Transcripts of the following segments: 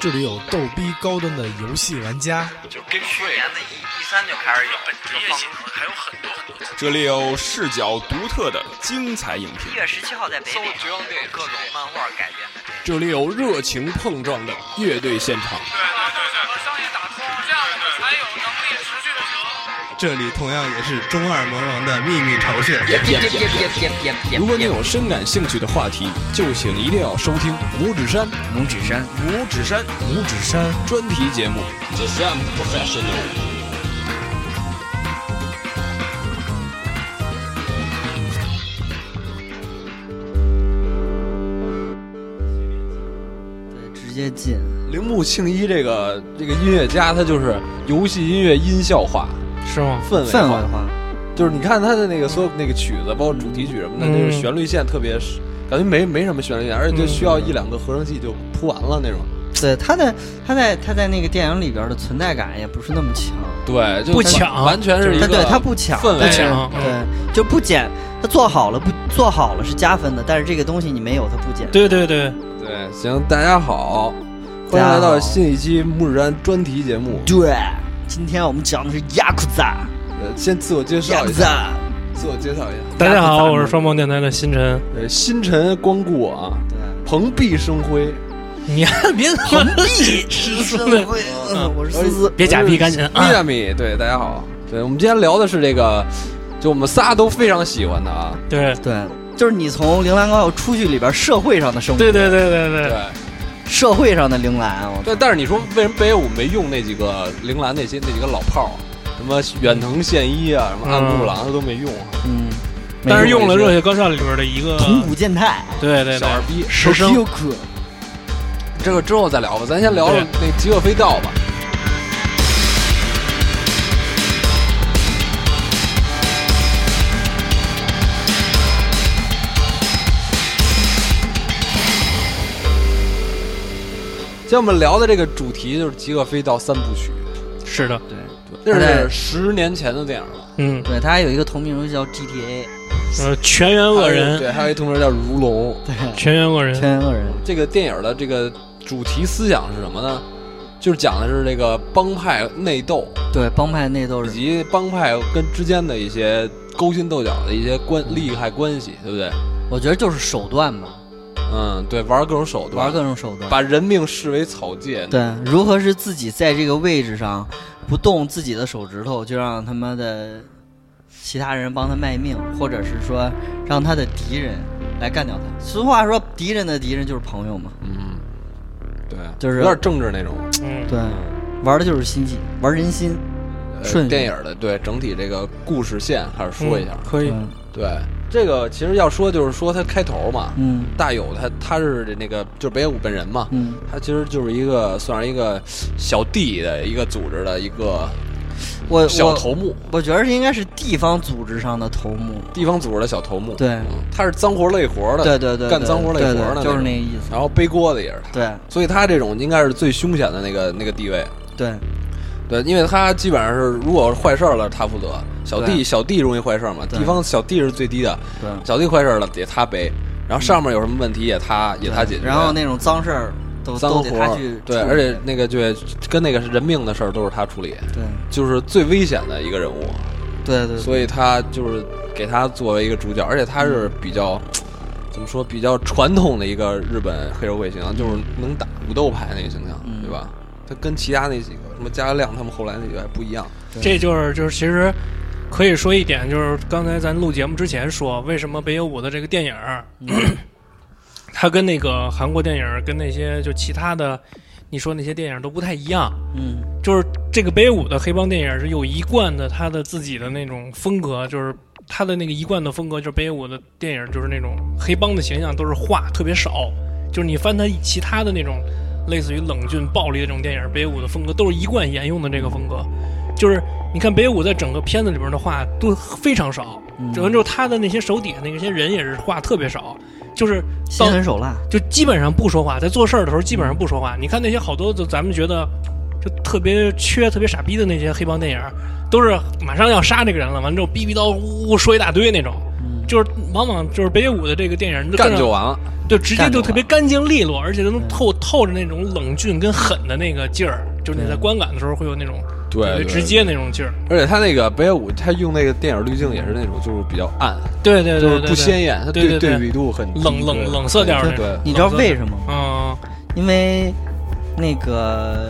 这里有逗逼高端的游戏玩家，就跟去年的一一三就开始有职业新闻，还有很多很多。这里有视角独特的精彩影评一，月十七号在北美，绝望电影各种漫画改编的电影。这里有热情碰撞的乐队现对场，对对对，把商业打通，这样我们才有能力持续的赢。这里同样也是中二魔王的秘密巢穴。如果你有深感兴趣的话题，就请一定要收听拇指山拇指山，拇指山，五指山。专题节目。对，直接进。铃木庆一这个这个音乐家，他就是游戏音乐音效化、是吗？氛氛化围，化，就是你看他的那个所有那个曲子，包括主题曲什么的，嗯就是旋律线特别是，感觉没没什么旋律线，而且就嗯需要一两个合成器就铺完了那种。对他的他在他在那个电影里边的存在感也不是那么强，对，就不他抢完全是一他个对他不抢，氛围不抢对对，就不减，他做好了不做好了是加分的，但是这个东西你没有他不减。对对对，对，行，大家好，大欢迎家好来到新一期木指山专题节目。对，今天我们讲的是雅库扎，呃，先自我介雅绍库一下，扎，自我介绍一下。大家好，我是双胞电台的星辰。呃，星辰光顾啊，对，蓬荜生辉，你还别横臂是是的，嗯我是思思，别假逼，逼，赶紧啊！亚哎米，对，大家好。对，我们今天聊的是这个，就我们仨都非常喜欢的啊。对对，就是你从《铃兰高校》出去里边社会上的生活，对对对对对对，，社会上的铃兰，我对，但是你说为什么北野武没用那几个铃兰那些那几个老炮儿啊，什么远藤宪一啊，什么安部郎他都没用啊，嗯，但是用了《热热血高校》里边的一个，铜鼓健太，对对小二对，逼。师生有可，这个之后再聊吧，咱先聊聊那《极恶飞盗》吧。今天我们聊的这个主题就是《极恶飞盗》三部曲，是的，对这是对十年前的电影 了。嗯，对，他还有一个同名游戏叫 GTA，呃，全员恶还有人，对，还有一同学叫如龙。全员恶人，天鹅人，这个电影的这个主题思想是什么呢？就是讲的是这个帮派内斗，对，帮派内斗以人，及帮派跟之间的一些勾心斗角的一些关嗯利害关系，对不对？我觉得就是手段吧，嗯，对，玩各种手段，玩各种手段，把人命视为草芥。对，如何是自己在这个位置上不动自己的手指头，就让他妈的其他人帮他卖命，或者是说让他的敌人来干掉他。俗话说，敌人的敌人就是朋友嘛。嗯，对，就是有点政治那种。嗯，对，玩的就是心计，玩人心。呃顺序电影的对整体这个故事线还是说一下。可以，嗯对，这个其实要说就是说它开头嘛，嗯大友他他是那个就是北野武本人嘛，嗯，他其实就是一个算是一个小弟的一个组织的一个我小呃我头目，我觉得应该是地方组织上的头目。地方组织的小头目。对嗯他是脏活累活的，对对对，干对脏活累对活对的那就是种那个意思。然后背锅的也是他，对所以他这种应该是最凶险的那个那个地位。对对，因为他基本上是，如果坏事儿了，他负责；小弟对小弟容易坏事儿嘛，对地方小弟是最低的，对。小弟坏事儿了也他背，然后上面有什么问题也他也他解决。然后那种脏事儿都脏都活得他儿去对，处而且理那个就跟那个是人命的事儿都是他处理，对就是最危险的一个人物。对对，所以他就是给他作为一个主角，而且他是比较怎么说比较传统的一个日本黑社会形象，就是能打武斗牌那个形象，嗯对吧？他跟其他那几个什么加亮他们后来那几个还不一样，这就是就是其实可以说一点，就是刚才咱录节目之前说，为什么北野武的这个电影儿， 它跟那个韩国电影儿跟那些就其他的你说那些电影儿都不太一样，嗯。就是这个北野武的黑帮电影是有一贯的他的自己的那种风格，就是他的那个一贯的风格，就是北野武的电影就是那种黑帮的形象都是话特别少，就是你翻他其他的那种类似于冷峻暴力的这种电影，北野武的风格都是一贯沿用的这个风格，就是你看北野武在整个片子里边的话都非常少，嗯完之后他的那些手底下那些人也是话特别少，就是心到狠手辣，就基本上不说话，在做事儿的时候基本上不说话。你看那些好多就咱们觉得就特别缺、特别傻逼的那些黑帮电影儿，都是马上要杀这个人了，完之后逼逼叨呜呜说一大堆那种。就是往往就是北野武的这个电影就更干让就完了。对，直接干就就特别完干净利落，而且都能透透着那种冷峻跟狠的那个劲儿，就是你在观感的时候会有那种对对直接那种劲儿，而且他那个北野武，他用那个电影滤镜也是那种就是比较暗，对对就对是对，不鲜艳，他对对对对比度很低冷冷冷色调那对种对，你知道为什么吗？嗯，因为那个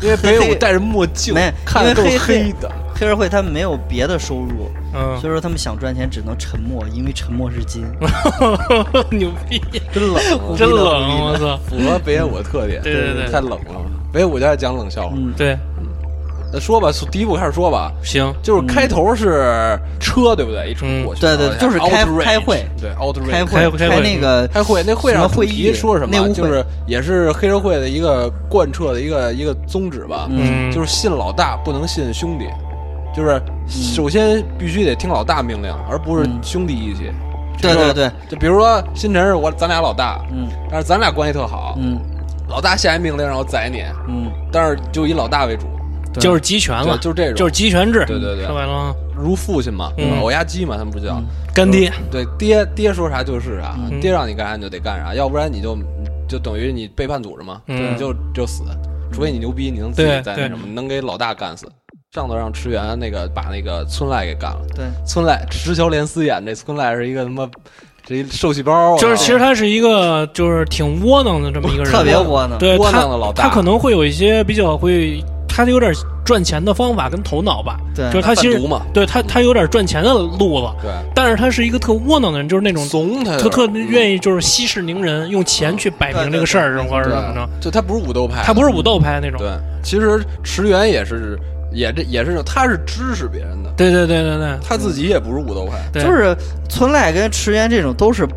因为北野 武黑戴着墨镜没，看着因都为是黑黑的。黑社会他们没有别的收入，嗯所以说他们想赚钱只能沉默，因为沉默是 金。牛逼，真冷，真冷，啊我操！符合北野武的特点，对对对对太冷了。北野武就爱讲冷笑话，嗯，对，那说吧，从第一部开始说吧，行，就是开头是车，对不对？一车过去，对对然后就是开 outrage，开会对 outrage，开开会会开那个开会那会什上么主会题议说什内么？务就会是也是黑社会的一个贯彻的一个一个宗旨吧，嗯就是信老大不能信兄弟，就是首先必须得听老大命令，而不是嗯兄弟义气。对就是嗯对对，就比如说新晨是我咱俩老大，嗯但是咱俩关系特好，嗯老大下一命令让我宰你，嗯，但是就以老大为主，就是集权对了，就是这种就是集权制，对对对说白了啊，如父亲嘛，嗯老压鸡嘛，他们不叫嗯干爹，对爹爹说啥就是啥，嗯爹让你干啥你就得干啥，要不然你就就等于你背叛组织嘛，嗯你就就死，除非你牛逼，你能自己对在那对什么，能给老大干死。上头让池原那个把那个村濑给干了，对，村濑石桥连司演这村濑是一个他妈这一受气包啊，就是其实他是一个就是挺窝囊的这么一个人，特别窝囊。对窝他囊的老大他可能会有一些比较会，他有点赚钱的方法跟头脑吧，对就是他其贩实毒嘛，对他他有点赚钱的路子，对，但是他是一个特窝囊的人，就是那种怂他特特意愿意就是息事宁人，用钱去摆对平对这个事儿，或者怎么着，就他不是武斗派的，他不是武斗派那种，对，其实池原也是也这也是他是支持别人的，对对对对对他自己也不是武斗派，对，就是村濑跟池原这种都是不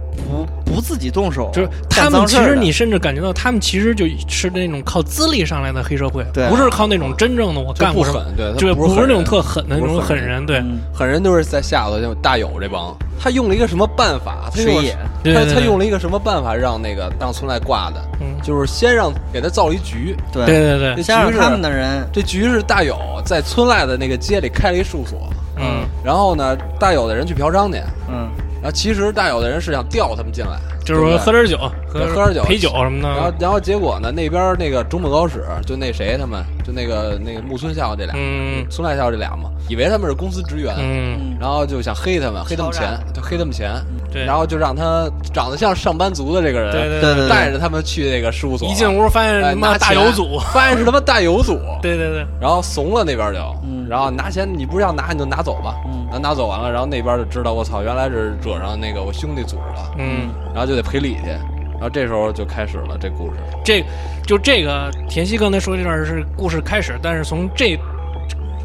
不自己动手，就是他们，其实你甚至感觉到他们其实就是那种靠资历上来的黑社会，对啊不是靠那种真正的我就干不过什么，狠，对，他就不是狠那种人嗯特狠的那种狠人，对狠人都是在下头，像大友这帮，他用了一个什么办法？他水用了野对他对他对用了一个什么办法让那个让村濑挂的？嗯就是先让给他造了一局，对对对对，这加上局是他们的人，这局是大友在村濑的那个街里开了一事务所，嗯，然后呢，大友的人去嫖娼去，嗯，然后其实大友的人是想调他们进来，就对是说不对喝点酒，对喝喝点酒陪酒什么然后的，，然后结果呢？那边那个中本高史，就那谁他们，就那个那个木村孝这俩，嗯村濑孝这俩嘛，以为他们是公司职员，嗯，然后就想黑他们，黑他们敲诈钱，就黑他们钱，嗯对，然后就让他长得像上班族的这个人，对对对带着他们去那个事务所，一进屋发现哎他妈拿大钱有组，发现是他妈大友组，对对对，然后怂了那边就，嗯然后拿钱你不是要拿你就拿走吧，嗯然后拿走完了，然后那边就知道我操，原来是惹上那个我兄弟组织了，嗯，然后就得赔礼去，然后这时候就开始了这故事，这就这个田曦刚才说这段是故事开始，但是从这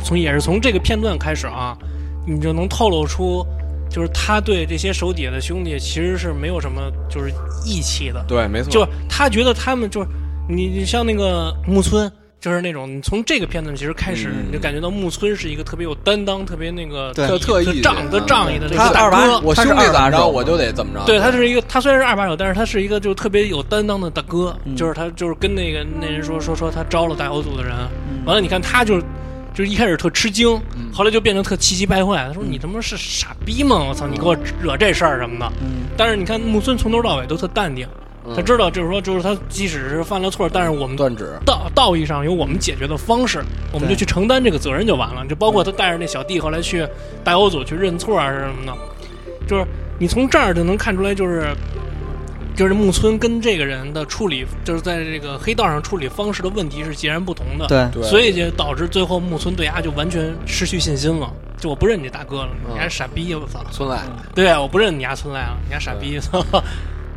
从也是从这个片段开始啊，你就能透露出，就是他对这些手底下的兄弟其实是没有什么就是义气的，对，没错，就是他觉得他们就是你你像那个木村。就是那种，你从这个片段其实开始，嗯你就感觉到木村是一个特别有担当、特别那个对特特意嗯仗特仗义的这个他大二把哥手。我兄他是弟二怎么把着手我就得怎么着，对他是一个，他虽然是二把手，但是他是一个就是特别有担当的大哥，嗯就是他就是跟那个那人说说说他招了大友组的人，嗯完了你看他就是就是一开始特吃惊，嗯后来就变成特气急败坏，他说你他妈是傻逼吗？我操，你给我惹这事儿什么的。嗯但是你看木村从头到尾都特淡定，嗯他知道就是说就是他即使是犯了错，但是我们断指，道道义上有我们解决的方式，我们就对去承担这个责任就完了。就包括他带着那小弟后来去大欧组去认错啊什么的，就是你从这儿就能看出来，就是就是木村跟这个人的处理，就是在这个黑道上处理方式的问题是截然不同的。，对，对所以就导致最后木村对他就完全失去信心了，就我不认你这大哥了，嗯你还是傻逼，我操！村濑。对啊，我不认你家村来了，你家傻逼，操！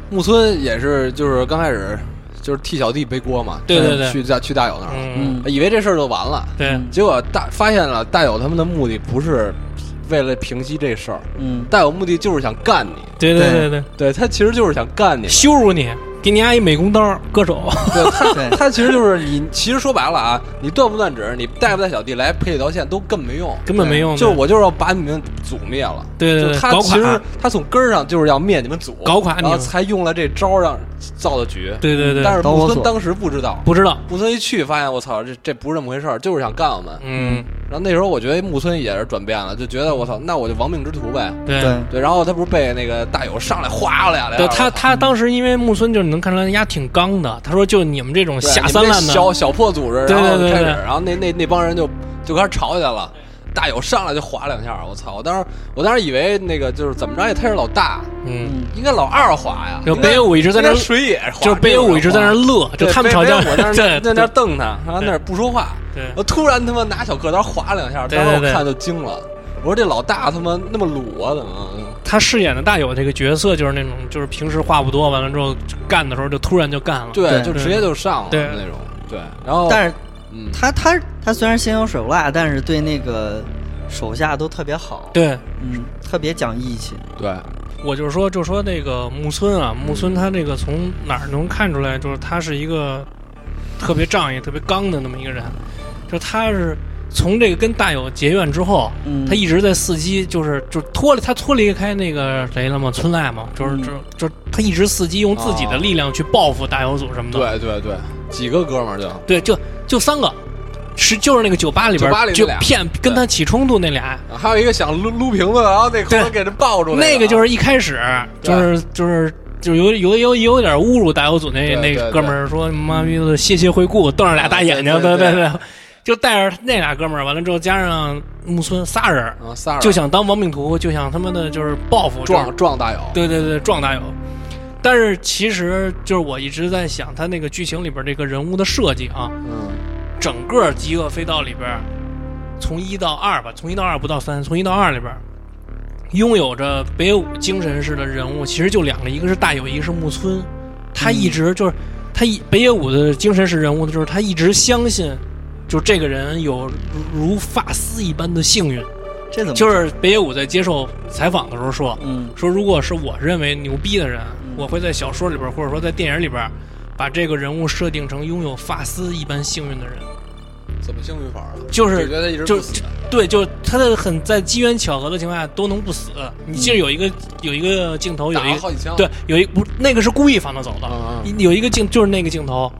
木村也是，就是刚开始就是替小弟背锅嘛，对对对去大去大友那儿了，嗯，以为这事儿就完了，对，嗯结果大发现了大友他们的目的不是为了平息这事儿，嗯，大友目的就是想干你，对对对对， 对他其实就是想干你，羞辱你，给你阿一美工刀，割手。 对他对他其实就是你，其实说白了啊，你断不断指，你带不带小弟来赔礼道歉都根本没用，根本没用的就是我就是要把你们祖灭了，对对对就他搞垮其实他从根儿上就是要灭你们祖，搞垮你然后们才用了这招儿让造的局。对对对，但是导木火村索当时不知道，不知道，木村一去发现我操，这这不是这么回事儿，就是想干我们。嗯，然后那时候我觉得木村也是转变了，就觉得我操，那我就亡命之徒呗。对。对，对，然后他不是被那个大友上来哗了俩来，对他，他当时因为木村就是能看出来，丫挺刚的。他说：“就你们这种对下你们三这滥的，小小破组织，对然后对对就开始，对然后那那那帮人就就开始吵起来了。大友上来就划两下，我操！我当时我当时以为那个就是怎么着也他是老大，嗯，应该老二划呀。就应该北野武一直在那应儿该水野划，就是北野武一直在那儿乐，就对他们吵北架，北野武 在那对儿在那儿瞪他，然后那儿不说话。对我突然他妈拿小刻刀划两下，对当时我对对看就惊了，我说这老大他妈那么鲁啊，怎么？他饰演的大友这个角色就是那种，就是平时话不多，完了之后干的时候就突然就干了。对，对就直接就上了对那种。对，然后但是嗯，他他他虽然心狠手辣，但是对那个手下都特别好，，对，嗯，特别讲义气，对，我就说就说那个木村啊，木村他这个从哪儿能看出来，就是他是一个特别仗义、特别刚的那么一个人，就他是。从这个跟大友结怨之后，嗯他一直在伺机，就是就是脱离他脱离开那个谁了吗？村濑嘛，就是嗯就就他一直伺机用自己的力量去报复大友组什么的。对对对，几个哥们儿就对，就就三个，是就是那个酒吧里边酒吧里那就俩骗跟他起冲突那俩，啊还有一个想撸撸瓶子，然后那可能给人抱住那个个就是一开始就是就是。就是有有有有点侮辱大友组那对那对哥们儿说妈逼的谢谢惠顾，瞪着俩大眼睛，啊对对对对对，就带着那俩哥们儿，完了之后加上木村仨人儿，啊，仨人就想当亡命徒，就想他妈的就是报复就是撞撞大友，对对对，撞大友。但是其实就是我一直在想，他那个剧情里边这个人物的设计啊，嗯，整个《极恶飞盗》里边，从一到二吧，从一到二不到三，从一到二里边，拥有着北野武精神式的人物，其实就两个，一个是大友，一个是木村。他一直就是、他一北野武的精神式人物，就是他一直相信，就这个人有如如发丝一般的幸运。这怎么就是北野武在接受采访的时候说，嗯说如果是我认为牛逼的人嗯，我会在小说里边或者说在电影里边，把这个人物设定成拥有发丝一般幸运的人。怎么幸运法啊？就是觉得一直就不死对，就是他的很在机缘巧合的情况下都能不死。你记得有一个有一个镜头，有嗯打一了个好几枪，对，有一不那个是故意放他走的。嗯，嗯有一个镜就是那个镜头，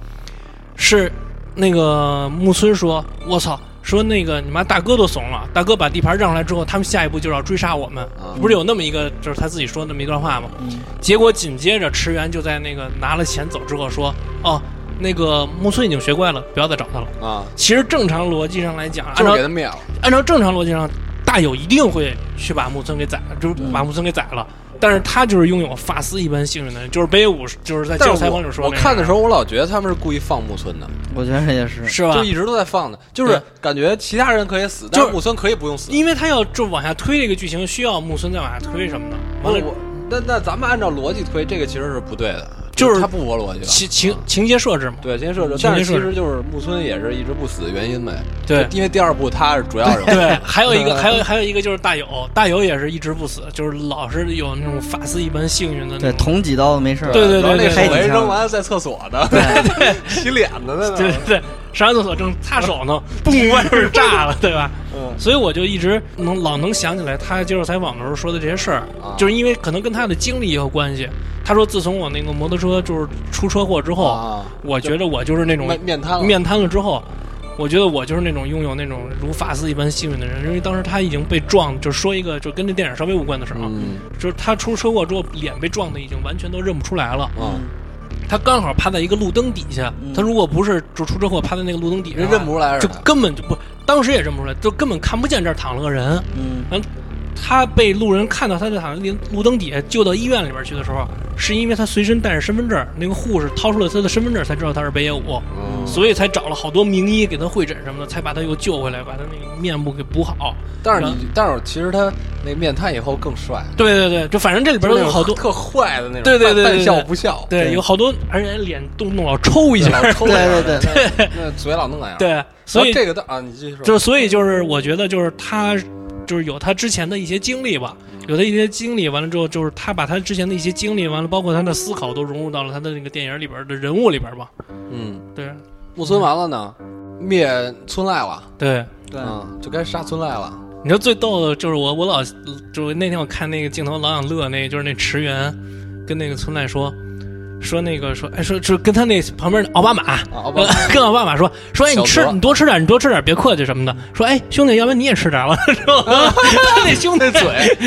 是那个木村说：“我操！”说那个你妈大哥都怂了，大哥把地盘让出来之后，他们下一步就要追杀我们，啊不是有那么一个就是他自己说的那么一段话吗？嗯结果紧接着池原就在那个拿了钱走之后说：“哦，那个木村已经学乖了，不要再找他了。啊”，其实正常逻辑上来讲，按就是照给他灭了，按照正常逻辑上，大友一定会去把木村给宰了，就是嗯把木村给宰了。但是他就是拥有发丝一般幸运的人，就是北野武，就是在接但受是采我访里说我那个看的时候，我老觉得他们是故意放木村的，我觉得也是，是吧就？一直都在放的，就是对感觉其他人可以死，就是但是木村可以不用死。因为他要就往下推这个剧情，需要木村再往下推什么的。完了，我那那咱们按照逻辑推，这个其实是不对的，就是他不符合逻辑了。情情情节设置嘛，对，先设置，情但节是其设置实就是木村也是一直不死的原因呗。对就因为第二部他是主要人物。 对，还有一个，还有还有一个就是大友，大友也是一直不死，就是老是有那种发丝一般幸运的那对，种。捅几刀没事儿，对对对然后那对手对雷对扔完了在厕所呢， 洗脸呢在那。对对对，上完厕所正擦手 呢，嘣，外边儿炸了，对吧？嗯所以我就一直能老能想起来他接受采访的时候说的这些事儿啊，就是因为可能跟他的经历也有关系。他说，自从我那个摩托车就是出车祸之后，啊，我觉得我就是那种面面瘫了，面瘫了之后，我觉得我就是那种拥有那种如发丝一般幸运的人，因为当时他已经被撞，就是说一个就跟这电影稍微无关的事儿啊，嗯就是他出车祸之后脸被撞的已经完全都认不出来了，啊，他刚好趴在一个路灯底下，嗯他如果不是就出车祸趴在那个路灯底下，人认不出来是就他根本就不，当时也认不出来，就根本看不见这儿躺了个人。嗯他被路人看到他就躺在路灯底下，救到医院里边去的时候，是因为他随身带着身份证，那个护士掏出了他的身份证，才知道他是北野武。嗯所以才找了好多名医给他会诊什么的，才把他又救回来，把他那个面部给补好。但嗯是你，但是其实他那面瘫以后更帅，对对对，就反正这里边就是那种有好多，特坏的那种，对半对对对半对笑不笑，对，有好多，而且脸动不动老抽一下。老抽对对 对对，那嘴老弄那样。，对，所以啊这个的啊，你继续说，就是所以就是我觉得就是他就是有他之前的一些经历吧，有他一些经历，完了之后就是他把他之前的一些经历，完了包括他的思考都融入到了他的那个电影里边的人物里边吧。嗯，对木村完了呢，灭村濑了，对，对，嗯，就该杀村濑了。你知道最逗的就是我，我老就是那天我看那个镜头老想乐，那个就是那池原跟那个村濑说。说那个说哎说就跟他那旁边的奥巴马，啊 奥巴马跟奥巴马说说哎你小吃罗你多吃点你多吃点别客气什么的说哎兄弟要不然你也吃点完了之后 那兄弟嘴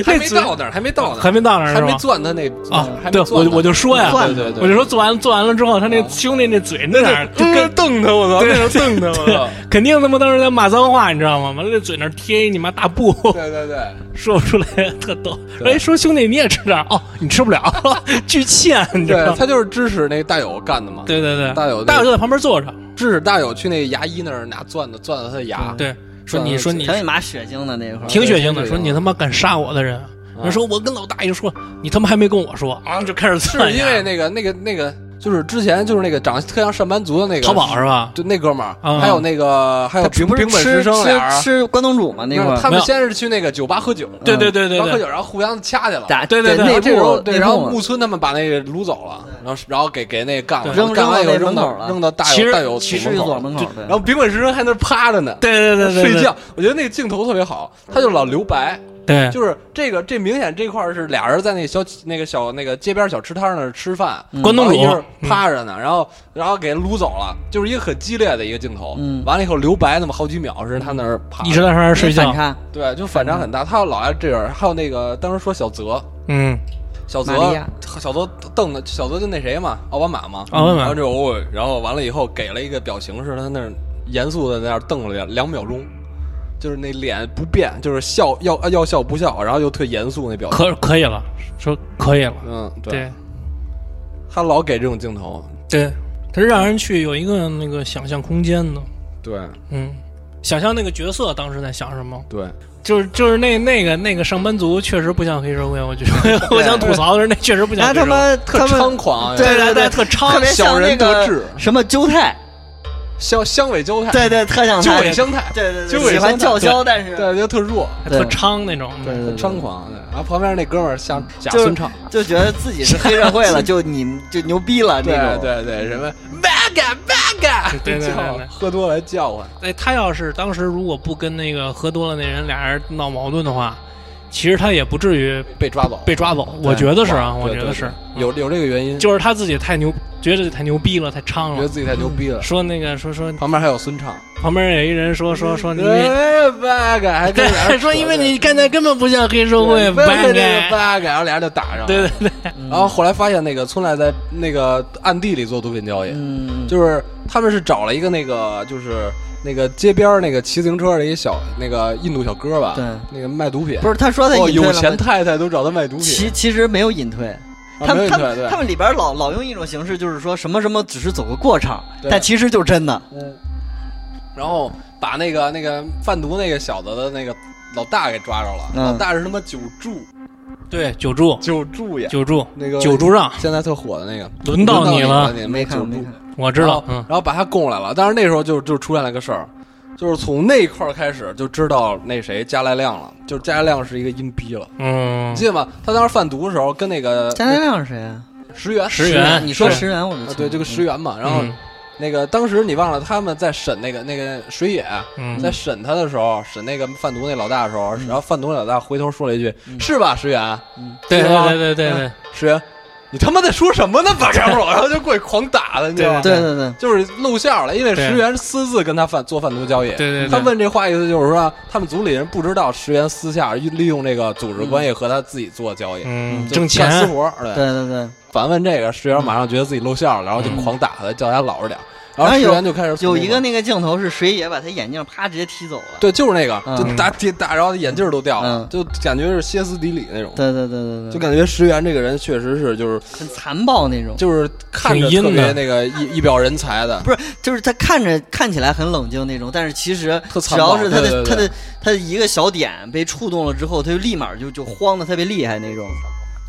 还那没嘴到那儿，还没到那 还儿，没到那儿还是没吧？钻他那嗯啊还，没对钻我呢我就说呀，对对对，我就说做完做完了之后，他那啊兄弟那嘴那哪儿就嗯跟瞪他，我操，对那人瞪他，我操， 肯定他妈当时在骂脏话，你知道吗？完了那嘴那儿贴一你妈大布，对对对， 说不出来，特逗。对哎，说兄弟你也吃点儿哦，你吃不了， 巨欠，你知道对吗？他就是支持那大友干的嘛，对对对，大友那大友就在旁边坐着，支持大友去那牙医那儿拿钻子钻到他的牙，对，说嗯你说你全你妈血腥的那块儿，挺血腥的，对说你他妈敢杀我的人，啊人说我跟老大爷说，你他妈还没跟我说啊，就开始是刺因为那个那个那个就是之前就是那个长得特像上班族的那个淘宝是吧？就那哥们儿，嗯还有那个还有他丙不是丙本吃师生俩吃人，吃关东煮吗？那没有块他儿没们有先是去那个酒吧喝酒，对对对嗯对然后喝对，酒，然后互相掐去了。打对对在对内然后这时候部对，内然后部木嘛村他们把那个掳走了，然后然后给给那干了，对干完以后扔扔到那门到口了扔到大其友实大友去寝厕门所口，门口，对然后丙本师生还在那趴着呢。对对对对对，睡觉，我觉得那个镜头特别好，他就老留白，对，就是这个这明显这块儿是俩人在那小那个小那个街边小吃摊儿那儿吃饭，嗯关东嗯然后一煮人趴着呢，然后然后给撸走了，就是一个很激烈的一个镜头。嗯完了以后留白那么好几秒是他那儿趴着，一直在上面睡反觉，差对，就反差很大。他老爱这样，还有那个当时说小泽，嗯，小泽玛利亚小泽瞪的小泽就那谁嘛，奥巴马嘛，奥巴马然后就哦，然后完了以后给了一个表情，是他那儿严肃的在那儿瞪了两两秒钟。就是那脸不变，就是笑要要笑不笑，然后又特严肃那表情。可可以了，说可以了，嗯，对，对他老给这种镜头。对，它是让人去有一个那个想象空间的，对嗯，想象那个角色当时在想什么，对，就是就是那那个那个上班族确实不像黑社会，我觉 得我想吐槽的是那确实不像然后他黑社会，们特他猖们狂啊，对对对特特猖，别小像那人得个志，什么纠太，香香尾交态，对对，特像鸠他，尾香 态，对对鸠对，尾喜欢香叫菜嚣，但是对，就特弱，还特猖那种，对对很对猖狂。对然后旁边那哥们儿像贾就是孙畅，就觉得自己是黑社会 了，就你们就牛逼了对那种。对对，什么 mega mega，对对对叫对喝多了叫唤，哎，他要是当时如果不跟那个喝多了那人俩人闹矛盾的话，其实他也不至于被抓走，被抓走，我觉得是啊，我对觉对得是，对有有这个原因，就是他自己太牛，觉得自己太牛逼了，太猖觉得了。自己太牛逼了。说那个说说旁边还有孙畅，旁边有一人说说说你，哎 mega 还 跟俩对，人说因为你看起来根本不像黑社会对，不要被这个 bad mega，然后俩人就打上了，对对对，嗯然后后来发现那个村濑在那个暗地里做毒品交易，嗯，就是他们是找了一个那个就是那个街边儿那个骑自行车的一小那个印度小哥吧，对那个卖毒品，不是他说他哦，隐有退了钱吗？太太都找他卖毒品，其其实没有隐退，啊他没们有他对们对他，们里边老老用一种形式，就是说什么什么只是走个过场，对但其实就是真的。嗯，然后把那个那个贩毒那个小子的那个老大给抓着了，嗯老大是他妈九柱对九柱九柱呀，九柱那个九柱让现在特火的那个，啊轮到你了，你没没看九没柱看。，我知道，然后嗯，然后把他供来了。但是那时候就就出现了个事儿，就是从那一块儿开始就知道那谁加来亮了，就是加来亮是一个阴逼了。嗯你，记得吗？他当时贩毒的时候跟那个加来亮是谁啊？石原石原你说对石原，我就啊记，对，得这个石，原嘛。然后嗯那个当时你忘了他们在审那个那个水野，啊嗯在审他的时候，审那个贩毒那老大的时候，然后贩毒那老大回头说了一句：“嗯是吧，石原？”对是吧对对对对石原，你他妈在说什么呢？把开口，然后就过去狂打了，你知道吗？嗯对对对，就是露馅儿了，因为对石原私自跟他贩做贩毒交易。对对对他问这话意思就是说，他们组里人不知道石原私下利用这个组织关系和他自己做交易，嗯，就挣干私钱，活儿。对，对对对，反问这个石原，马上觉得自己露馅儿了，然后就嗯狂打他，叫他老实点儿。然后然后石有原就开始有一个那那个镜头是水野把他眼镜啪直接踢走了。对，就是那个，嗯就打跌打，然后眼镜儿都掉了嗯，就感觉是歇斯底里那种。对对对对对，就感觉石原这个人确实是，就是很残暴那种，就是看着挺阴特的别那个一一表人才的，不是就是他看着看起来很冷静那种，但是其实特只残暴要是他的对对对他的他的一个小点被触动了之后，他就立马就就慌的特别厉害那种。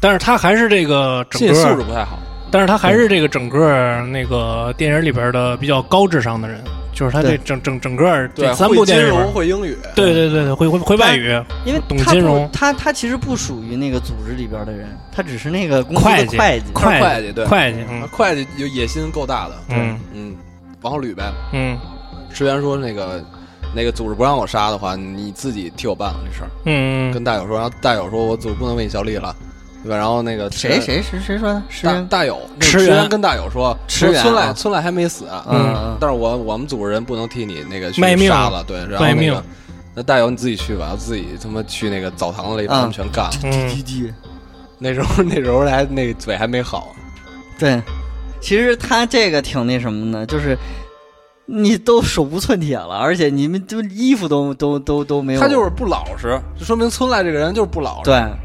但是他还是这个整心理素质个，不太好。但是他还是这个整个那个电影里边的比较高智商的人，就是他这对整整整个对这，三部会电金影，融会英语，对对对对，会会会外语，因为懂他金不融他他其实不属于那个组织里边的人，他只是那个公司的会会计计。会会计对会计，嗯会计有野心够大的，嗯嗯，往后捋呗。嗯石原说那个那个组织不让我杀的话，你自己替我办了这事儿。嗯嗯，跟大友说，然后大友说我组织不能为你效力了，对吧？然后那个谁谁谁谁说的？石大原？大友那个池池原原跟大友说，池说原村啊濑村濑还没死，嗯嗯嗯，但是我我们组织人不能替你那个去卖命杀了，对，然后卖那命个那大友你自己去吧，自己他妈去那个澡堂子里把他们嗯全干了。嗯滴滴滴，那时候那时候还那嘴还没好，对，其实他这个挺那什么的，就是你都手无寸铁了，而且你们就衣服都都都都没有。他就是不老实，就说明村濑这个人就是不老实，哎对，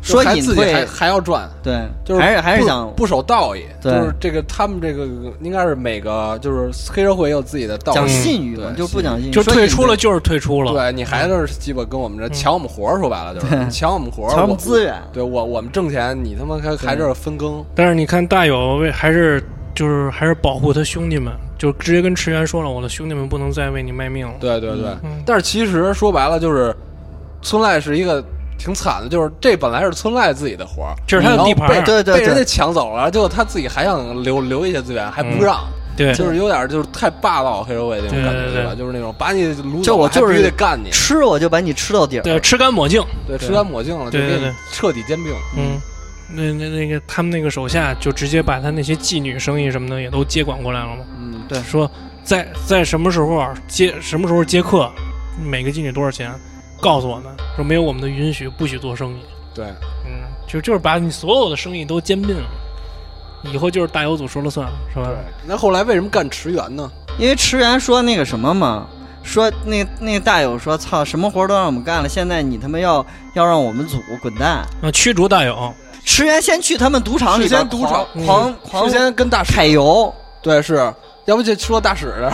就说还隐自己还退，还要赚，对，就是还是还是不想不守道义，就对是这个他们这个应该是每个就是黑社会也有自己的道讲义，信誉嘛，对就不讲信誉，就说退隐出了退，就是退出了，嗯对你还是鸡巴跟我们这抢我们活儿，说白了 就是对你抢我们活儿，瞧什么我资源？对我我们挣钱，你他妈还还这儿分羹，但是你看大友为还是就是还是保护他兄弟们，就直接跟池原说了，我的兄弟们不能再为你卖命了。对对对嗯。但是其实说白了就是，村濑是一个挺惨的，就是这本来是村濑自己的活儿，这是他的然后地盘儿被对对被人家对抢走了，结果他自己还想留留一些资源，还不嗯让，对，就是有点就是太霸道黑社会那种感觉，对对对吧？就是那种把你掳就走，我就是还必须得干你，吃我就把你吃到底儿。对，吃干抹净。对，吃干抹净了，就对对给对你彻底兼并。嗯，那那那个他们那个手下就直接把他那些妓女生意什么的也都接管过来了嘛。嗯，对说在在什么时候啊接什么时候接客，每个妓女多少钱，告诉我们。说没有我们的允许，不许做生意。对，嗯，就就是把你所有的生意都兼并了，以后就是大友组说了算，是吧？那后来为什么干池原呢？因为池原说那个什么嘛，说那那大友说操，什么活都让我们干了，现在你他妈要要让我们组滚蛋。啊，驱逐大友，池原先去他们赌场里事边先赌场嗯狂狂之狂前跟大使揩油，对是。要不就说大使 的，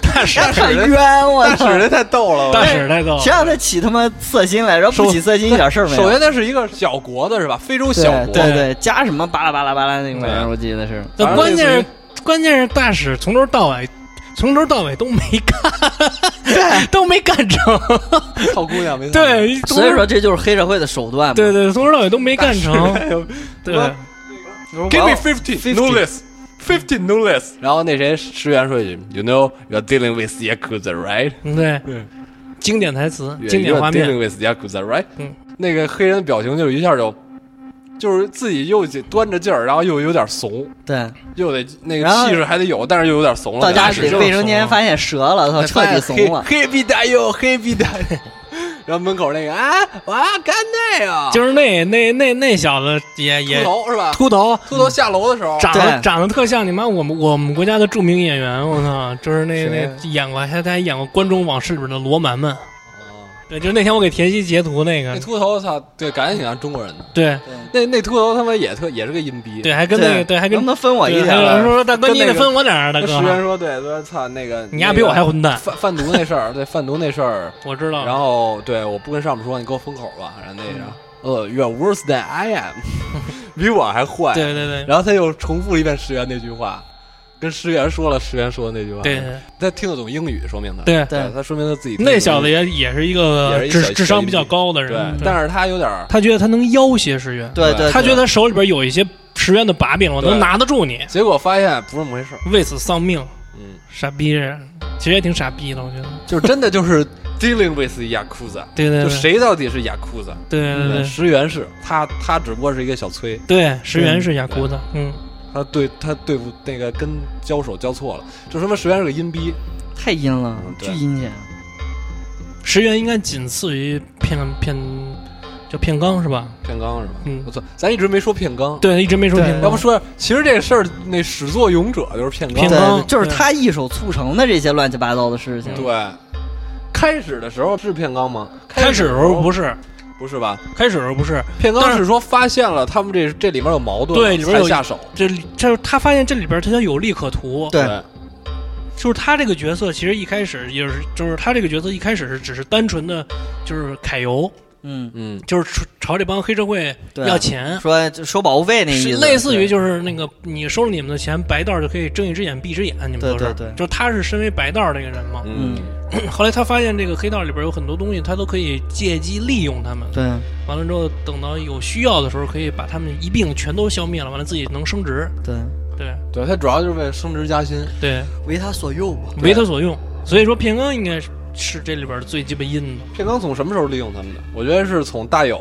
大使太哎冤我大使操！人太逗了。大使太逗了谁让他起他妈色心来着？不起色心一点事儿没有。首先它是一个小国的是吧？非洲小对国，对对，加什么巴拉巴拉巴拉那个玩意儿，对我记得是。那关反键正类是关键是大使从头到尾。从头到尾都没干，都没干成。套姑娘没错。对，从头所以说这就是黑社会的手段嘛。对对，从头到尾都没干成。对， ，Give me 50 fifty no less, fifty no less。然后那谁石原说一句，You know you're dealing with yakuza, right？嗯对，经典台词，经典 You're 画 dealing 面， with yakuza, right？嗯那个黑人的表情就是一下就，就是自己又紧端着劲儿，然后又有点怂，对，又得那个然后气势还得有，但是又有点怂了。到家感觉里是卫生间发现折了，操，啊彻底怂了。哎黑必大佑，黑必大佑。 然后门口那个啊啊，干那啊，就是那那那那小子也秃也头是吧？秃头，秃头下楼的时候，长得对长得特像你妈我们我们国家的著名演员，我操，就是那谁那演过还他还演过《关中往事》里边的罗蛮蛮。对，就是那天我给田曦截图那那个，秃头，操，对，感觉挺像中国人的。对那那秃头他妈也特也是个阴逼。对，，还啊跟那个对还能跟不能分我一对还点有儿？啊人说大啊哥跟你那得个分我点儿啊，大那哥石，原说对，说操那个 你丫比我还混混蛋，贩贩毒那事儿，对贩毒那事儿，我知道。然后对我不跟上面说，你给我封口吧，然后那嗯个。呃，You're worse than I am，比 我还坏。对对对然后他又重复了一遍石原那句话，跟石原说了石原说的那句话。对对他听得懂英语，说明他对对他说明他自己听得懂那小子也嗯也是一也个是一小智智商比较高的对人，，但是他有点儿，他觉得他能要挟石原，对对，他觉对得他手里边有一些石原的把柄，我对能拿得住你，结果发现不是那么回事儿。为此丧命，嗯，傻逼人，其实也挺傻逼的，我觉得。就是真的就是 dealing with yakuza，对对就对，谁到底是 yakuza？对对对石原是他，他只不过是一个小崔，对，石原是雅库的，嗯，他对他对付那个跟交手交错了，就说明石原是个阴逼。太阴了嗯，对巨阴险。石原应该仅次于片片叫片冈是吧？片冈是吧？嗯我操，咱一直没说片冈，对，一直没说片对冈，要不说其实这个事儿，那始作俑者就是片冈。片对冈对，就是对他一手促成的这些乱七八糟的事情。对，开始的时候是片冈吗？开始的时候不是，是，不是吧？开始的时候不是，片但冈是是说发现了他们这这里面有矛盾，对里边有才下手。这这他发现这里边他叫有利可图，对就是他这个角色其实一开始也是，就是他这个角色一开始是只是单纯的，就是揩油，嗯，嗯，就是朝朝这帮黑社会对要钱，说收保护费那意是思，类似于对就是那个你收了你们的钱，白道就可以睁一只眼闭一只眼，你们对都是，对对就是他是身为白道这个人嘛。嗯，后来他发现这个黑道里边有很多东西，他都可以借机利用他们。对完了之后，等到有需要的时候，可以把他们一并全都消灭了，完了自己能升职。对，对对他主要就是为了升职加薪，对，为他所用吧。为他所用。所以说，片哥应该是是这里边最基本阴的。片刚从什么时候利用他们的？我觉得是从大友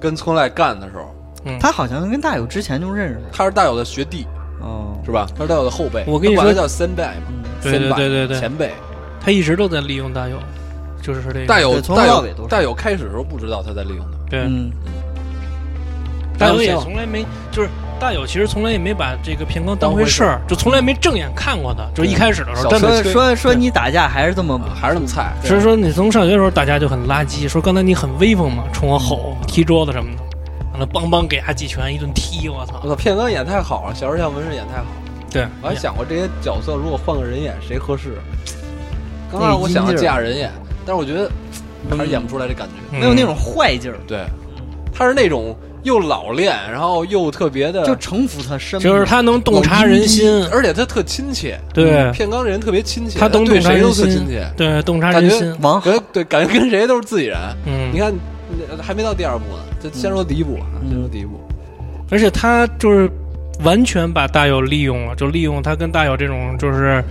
跟村濑干的时候，他好像跟大友之前就认识了他是大友的学弟，哦，是吧？他是大友的后辈，我跟你他管他说叫先辈嘛，对对 senpai，对对对前辈。他一直都在利用大友，就是这个大友对从头大到尾都友是大友开始的时候不知道他在利用他，对。嗯，大友还也有谁从来没，就是大友其实从来也没把这个片冈当回事儿，就从来没正眼看过他，就是一开始的时小候，真的。说村对说说你打架还是这么啊还是那么菜。所以说你从上学的时候打架就很垃圾，说刚才你很威风嘛，冲我吼、踢桌子什么的，完了梆梆给他几拳，一顿踢，我操我！操，片哥演太好了，啊小时候像文士演太好。对，我还想过这些角色如果换个人演谁合适。刚那开始个我阴想劲儿嫁人演，但是我觉得还是演不出来这感觉。嗯没有那种坏劲儿，对，他是那种又老练，然后又特别的，就城府他深嘛，就是他能洞察人心，而且他特亲切。对片冈这人特别亲切，他能对洞察谁都人特心亲切，，对，洞察感人觉心，王感觉对，感觉跟谁都是自己人。嗯你，看，呃还没到第二部呢，就先说第一部啊，嗯先说第一部。而且他就是完全把大友利用了，就利用他跟大友这种就是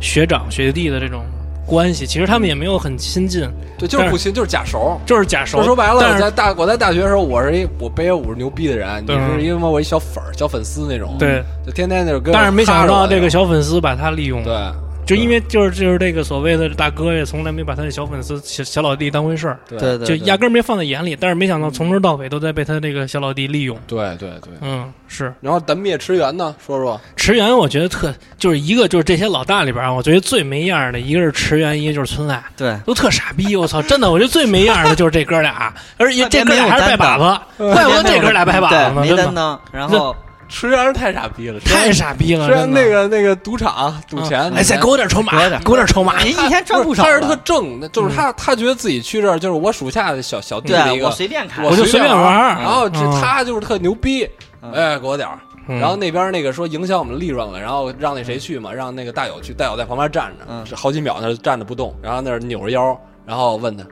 学长学弟的这种关系，其实他们也没有很亲近，对，就是不亲，就是假熟。就是假熟。说说白了，但我在是大我在大学的时候，我是一我背着我是牛逼的人，你对是因为我一小粉儿、小粉丝那种，对，就天天就是跟我哈着我那种。但是没想到这个小粉丝把他利用了，对，就因为就是就是这个所谓的大哥也从来没把他的小粉丝小小老弟当回事儿，对对对就对，压根儿没放在眼里。但是没想到从头到尾都在被他这个小老弟利用。对对对。嗯，是然后咱们灭池原呢，说 说池原，我觉得特就是一个就是这些老大里边儿啊，我觉得最没样儿的一个是池原，一个就是村濑。对都特傻逼，我操！真的，我觉得最没样儿的就是这哥俩，啊而且这哥俩还是拜把子，嗯怪不得这哥俩拜把子对，呢，没真担的当，然后池原太傻逼了，太傻逼了，池原真的那个那个赌场赌钱，哎，再给我点筹码，给我点筹码，人一天赚不不是少他了，是特正，那就是他他觉得自己去这儿就是我属下的小小弟的一对啊个我，随便看，我就随便玩儿然后这嗯他就是特牛逼，嗯哎，给我点儿。嗯然后那边那个说影响我们利润了，然后让那谁去嘛，让那个大友去，大友在旁边站着，嗯是好几秒那儿站着不动，然后那儿扭着腰，然后问他，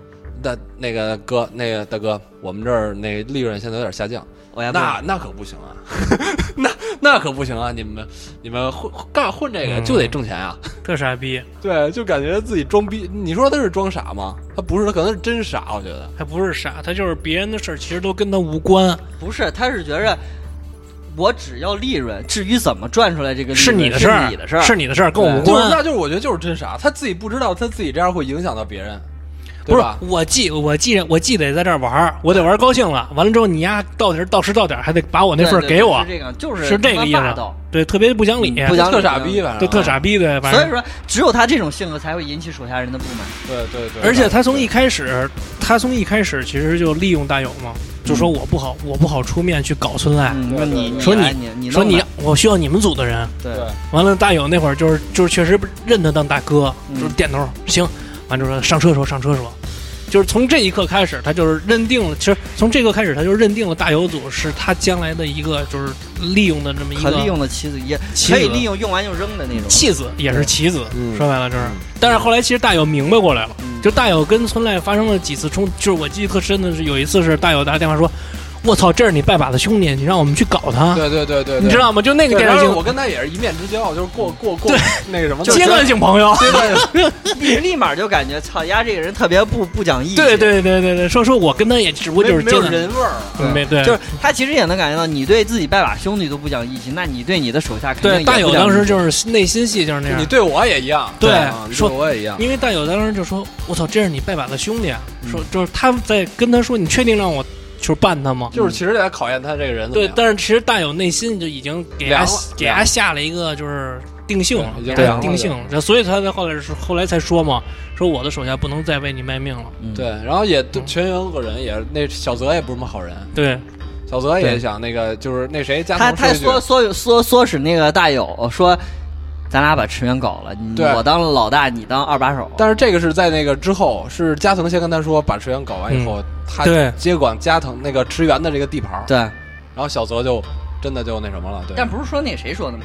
大那个哥，那个大哥，我们这儿那利润现在有点下降，我也不那那可不行啊， 那那可不行啊，你们你们混干混这个嗯就得挣钱啊，特傻逼，对，就感觉自己装逼，你说他是装傻吗？他不是，他可能是真傻，我觉得。他不是傻，他就是别人的事儿，其实都跟他无关，不是，他是觉着我只要利润，至于怎么赚出来这个利润是你的事是儿你的事儿，是你的事儿，跟我无就是，关。那就是我觉得就是真傻，他自己不知道他自己这样会影响到别人，对不是吧？我既我既我既得在这儿玩儿，我得玩儿高兴了。完了之后，你丫到点儿到时到点儿还得把我那份儿对对给我是，这个就是是这个意他妈霸思道。。对，特别不讲理，嗯不讲特傻逼，反正啊对特。傻逼，对，反所正以说，只有他这种性格才会引起手下人的不满。对对对。而且他从一开始，他从一开始其实就利用大友嘛，就说我不好，我不好出面去搞村濑，嗯，说对对你对你哎说来你你说弄你吧我需要你们组的人。对对完了，大友那会儿就是就是确实认他当大哥，嗯就是点头行，完就说上车说上车说，就是从这一刻开始，他就是认定了，其实从这个开始他就认定了大友组是他将来的一个就是利用的这么一可利个用的棋子也棋可以子利用，用完就扔的那种。弃子，也是棋子。嗯说白了就是，但是后来其实大友明白过来了。嗯就大友跟村濑发生了几次冲，就是我记得特深的是有一次是大友打电话说：“我操，这是你拜把子兄弟，你让我们去搞他，对对对对，你知道吗？”就那那个电视我剧跟他也是一面之交，就是过过过那个什么阶段性朋 友， 阶段你立马就感觉操丫这个人特别不不讲义气。对对对对对，说说我跟他也只不过就是没阶有段，人味儿。没对，就是他其实也能感觉到，你对自己拜把兄弟都不讲义气，那你对你的手下肯定对也大不友讲当时义气就是内心戏就是那你样，对我也一样，对啊你说对我也一样。因为大友当时就说：“我操，这是你拜把子兄弟啊！”说就是他在跟他说：“你确定让我就是办他吗？”就是其实在考验他这个人怎么对样，，但是其实大友内心就已经给凉他了给凉他了下了一个就是定性了，对已给经他凉了定性了，然后所以他在后来是后来才说嘛，说我的手下不能再为你卖命了。嗯对，然后也对嗯全员恶人，也那小泽也不是什么好人，对，小泽也对想那个就是那谁加他藤他说一句唆唆唆唆使那个大友说，咱俩把池源搞了，你对我当了老大，你当二把手。但是这个是在那个之后，是加藤先跟他说把池原搞完以后，他嗯对接管加藤那个池原的这个地盘儿，对，然后小泽就真的就那什么了，对，但不是说那谁说的吗？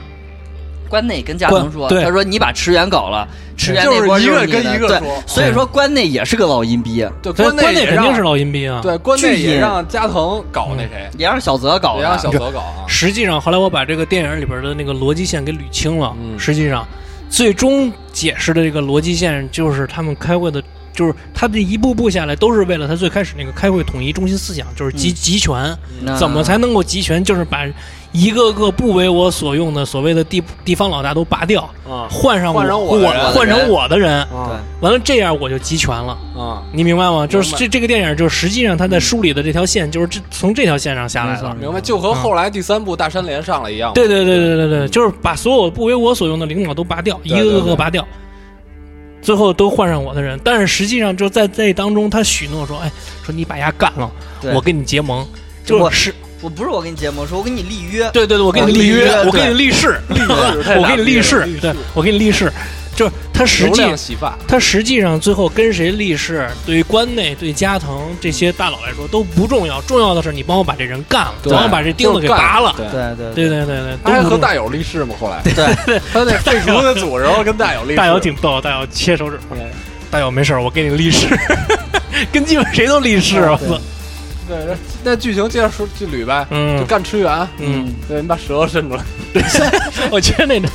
关内跟加藤说，关对他说你把池源搞了，池源就那是波一就个你跟的嗯一个对说所以说关内也是个老阴逼，对，对，内关内也肯定是让老阴逼啊。对关内巨也阴让加藤搞那谁，也让小泽嗯搞也让小的。泽搞啊，实际上，后来我把这个电影里边的那个逻辑线给捋清了。嗯实际上，最终解释的这个逻辑线就是他们开会的，就是他这一步步下来都是为了他最开始那个开会统一中心思想，就是集、嗯集权。那怎么才能够集权？就是把一个个不为我所用的所谓的地地方老大都拔掉，啊换上我换上我我的人换成我的人，啊完了这样我就集权了。啊，你明白吗？就是明白嗯这这个电影，就是实际上他在梳理的这条线，就是这从这条线上下来没错了。明白？嗯就和后来第三部大山连上了一样，对对对对对对，就是把所有不为我所用的领导都拔掉，一对个对个拔掉，最后都换上我的人。但是实际上就在这当中，他许诺说：“哎，说你把牙干了，对我跟你结盟。”就就我是我不是我跟你结盟，我说我跟你立 约。对对对，我给我你立立约哦约，我对给你立誓，我给你立誓，对我给你立誓，就是他实流际量洗发，他实际上最后跟谁立誓，对于关内、对加藤这些大佬来说都不重要，重要的是你帮我把这人干了，对帮我把这钉子给拔了。对。对对对对对对，他都还不和重要大友立誓吗？后来对，他那废除的组，然后跟大友立誓。大姚挺逗，大姚切手指对，大姚没事儿，我给你立誓， 跟基本谁都立誓，我操，对，那剧情接着说就捋呗，就嗯干吃原，嗯，对，你把舌头伸出来。我觉得那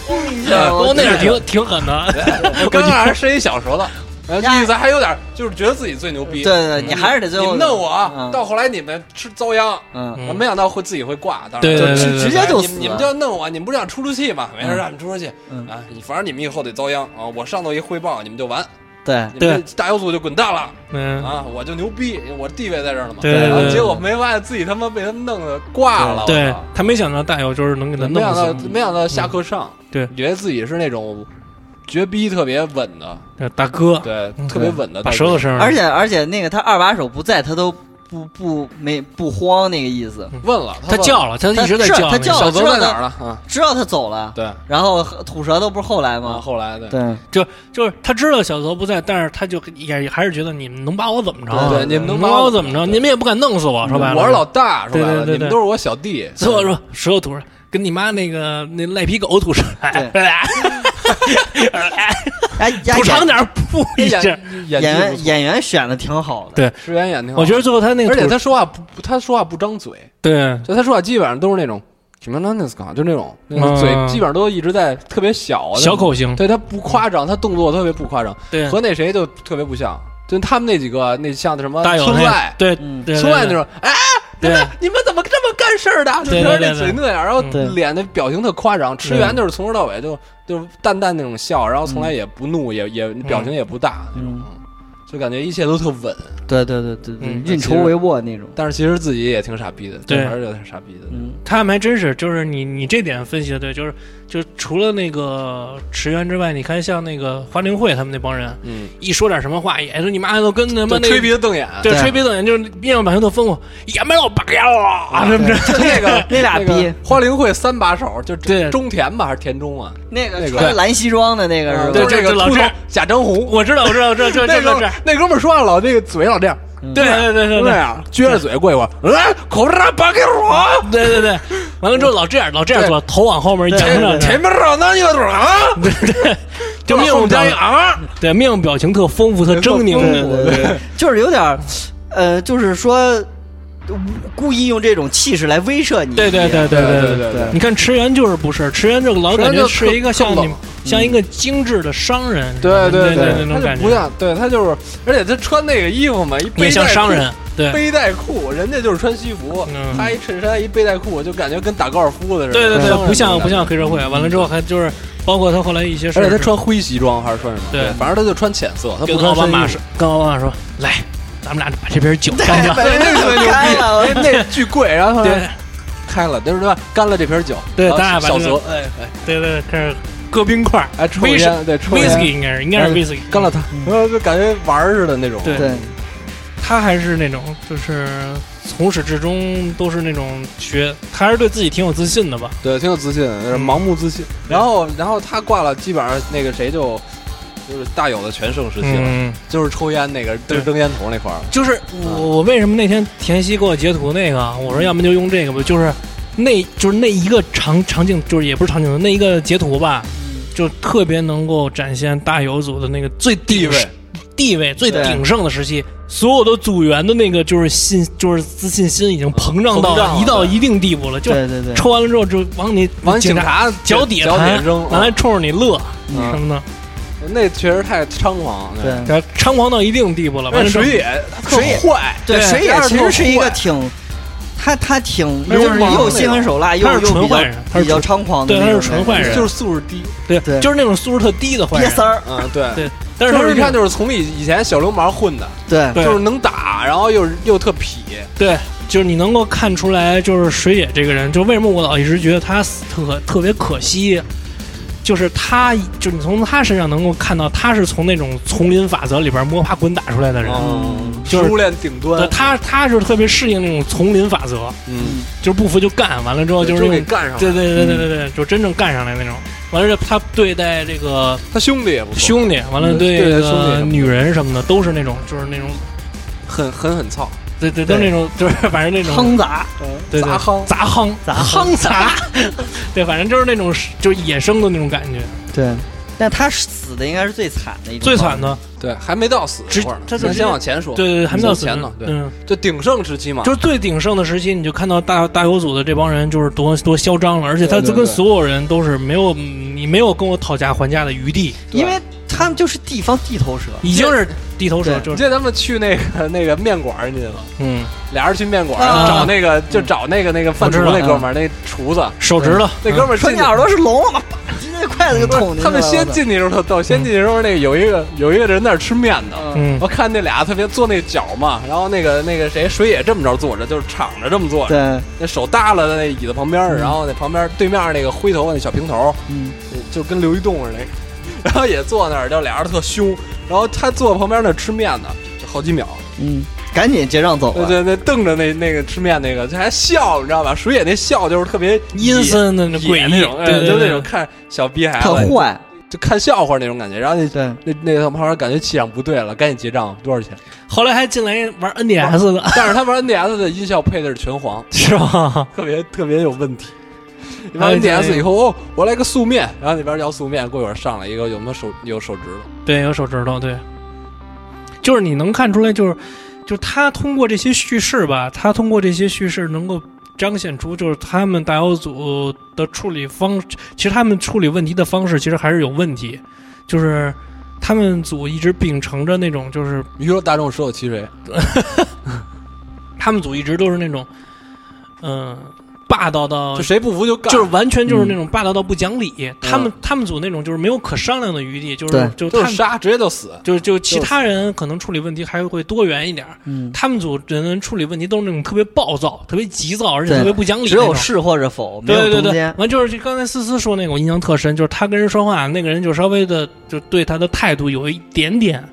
我我那是挺挺狠的， 刚开始伸一小舌头，哎然后这意思还有点就是觉得自己最牛逼对，对，你还是得最你后们弄我嗯啊，到后来你们吃遭殃，嗯，嗯我没想到会自己会挂，当然对对对就对对直接就你死们了你们就要弄我，你们不是想出出气吗？没事，嗯让你出出气嗯啊，你反正你们以后得遭殃啊，我上头一汇报，你们就完，对你们大小组就滚蛋了嗯，啊，我就牛逼，我地位在这儿了嘛。对对然后对，结果没发现自己他妈被他们弄的挂了，我对操他没想到大姚就是能给他没弄嗯想到死，没想到下课上，对觉得自己是那种绝逼特别稳的，对大哥对，嗯特别稳的，把舌头伸上来，而且而且那个他二把手不在，他都不不没不慌那个意思，问了，他问叫了，他一直在是叫他那叫个，小了泽在哪儿了啊？知道他走了，对，然后吐舌头不是后来啊，吗？后来对。对，就就是他知道小泽不在，但是他就也还是觉得你们能把我怎么着啊？对你们能能把我我怎么着？对你们也不敢弄死我，说白了，我是老大，说白了，对对对你们对都是我小弟。 所以我说舌头吐出来，跟你妈那个那赖皮狗吐出来，哎，呀 吐长演点儿噗一下。演演演技不员错演员选的挺好的，对石原演挺好，我觉得最后他那个而吐，且他说话不，他说话不张嘴，对就他说话基本上都是那种什么那斯卡，就那种那个嗯嘴基本上都一直在特别小的小，口型，对他不夸张，他动作特别不夸张，对和那谁就特别不像，就他们那几个那像什么大有村那外，对嗯对村外那种，哎，你对们你们怎么这么干事儿的？就对是对嗯那对嘴那样，然后对脸的表情特夸张。吃原就是从头到尾就就是淡淡那种笑，然后从嗯来也不怒，也也表情也不大，嗯，就感觉一切都特稳。对对对对对，嗯运筹帷幄那种，但是其实自己也挺傻逼的，对还是有点傻逼的。嗯，他们还真是，就是你你这点分析的对，就是就是除了那个池原之外，你看像那个花灵会他们那帮人，嗯，一说点什么话，也是你妈都跟他就妈那吹鼻子瞪眼， 对对吹鼻子眼，就是面上表情都疯狂，也没有白了，什么这就那个那俩那个逼 花灵会三把手，就对嗯中田吧还是田中啊？那个那个啊穿着蓝西装的那个是吧？对对这个这老秃头这贾张红， 我知道，我知道，我知道，这那这这哥们这儿，那哥们儿说话老那个嘴老这样，对对对就那对啊对样 撅着嘴过一会儿，嗯，口罩拔给我。对对对，完了之后老这样老这样做，头往后面扬对着，前面少那有多啊？就面部表加情，啊！对面部表情特丰富，特狰狞对对对，对就是有点儿，呃，就是说故意用这种气势来威慑你，对对对对对对对。对你看池原就是不是池原这个老池感原觉就是一个特像特你冷像一个精致的商人，对对对，那种他感就不觉像，对他就是，而且他穿那个衣服嘛，一背带也像商裤人，，对背带裤，人家就是穿西服，嗯他一衬衫一背带裤，就感觉跟打高尔夫的似的，对对商人对，不像那种不感觉。像黑社会，完了之后还就是包括他后来一些事而儿，且他穿灰西装还是穿什么？对反正他就穿浅色，他跟不奥穿巴深马衣说，跟奥巴马说，来，咱们俩把这瓶酒干了，对，那个特 别牛开了逼，那巨贵，然后对开了，就是说干了这瓶酒，对，然后咱俩把小这泽个，哎哎对对，开始搁冰块儿，哎抽威士烟，对抽烟哎 whisky 应该是应该是 whisky，干了嗯它，然后就感觉玩儿似的那种，对对，他还是那种就是从始至终都是那种学，他还是对自己挺有自信的吧？对，挺有自信，嗯呃盲目自信。然后，然后他挂了，基本上那个谁就就是大有的全盛时期了，嗯，就是抽烟那个，就对是扔烟头那块儿。就是我我为什么那天田曦给我截图那个，我说要么就用这个吧，就是那就是那一个场场景，就是也不是场景图，那一个截图吧，嗯就特别能够展现大有组的那个最地位。地位最对鼎盛的时期，所有的组员的那个就是信，就是自信心已经膨胀膨胀到了一到一定地步了，就对对对，抽完了之后就往你完警警察脚底下脚底下弹扔，完了冲着你乐什嗯么的，那确实太猖狂了。对然后猖狂到一定地步了，完那了之后水野水野坏，对，水野二其特实是一个坏挺，他他挺那是就是王又那心狠手辣，又他是又纯比较坏人他是比较纯猖狂的对那他种是人，纯坏人就是素质低，对，对就是那种素质特低的坏瘪人，三儿，嗯，对。对但是就他是是你看，就是从以以前小流氓混的，对对就是能打，然后又又特痞，对，就是你能够看出来，就是水野这个人，就为什么我老一直觉得他死特特别可惜，就是他，就是你从他身上能够看到，他是从那种丛林法则里边摸爬滚打出来的人，嗯，就是熟练顶对端，他他是特别适应那种丛林法则，嗯，就是不服就干，完了之后就是就那给种。干上了。对对对对对对，嗯就真正干上来那种。完了，他对待这个他兄弟也不错，兄弟，完了嗯对对这兄弟什个么的女人什么的，都是那种，就是那种，很很很糙，对对，都是那种，就是反正那种坑砸，对对杂夯杂夯杂 夯杂，对，反正就是那种就是野生的那种感觉，对。但他死的应该是最惨的一种，最惨的，对，还没到死直那会儿呢，他就咱直先接往前说，对对对，还没到死前呢，对，啊嗯，就鼎盛时期嘛，就是最鼎盛的时期，你就看到大大有组的这帮人就是多多嚣张了，而且他对对跟对所有人都是没有你没有跟我讨价还价的余地，因为他们就是地方地头蛇，已经是低头蛇，对就你记是得咱们去那个那个面馆儿你记得吗？嗯，俩人去面馆啊儿找那个就找那个那个饭厨我知道那哥们儿，那厨子手指头，那哥们儿说进你去耳朵是聋了吗？啪直接筷子就捅进去了。他们先进去的时候特逗，先进去的时候那个有一个有一个人在那儿吃面呢。嗯我看那俩特别坐那角嘛，然后那个那个谁水野这么着坐着，就是敞着这么坐我操，着，对，那手耷拉在那椅子旁边儿，然后那旁边对面那个灰头发那小平头，嗯，就跟刘一栋 似的，然后也坐那儿，就俩人特凶，然后他坐旁边那儿吃面呢，就好几秒，嗯，赶紧结账走对了。对，那瞪着那那个吃面那个，他还笑，你知道吧？水野那笑就是特别阴森的那野鬼那种，哎对对就对那种看小逼孩特子，坏，就看笑话那种感觉。然后那对，那那他旁边感觉气场不对了，赶紧结账，多少 钱？后来还进来玩 NDS 的，但是他玩 NDS 的音效配 的是拳皇，是吧？特别特别有问题。你哎玩对 NDS 以后，哦，我来个素面，然后那边要素面，过一会儿上来一个有没有手有手指头，对，有手指头，对，就是你能看出来，就是就是他通过这些叙事吧，他通过这些叙事能够彰显出，就是他们大妖组的处理方，其实他们处理问题的方式其实还是有问题，就是他们组一直秉承着那种，就是娱乐大众所有其谁？他们组一直都是那种，嗯、霸道到就谁嗯不服就干，哦就是完全就是那种霸道到不讲理，他们他们组那种就是没有可商量的余地，就是对就就他是们杀，直接就死。就就其他人可能处理问题还会多元一点儿，嗯，他们组人处理问题都是那种特别暴躁、特别急躁，而且对特别不讲理只那种。有是或者否，没对有对中对对间，。完就是刚才思思说那个，我印象特深，就是他跟人说话，那个人就稍微的就对他的态度有一点点，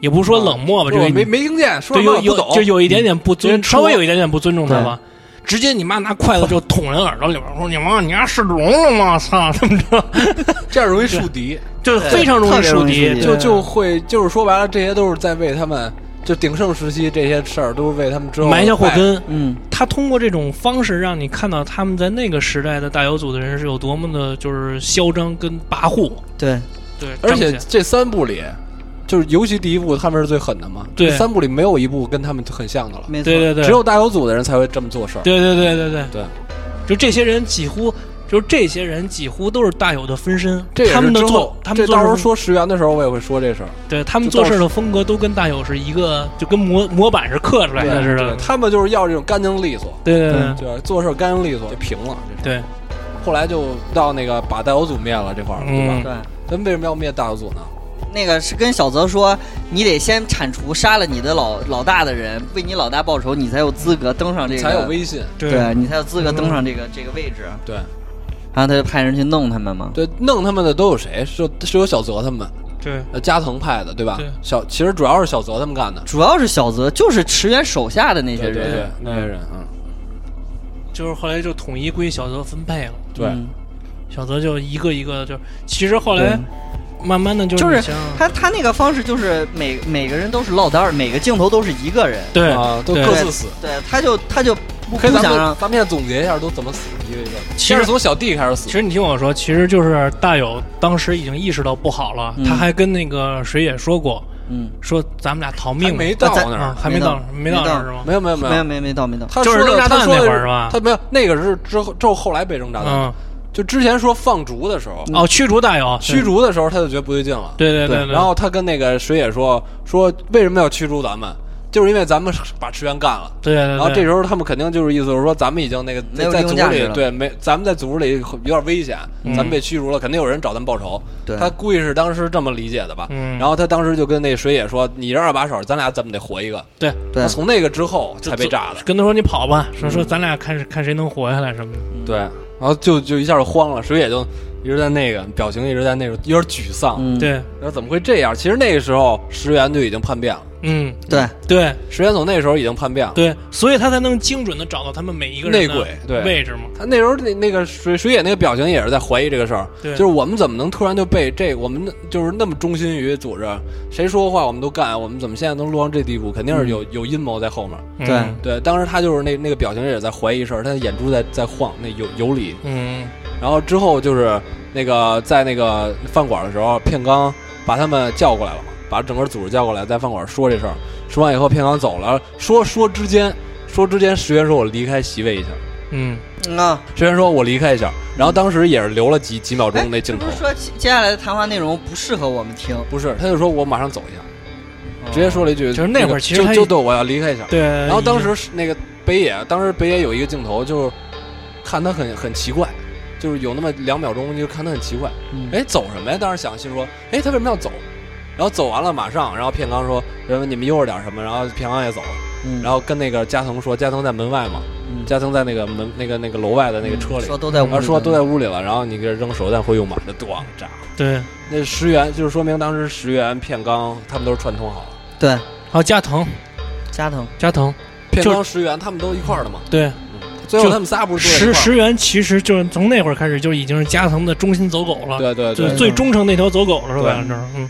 也不是啊说冷漠吧，不哦就是有我没一没听见，说就什么有我不有懂，就有一点点不直尊，接戳稍微有一点点不尊重他吧。直接你妈拿筷子就捅人耳朵里边，说你妈你丫是聋了吗？操，这么着，这样容易树敌，就是非常容易特别树容易树敌，敌就就会就是说白了，这些都是在为他们就鼎盛时期这些事儿，都是为他们之后埋下祸败。根。嗯，他通过这种方式让你看到他们在那个时代的大有组的人是有多么的，就是嚣张跟跋扈。对，对，而且彰显这三部里，就是尤其第一部他们是最狠的嘛，对这三部里没有一部跟他们很像的了，没错，对对对，只有大有组的人才会这么做事儿。对对对对对对，就这些人几乎就是这些人几乎都是大有的分身，这也他是们的之做后，他们这做到时候事风，说石原的时候，我也会说这事儿。对他们就到做时事的风格都跟大有是一个，就跟模模板是刻出来的似对的，。他们就是要这种干净利索，对对对嗯对，做事干净利索就平了。这事对，儿后来就到那个把大有组灭了这块儿，对吧？嗯，对。咱们为什么要灭大有组呢？那个是跟小泽说，你得先铲除杀了你的老老大的人，为你老大报仇，你才有资格登上这个，才有威信。对你才有资格登上这个、这个位置。对然后他就派人去弄他们嘛。对，弄他们的都有谁？是有是有小泽他们，对，呃加藤派的，对吧？对小其实主要是小泽他们干的，主要是小泽，就是池原手下的那些对对人。对，那些人，嗯，就是后来就统一归小泽分配了，对，嗯小泽就一个一个的就，其实后来慢慢的就就是你想他他那个方式就是每每个人都是落单儿，每个镜头都是一个人。对啊，都对各自死。对，他就他就不可不以咱想们让咱们现在总结一下都怎么死，一个一个。其先实是从小弟开始死其，实你听我说，其实就是大友当时已经意识到不好了，嗯他还跟那个水野说过，嗯，说咱们俩逃还命没吧到咱那啊儿，还没没到到没到没那到儿是吗？没有没有没没有有。没没到没到，他就是说的扔炸弹他说的那会儿是吧他没有那个是之后，之后后来被扔炸弹。嗯，就之前说放逐的时候，哦，驱逐大友，嗯驱逐的时候他就觉得不对劲了。对对对对然后他跟那个水野说说为什么要驱逐咱们，就是因为咱们把池原干了。对对对，然后这时候他们肯定就是意思是说，咱们已经那个没在有在组利用价值里了对没，咱们在组织里有点危险，嗯咱们被驱逐了，肯定有人找咱们报仇。对他估计是当时这么理解的吧。嗯然后他当时就跟那水野说：“你这二把手，咱俩怎么得活一个？”对对他从那个之后才被炸的。跟他说你跑吧，嗯说说咱俩看是看谁能活下来什么的。对，然后就就一下就慌了，水野就一直在那个表情一直在那种有点沮丧。嗯对，然后怎么会这样？其实那个时候石原就已经叛变了，嗯，对，对石原总那时候已经叛变了。对，所以他才能精准的找到他们每一个人的内鬼对位置嘛。他那时候那那个水水野那个表情也是在怀疑这个事儿，对就是我们怎么能突然就被这我们就是那么忠心于组织，谁说话我们都干，我们怎么现在能落到这地步？肯定是有、有阴谋在后面。对嗯对，当时他就是那那个表情也在怀疑事儿，他的眼珠在在晃，那有有理。嗯，然后之后就是那个在那个饭馆的时候，片冈把他们叫过来了嘛，把整个组织叫过来，在饭馆说这事儿。说完以后，片冈走了，说说之间，说之间，石原说我离开席位一下。嗯，嗯啊，石原说：“我离开一下。”然后当时也是留了几几秒哎钟那镜头是不，是说接接下来的谈话内容不适合我们听？不是，他就说：“我马上走一哦下。”直接说了一句：“就是那会儿个其实就他就对我要离开一下。”。对。然后当时是那个北野，当时北野有一个镜头，就是看他很很奇怪，就是有那么两秒钟，就看他很奇怪。嗯哎，走什么呀？当时想，心说：“哎，他为什么要走？”然后走完了，马上，然后片冈说：“然后你们悠着点什么。”然后片冈也走了，嗯然后跟那个加藤说：“加藤在门外嘛，嗯加藤在那个门那个那个楼外的那个车里。”说都在屋啊，里说的都在屋里了，然后你给扔手榴弹会用吗？这咣炸！对，然那石原就是说明当时石原、片冈他们都是串通好了，对后加藤，加藤，加藤，片就冈、石原他们都一块儿的嘛。对，最后他们仨不是坐在石一块儿石原其实就是从那会儿开始就已经是加藤的忠心走狗了，对对就对是，最忠诚那条走狗了，是吧？对这儿，嗯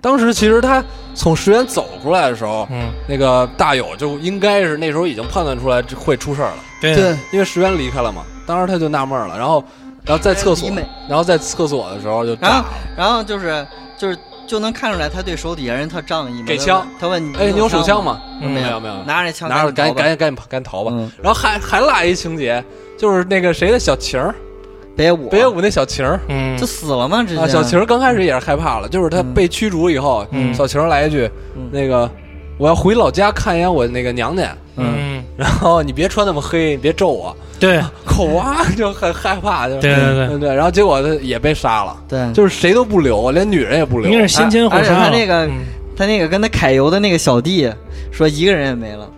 当时其实他从石原走出来的时候，嗯，那个大友就应该是那时候已经判断出来这会出事儿了，对对，因为石原离开了嘛。当时他就纳闷了，然后，然后在厕所离美，然后在厕所的时候就啊炸然后了。然后就是就是就能看出来他对手底下人特仗义嘛。给他枪问，他问你哎，你有手枪吗？吗？嗯没有没有，拿着枪，拿着赶紧赶紧紧赶紧赶紧逃吧。嗯然后还还落一情节，就是那个谁的小晴儿，别我北野武那小晴儿嗯就，死了吗？直接啊，小晴儿刚开始也是害怕了，就是他被驱逐以后，嗯小晴儿来一句嗯，那个我要回老家看一眼我那个娘家，嗯，然后你别穿那么黑，你别咒我，对口哇 就很害怕，就对对对对，然后结果他也被杀了，对，就是谁都不留，连女人也不对，留应，该是先奸后而且杀他了，那个嗯他那个跟他揩油的那个小弟说一个人也没了，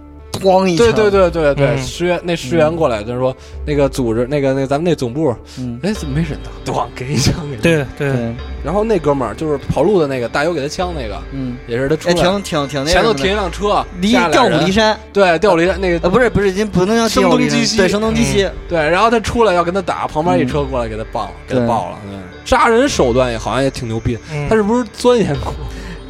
咣一对枪，对对对对，嗯石原那石原过来就是说那个组织那个那咱们那总部，嗯，哎怎么没人呢？咣给一枪给他，对对对，然后那哥们儿就是跑路的那个大友给他枪那个，嗯，也是他出哎，来挺挺挺那前头什么的停一辆车，离下俩调虎人离山，对，调离山那个呃，不是不是，您不能叫声调虎东离击山西嗯对，声东击西，对，然后他出来要跟他打，旁边一车过来给他爆了，给他嗯对嗯爆了。对杀人手段也好像也挺牛逼，嗯他是不是钻研过？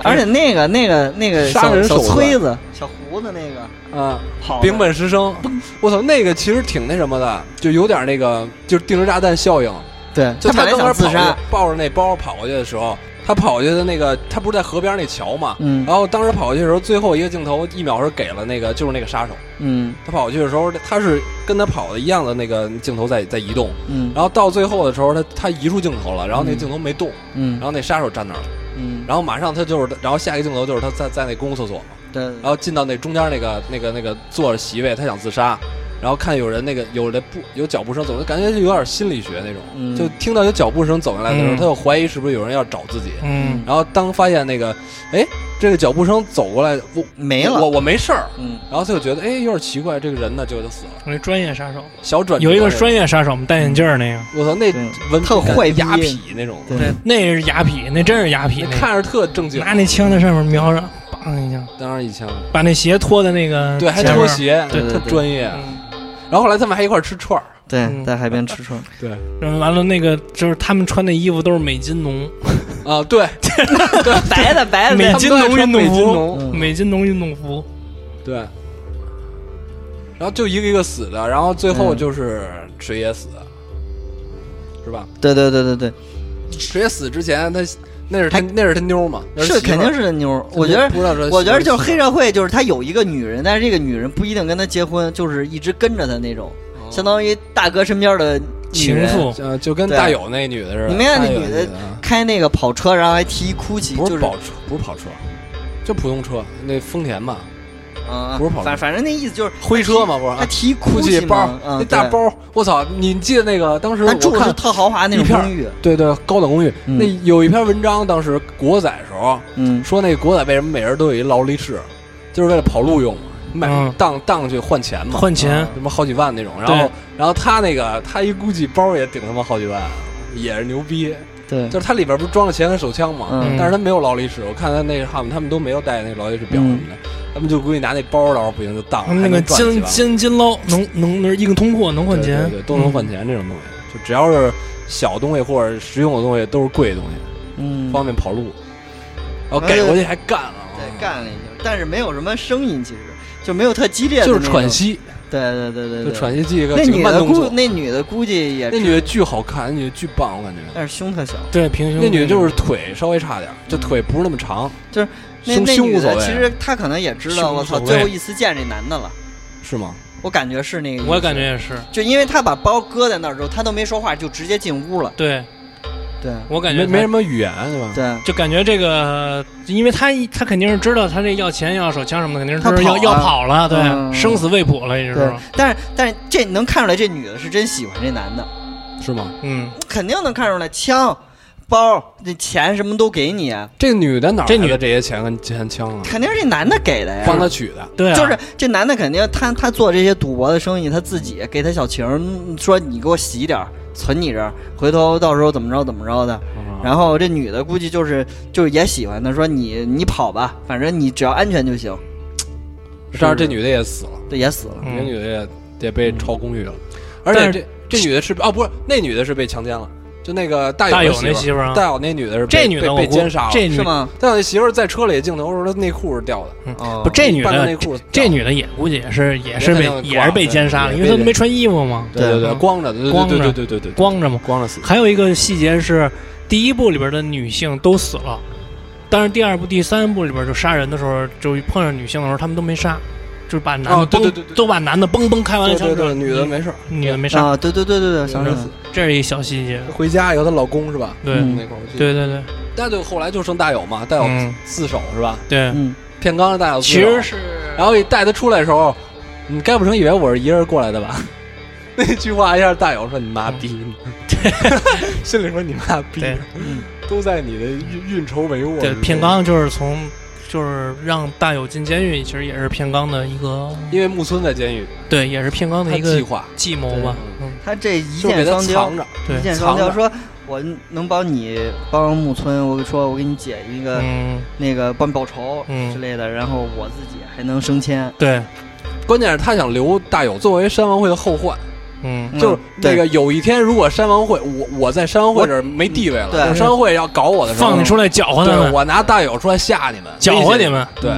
而且那个那个那个杀小人小手段崔子、小胡子那个啊，跑的丙本实生，我操，那个其实挺那什么的，就有点那个就是定时炸弹效应。对，就他本来刚开想始自跑杀去，，抱着那包跑过去的时候，他跑过去的那个，他不是在河边那桥嘛？嗯然后当时跑过去的时候，最后一个镜头一秒是给了那个，就是那个杀手。嗯他跑过去的时候，他是跟他跑的一样的那个镜头在在移动，嗯然后到最后的时候，他他移出镜头了，然后那个镜头没动，然嗯后那杀手站那儿了，嗯，然后马上他就是，然后下一个镜头就是他在在那公共厕所嘛，对，然后进到那中间那个那个那个坐着席位，他想自杀，然后看有人那个有的步有脚步声走，感觉就有点心理学那种，嗯就听到有脚步声走进来的时候，嗯他就怀疑是不是有人要找自己，嗯然后当发现那个，哎，这个脚步声走过来，我没了我我没事儿。嗯，然后他就觉得，哎，有点奇怪，这个人呢就就死了。我那专业杀手，小转折有一个这专业杀手，我们戴眼镜儿那个，我操，那对文特坏逼雅痞那种，对对，那是雅痞，那真是雅痞，那个看着特正经。拿那枪在上面瞄着，梆一下，当然一枪，把那鞋脱的那个对，还前拖面，鞋，啊对对特对专业。嗯然后后来他们还一块儿吃串儿，对，嗯在海边 吃串儿，然后嗯完了那个就是他们穿的衣服都是美津浓，啊，对，白的哎白美津浓运动美津服，浓，美津浓运动服，对。然后就一个一个死的，然后最后嗯就是谁也死，是吧？对对对对对，谁也死之前，他那是他还那是他妞儿嘛？那是媳妇儿肯定是那妞儿。我觉不得，知道这我觉得就是媳黑妇儿社会，就是他有一个女人，但是这个女人不一定跟他结婚，就是一直跟着他那种，哦相当于大哥身边的女情人。妇，呃，就跟对大友那女的似的。你没看那大友女的的啊开那个跑车，然后还提 GUCCI，不就是是跑车，不是跑车，就普通车，那丰田嘛，啊，不是跑车反反正那意思就是灰车嘛，不是他啊？提估计 GUCCI 包嘛，嗯那大，对包，我操！你记得那个当时但住我的是看特豪华那种一片儿公寓，对对高档公寓，嗯那有一篇文章，当时国仔时候 嗯，说那国仔为什么每人都有一劳力士，就是为了跑路用嘛，买嗯当当去换钱嘛，换钱什么好几万那种。然对后然后他那个他一估计包也顶他妈好几万，也是牛逼。对，就是它里边不是装了钱和手枪嘛，嗯但是他没有劳力士，我看他那他们他们都没有带那劳力士表什么的，嗯他们就估计拿那包到时候不行就当了，那还个能赚金几万金金捞能能能硬通货能换钱对对，对都能换钱这种东嗯西，就只要是小东西或者实用的东西都是贵的东西，嗯，方便跑路，然后然后就给回去还干了，呃哦对，干了一下，但是没有什么声音，其实就没有特激烈的，就是喘，息，对对对对就对，喘息几个那几个女慢的动估作，那女的估计也那是，哎女的巨好看，那女的巨棒，我感觉。但是胸特小。对平胸那女的就是腿稍微差点，就腿不是那么长，就是那胸那胸女无所的谓，其实她可能也知道，胸无我操，所谓最后一次见这男的了。是吗？我感觉是那个意思，我感觉也是，就因为她把包搁在那儿之后，她都没说话，就直接进屋了。对对我感没觉没她什么语言对吧？对，就感觉这个，因为他一他肯定是知道他这要钱要手枪什么的，肯定是他知道要跑了要跑了，对，嗯生死未卜了，你知道对吗？，但是但是这能看出来，这女的是真喜欢这男的，是吗？嗯，肯定能看出来，枪、包、这钱什么都给你，啊这女的哪儿这女来的这些钱跟钱枪啊？肯定是这男的给的呀。帮他取的，对啊，就是这男的肯定他他做这些赌博的生意，他自己给他小情儿嗯说你给我洗点儿存你这儿，回头到时候怎么着怎么着的。然后这女的估计就是就是也喜欢他，说你你跑吧，反正你只要安全就行。但是这女的也死了，这也死了，这嗯女的也也被抄公寓了，而且但这这女的是哦不是那女的是被强奸了，就那个大大友友的那媳媳妇儿啊大友那女的是被这女的被我被估奸杀了，这女是吗？大友那媳妇儿在车里镜头说她内裤是掉的，哦，不这女半个内的裤掉，这女的也估计也是也是肯被定光也是被奸杀了，对因被为她都没穿衣服嘛，对对对嗯光着的，对光对着对对对对对光着嘛。光着死，还有一个细节是，第一部里边的女性都死了，但是第二部、第三部里边就杀人的时候，就碰上女性的时候，他们都没杀，就是把男哦的对崩、对对对都把男的嘣嘣开完对枪对之后，对，女的没事儿，女的没杀，啊，对对对对对，想起来了，这是一小细节。回家以后她老公是吧？对、嗯那块儿我记得，嗯对对对但就后来就剩大友嘛，大友嗯自首是吧？对，嗯，片刚是大友自首，其实是然后一带他出来的时候，你该不成以为我是一人过来的吧？ 那句话一下大友说你妈逼， 心里说你妈逼嗯对，都在你的运运筹帷幄。对片，冈就是从就是让大友进监狱，其实也是片冈的一个因为木村在监狱，对，也是片冈他的一计个划计谋吧。嗯，他这一就给箭他双雕藏，着，一对，箭双雕，藏着说我能帮你帮木村，我说我给你解一个嗯，那个帮你报仇嗯之类的，然后我自己还能升迁，对，关键是他想留大友作为山王会的后患，嗯，就是那个有一天如果山王会，我我在山王会我这儿没地位了，对有山王会要搞我的时候，放你出来搅和他对们，我拿大友出来吓你们，搅和你们。嗯对，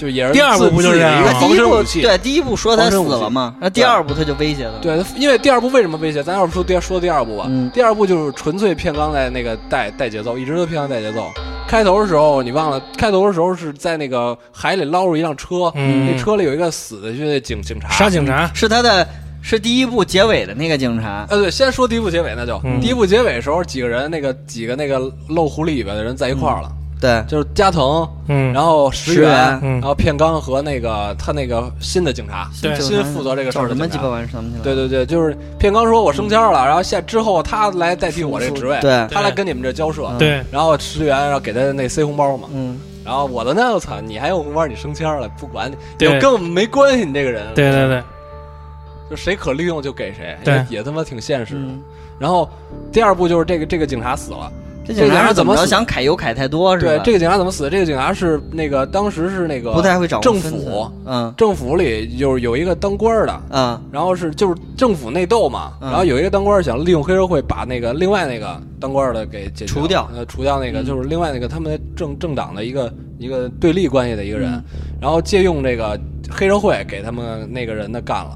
就也是第二部自不就是自己的这样一个嗯那第吗防一身武部器？对第一部说他防死身武器了嘛，那第二部他就威胁他，，对，因为第二部为什么威胁？咱要不说第二说第二部吧，嗯第二部就是纯粹片刚在那个带带节奏，一直都片刚带节奏。开头的时候你忘了，开头的时候是在那个海里捞着一辆车，嗯那车里有一个死的，就是警警察杀。警察，是他的是第一部结尾的那个警察，呃，对，先说第一部结尾，那就、嗯第一部结尾的时候，几个人那个几个那个露狐狸尾巴的人在一块儿了，对，就是加藤，嗯，然后石石原，原嗯然后片冈和那个他那个新的警察，对就是新负责这个事儿找的什么警鸡察巴。玩意儿想不起来，对对对，就是片刚说我升迁了，然后下之后他来代替我这个职位，对他来跟你们这交涉，嗯对然后石原然后给他那塞红包嘛，嗯，然后我的呢，我操，你还用红包，你升迁了，不管你，对就跟我们没关系，你这个人，对对对，就谁可利用就给谁，对也也他妈挺现实的。嗯，然后第二步就是这个这个警察死了，这警察是这个人怎么怎么着？死想揩油揩太多是吧？对，这个警察怎么死的？这个警察是那个当时是那个不太会掌握政分寸府，嗯政府里就是有一个当官儿的，啊然后是就是政府内斗嘛，嗯然后有一个当官儿想利用黑社会把那个另外那个当官儿的给解决除掉呃，除掉那个嗯就是另外那个他们的政政党的一个一个对立关系的一个人，嗯然后借用这个黑社会给他们那个人的干了，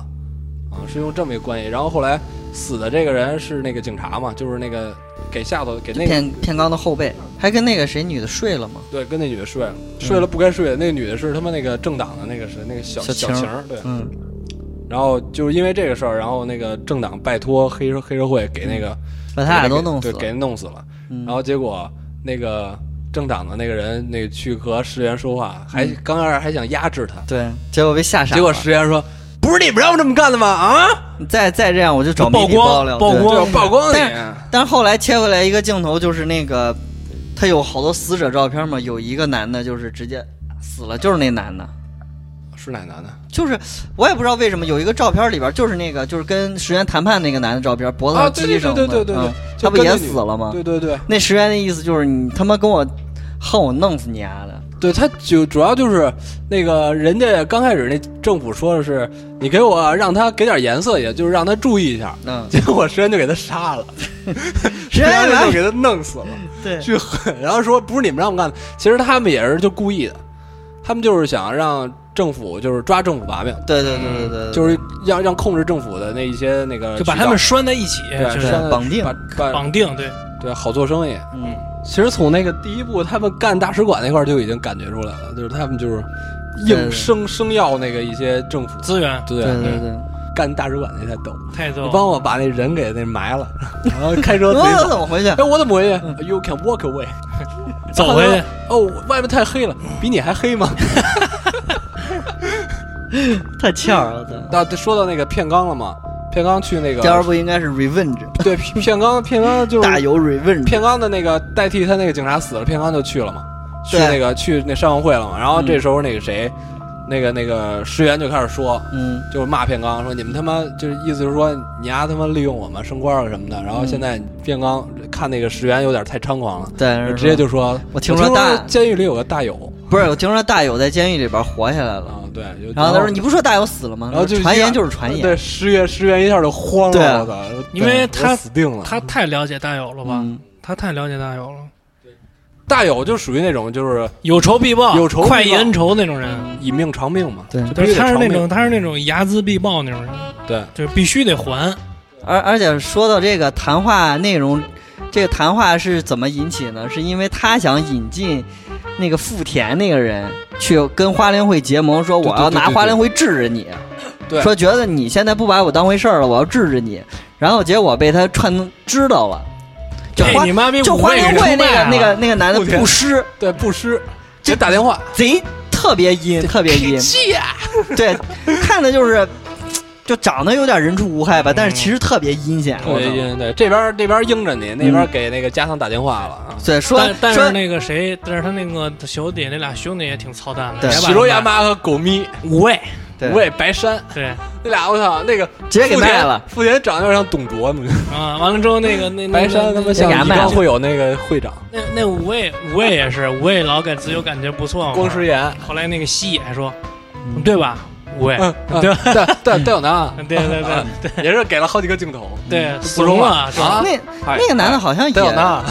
啊，是用这么一个关系，然后后来死的这个人是那个警察嘛，就是那个给下头给那个骗骗刚的后背，还跟那个谁女的睡了吗？对跟那女的睡了，嗯睡了不该睡的，那个女的是他们那个政党的那个是那个小小小晴儿晴儿对，嗯，然后就是因为这个事儿，然后那个政党拜托黑社黑社会给那个把他俩都弄死对，给了。弄死了。嗯然后结果那个政党的那个人，那个去和石原说话，还刚开始还想压制他，对，结果被吓傻了。结果石原说：“不是你们让我这么干的吗？啊，你再再这样，我就找媒曝体光爆料。曝对光就是曝光你。但是但是后来切回来一个镜头，就是那个他有好多死者照片嘛，有一个男的就是直接死了，就是那男的，”啊是哪男的？就是我也不知道为什么有一个照片里边就是那个就是跟石原谈判那个男的照片，脖子啊，上系对对一绳对子，对对对对嗯，就他不跟那也女死了吗？对对对，那石原的意思就是你他妈跟我恨我弄死你丫的，对，他就主要就是那个人家刚开始那政府说的是，你给我让他给点颜色，也就是让他注意一下。嗯，结果石原就给他杀了， 石原原来就给他弄 死了，对巨狠。然后说不是你们让我干的，其实他们也是就故意的，他们就是想让政府就是抓政府把柄，嗯对对对对对，就是要让控制政府的那一些那个嗯就渠道，把他们拴在一起，对就是删了绑定把把绑定，对，对好做生意。嗯，其实从那个第一部他们干大使馆那块儿就已经感觉出来了，就是他们就是对对硬生生要那个一些政府，资源对对对对对。干大使馆那才逗。太你逗了。帮我把那人给那埋了， 然后开车我自己走怎。么回去哎，？我怎么回嗯去？You can walk away。走回去，哦，外面太黑了，比你还黑吗？太欠儿了，对。那说到那个片刚了嘛，片刚去那个第二部应该是 revenge，对片刚，片刚就大是有 revenge。片刚的那个代替他那个警察死了，片刚就去了嘛，去对嗯那个去那商务会了嘛。然后这时候那个谁，那个那个石原就开始说，嗯，就是骂片刚说你们他妈就是意思就是说你丫他妈利用我们升官了什么的。然后嗯现在片刚看那个石原有点太猖狂了，对，直接就说我听说大监狱里有个大友不是，我听说大友在监狱里边活下来了，啊，对，有然后他说你不说大友死了吗？然后就嗯传一下言就是传言，对，石原石原一下就慌对啊了，我操！因为我他死定了。他太了解大友了吧？嗯他太了解大友了，大友就属于那种就是有仇必报，有仇必报快意恩仇那种人。以命偿命嘛，对就必对，须得他是那偿种命他是那种睚眦必报那种人，对就是必须得还。而而且说到这个谈话内容，这个谈话是怎么引起呢？是因为他想引进那个富田那个人去跟花莲会结盟，说我要对对对拿对花莲会治治你，对说觉得你现在不把我当回事儿了，我要治治你。然后结果被他串知道了，就哎嘿花你妈逼，就花莲会那啊个那个那个男的不甜布施对布施，这给打电话，贼特别阴，特别阴，对，看的就是就长得有点人畜无害吧，但是其实特别阴险。我对操对对，这边这边应着你，那边给那个家乡打电话了啊。对，说但但说是那个谁，但是他那个小弟那俩兄弟也挺操蛋的，对也把他喜们罗亚妈和狗咪，五位，对五位白山对那俩，我操，那个直接给卖了。富田长得有点像董卓呢，啊，完了之后那个那那白山他那妈那像给他一卖了刚会有那个会长那那五位五位也是五位老感自由感觉不错嘛。光石岩，后来那个西野说，对吧？五位，嗯，嗯对对对对，有 男，对对对对，也是给了好几个镜头，对，嗯不怂说了是吧？啊，那哎那个男的 好像也，对有那男。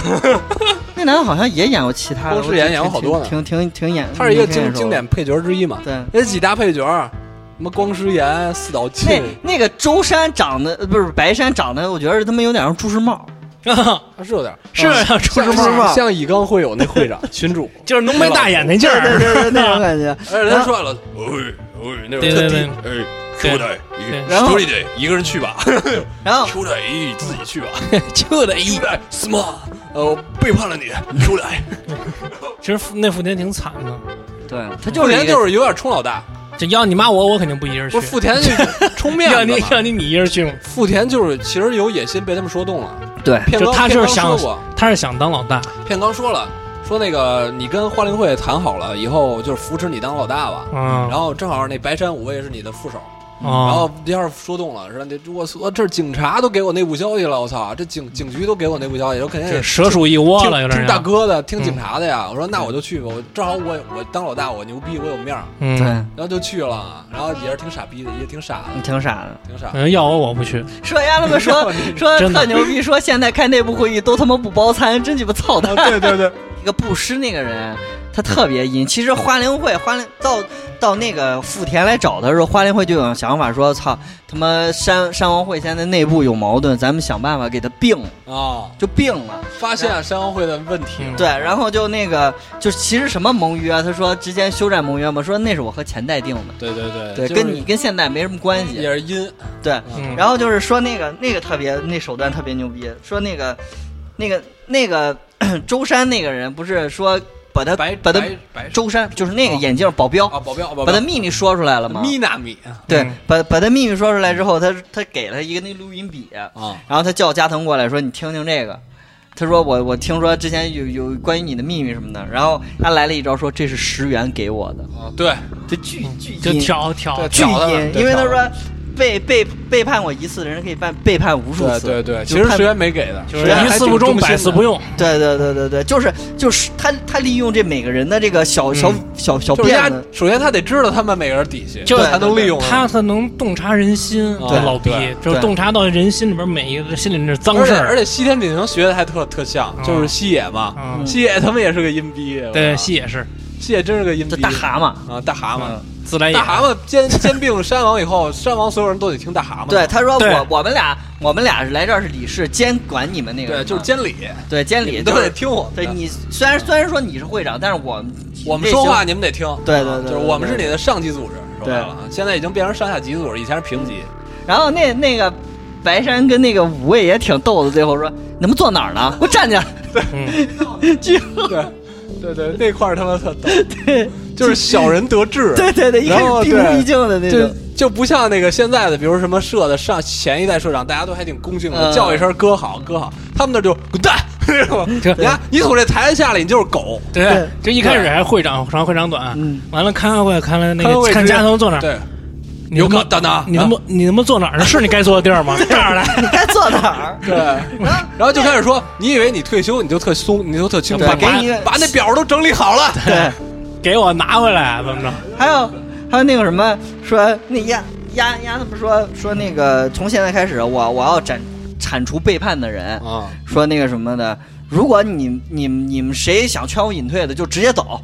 男的好像也演过其他的，光我是演挺演过好多呢挺挺挺演，他是一个挺眼经熟的经。典配角之一嘛。对，那几大配角，什么光师岩、四岛沁，那那个周山长得呃不是白山长得，我觉得他妈有点像朱时茂，啊他是有点啊嗯是有点像朱时茂像像以刚会友那会长 群主， 就是浓眉大眼那劲对对儿， 对对，那种感觉。而且他说了，喂喂，那对对对哎， 兄对弟，一个然后啊兄弟，一个人去吧，然 后兄弟，自己去 吧，兄弟，兄弟，smart，呃，我背叛了你，兄 弟，其实那福田挺惨的，对他就就是连一个就是有点冲老大，这要你妈我，我肯定不一人去不。是富田就冲面 要子你嘛。要你你一人去嘛，富田就是其实有野心被他们说动了，对片就刚他片就是刚说想过，他是想当老大，片刚说了。说那个你跟花灵会谈好了，以后就是扶持你当老大吧。啊，然后正好那白山五卫是你的副手，然啊，后一下说动了，说那我我这警察都给我内部消息了，我操，这警警局都给我内部消息，我肯定这也蛇鼠一窝听了，有哎点啊嗯听像大，哥的，听警察的呀。我说那我就去吧，我正好我我当老大，我牛逼，我有面儿，嗯，对，然后就去了，然后也是挺傻逼的，也挺傻你的，挺傻的。挺傻的。嗯，要我我不去，说丫他 妈说说真的特牛逼，说现在开内部会议都他妈不包餐，真鸡巴操蛋。对对对，那个布施那个人，他特别阴。其实花灵会，花灵到到那个富田来找他的时候，花灵会就有想法说：“操，他妈山山王会现在内部有矛盾，咱们想办法给他并了，啊，就并了。”发现山王会的问题嗯对，然后就那个，就是其实什么盟约，啊他说之间修改盟约嘛，说那是我和前代定的，对对对对，就是跟你跟现代没什么关系。也是阴，对，嗯，然后就是说那个那个特别那手段特别牛逼，说那个那个那个 舟山那个人不是说把他白把他白白舟山就是那个哦眼镜保镖、啊保镖啊保把他镖秘密说出来了吗？米纳米对嗯，把把他秘密说出来之后，他他给了一个那录音笔，啊然后他叫加藤过来说：“你听听这个。”他说我：“我听说之前有有关于你的秘密什么的。”然后他来了一招说：“这是石原给我的。啊对，”这巨巨就阴挑挑对，巨挑他了阴，对因为挑他他说背背背叛我一次的人可以背背叛无数对次。对对，就其实看石原没给的，就是石原一还次挺不忠，心百的次不用，对对对对对，就是就是他他利用这每个人的这个小小嗯小小就是辫家子，首先他得知道他们每个人底细，就才能利用他他能洞察人心，对这老逼对就是对洞察到人心里边每一个心里那脏而事且而儿。且西田敏行学的还特特像，嗯就是西野嘛，嗯，西野他们也是个阴逼，我对，操戏也是啊西野真是个阴这逼大蛤蟆。啊，大蛤蟆。自来也大蛤蟆兼兼并山王以后，山王所有人都得听大蛤蟆。对，他说对我我们俩我们俩是来这儿是理事监管你们那个对，人就是嘛监理，对监理你就都是得听我们对的。你虽然虽然说你是会长，但是我们我们这说些话你们得听。对对对啊对就是对我们对是你的上级组织，说白对了啊，现在已经变成上下级组织，以前是平级。然后那那个白山跟那个五位也挺逗的，最后说你们坐哪儿呢？给我 站起来！嗯，巨对， 对对，那块儿他妈特 逗，就是小人得志，对对对，一开然后始毕恭毕敬的那就种。就不像那个现在的，比如什么社的上前一代社长，大家都还挺恭敬的，嗯叫一声哥好哥好，他们那就滚蛋， 那 种这呀，你从这台子下来，你就是狗。对，这一开始还会长长会长短，嗯，完了开完会看了那开完个会看直接家头坐哪儿，对，你他有嗯妈个蛋呢，你他妈你他妈坐哪儿呢？是你该坐的地 儿吗？这儿来，你该坐哪儿？对，然后就开始说，你以为你退休你就特松，你就特轻对松，给把你一个把那表都整理好了。对，给我拿回来，怎么着？还有还有那个什么说那丫丫丫他不说说那个从现在开始我我要斩铲除背叛的人，啊，说那个什么的，如果你你你们谁想劝我隐退的，就直接走。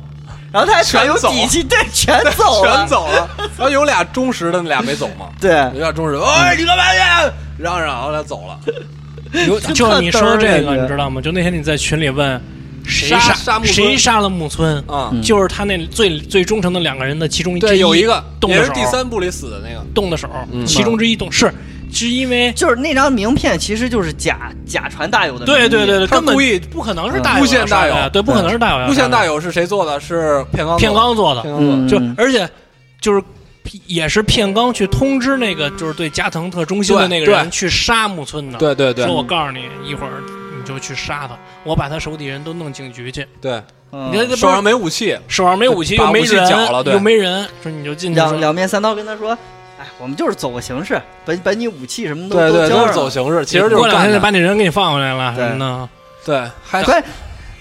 然后他还全很有走底气，对，全啊走了，全走了。然后有俩忠实的，那俩没走嘛。对有，点忠 实，哎，你干嘛去？嚷嚷，然后他走了。有就你说这特嘚个，儿你知道吗？就那天你在群里问谁杀杀杀木村谁杀了木村，啊，嗯就是他那最最忠诚的两个人的其中之对，有一个动也的是手，第三部里死的那个，动的手嗯，其中之一动是是因为就是那张名片其实就是假假传大友的名义，对对对对，他根本故意不可能是大友诬陷嗯大友杀的对，不可能是大友杀的，诬陷大友是谁做的？是片冈做的。啊片冈做的，片冈做的。嗯，就嗯而且就是也是片冈去通知那个就是对加藤特忠心的那个对人去杀木村的，对对对说我告诉你，一会儿你就去杀他，我把他手底人都弄警局去，对，嗯你看这手不是上没武器，手上没武器嗯把又没武器人缴了对又没人，说你就进去两说。两面三刀跟他说，哎，我们就是走个形式，把把你武器什么都对对，都都交是上走了。形式，其实就过是两干天就的。把你人给你放回来了对什么的，对，还关键哎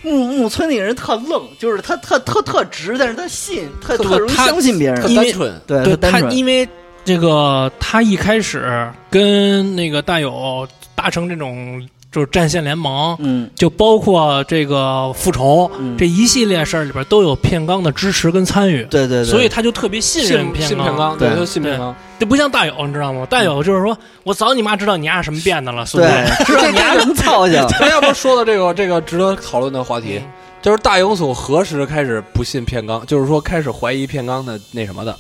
木木村那个人特愣，就是他特特特直，但是他信，特特特容易他相信别特人，因单为纯。对对他呃单他纯，因为这个他一开始跟那个大友达成这种就是战线联盟，嗯就包括这个复仇嗯，这一系列事儿里边都有片冈的支持跟参与，对对对，所以他就特别信任信片信片冈，冈，对，对就信片冈。这不像大友，你知道吗？大友就是说我早你妈知道你丫什么变的了，孙子。嗯对，知道你还能 操性，哎，要不说到这个这个值得讨论的话题，嗯就是大勇所何时开始不信片冈，就是说开始怀疑片冈的那什么的。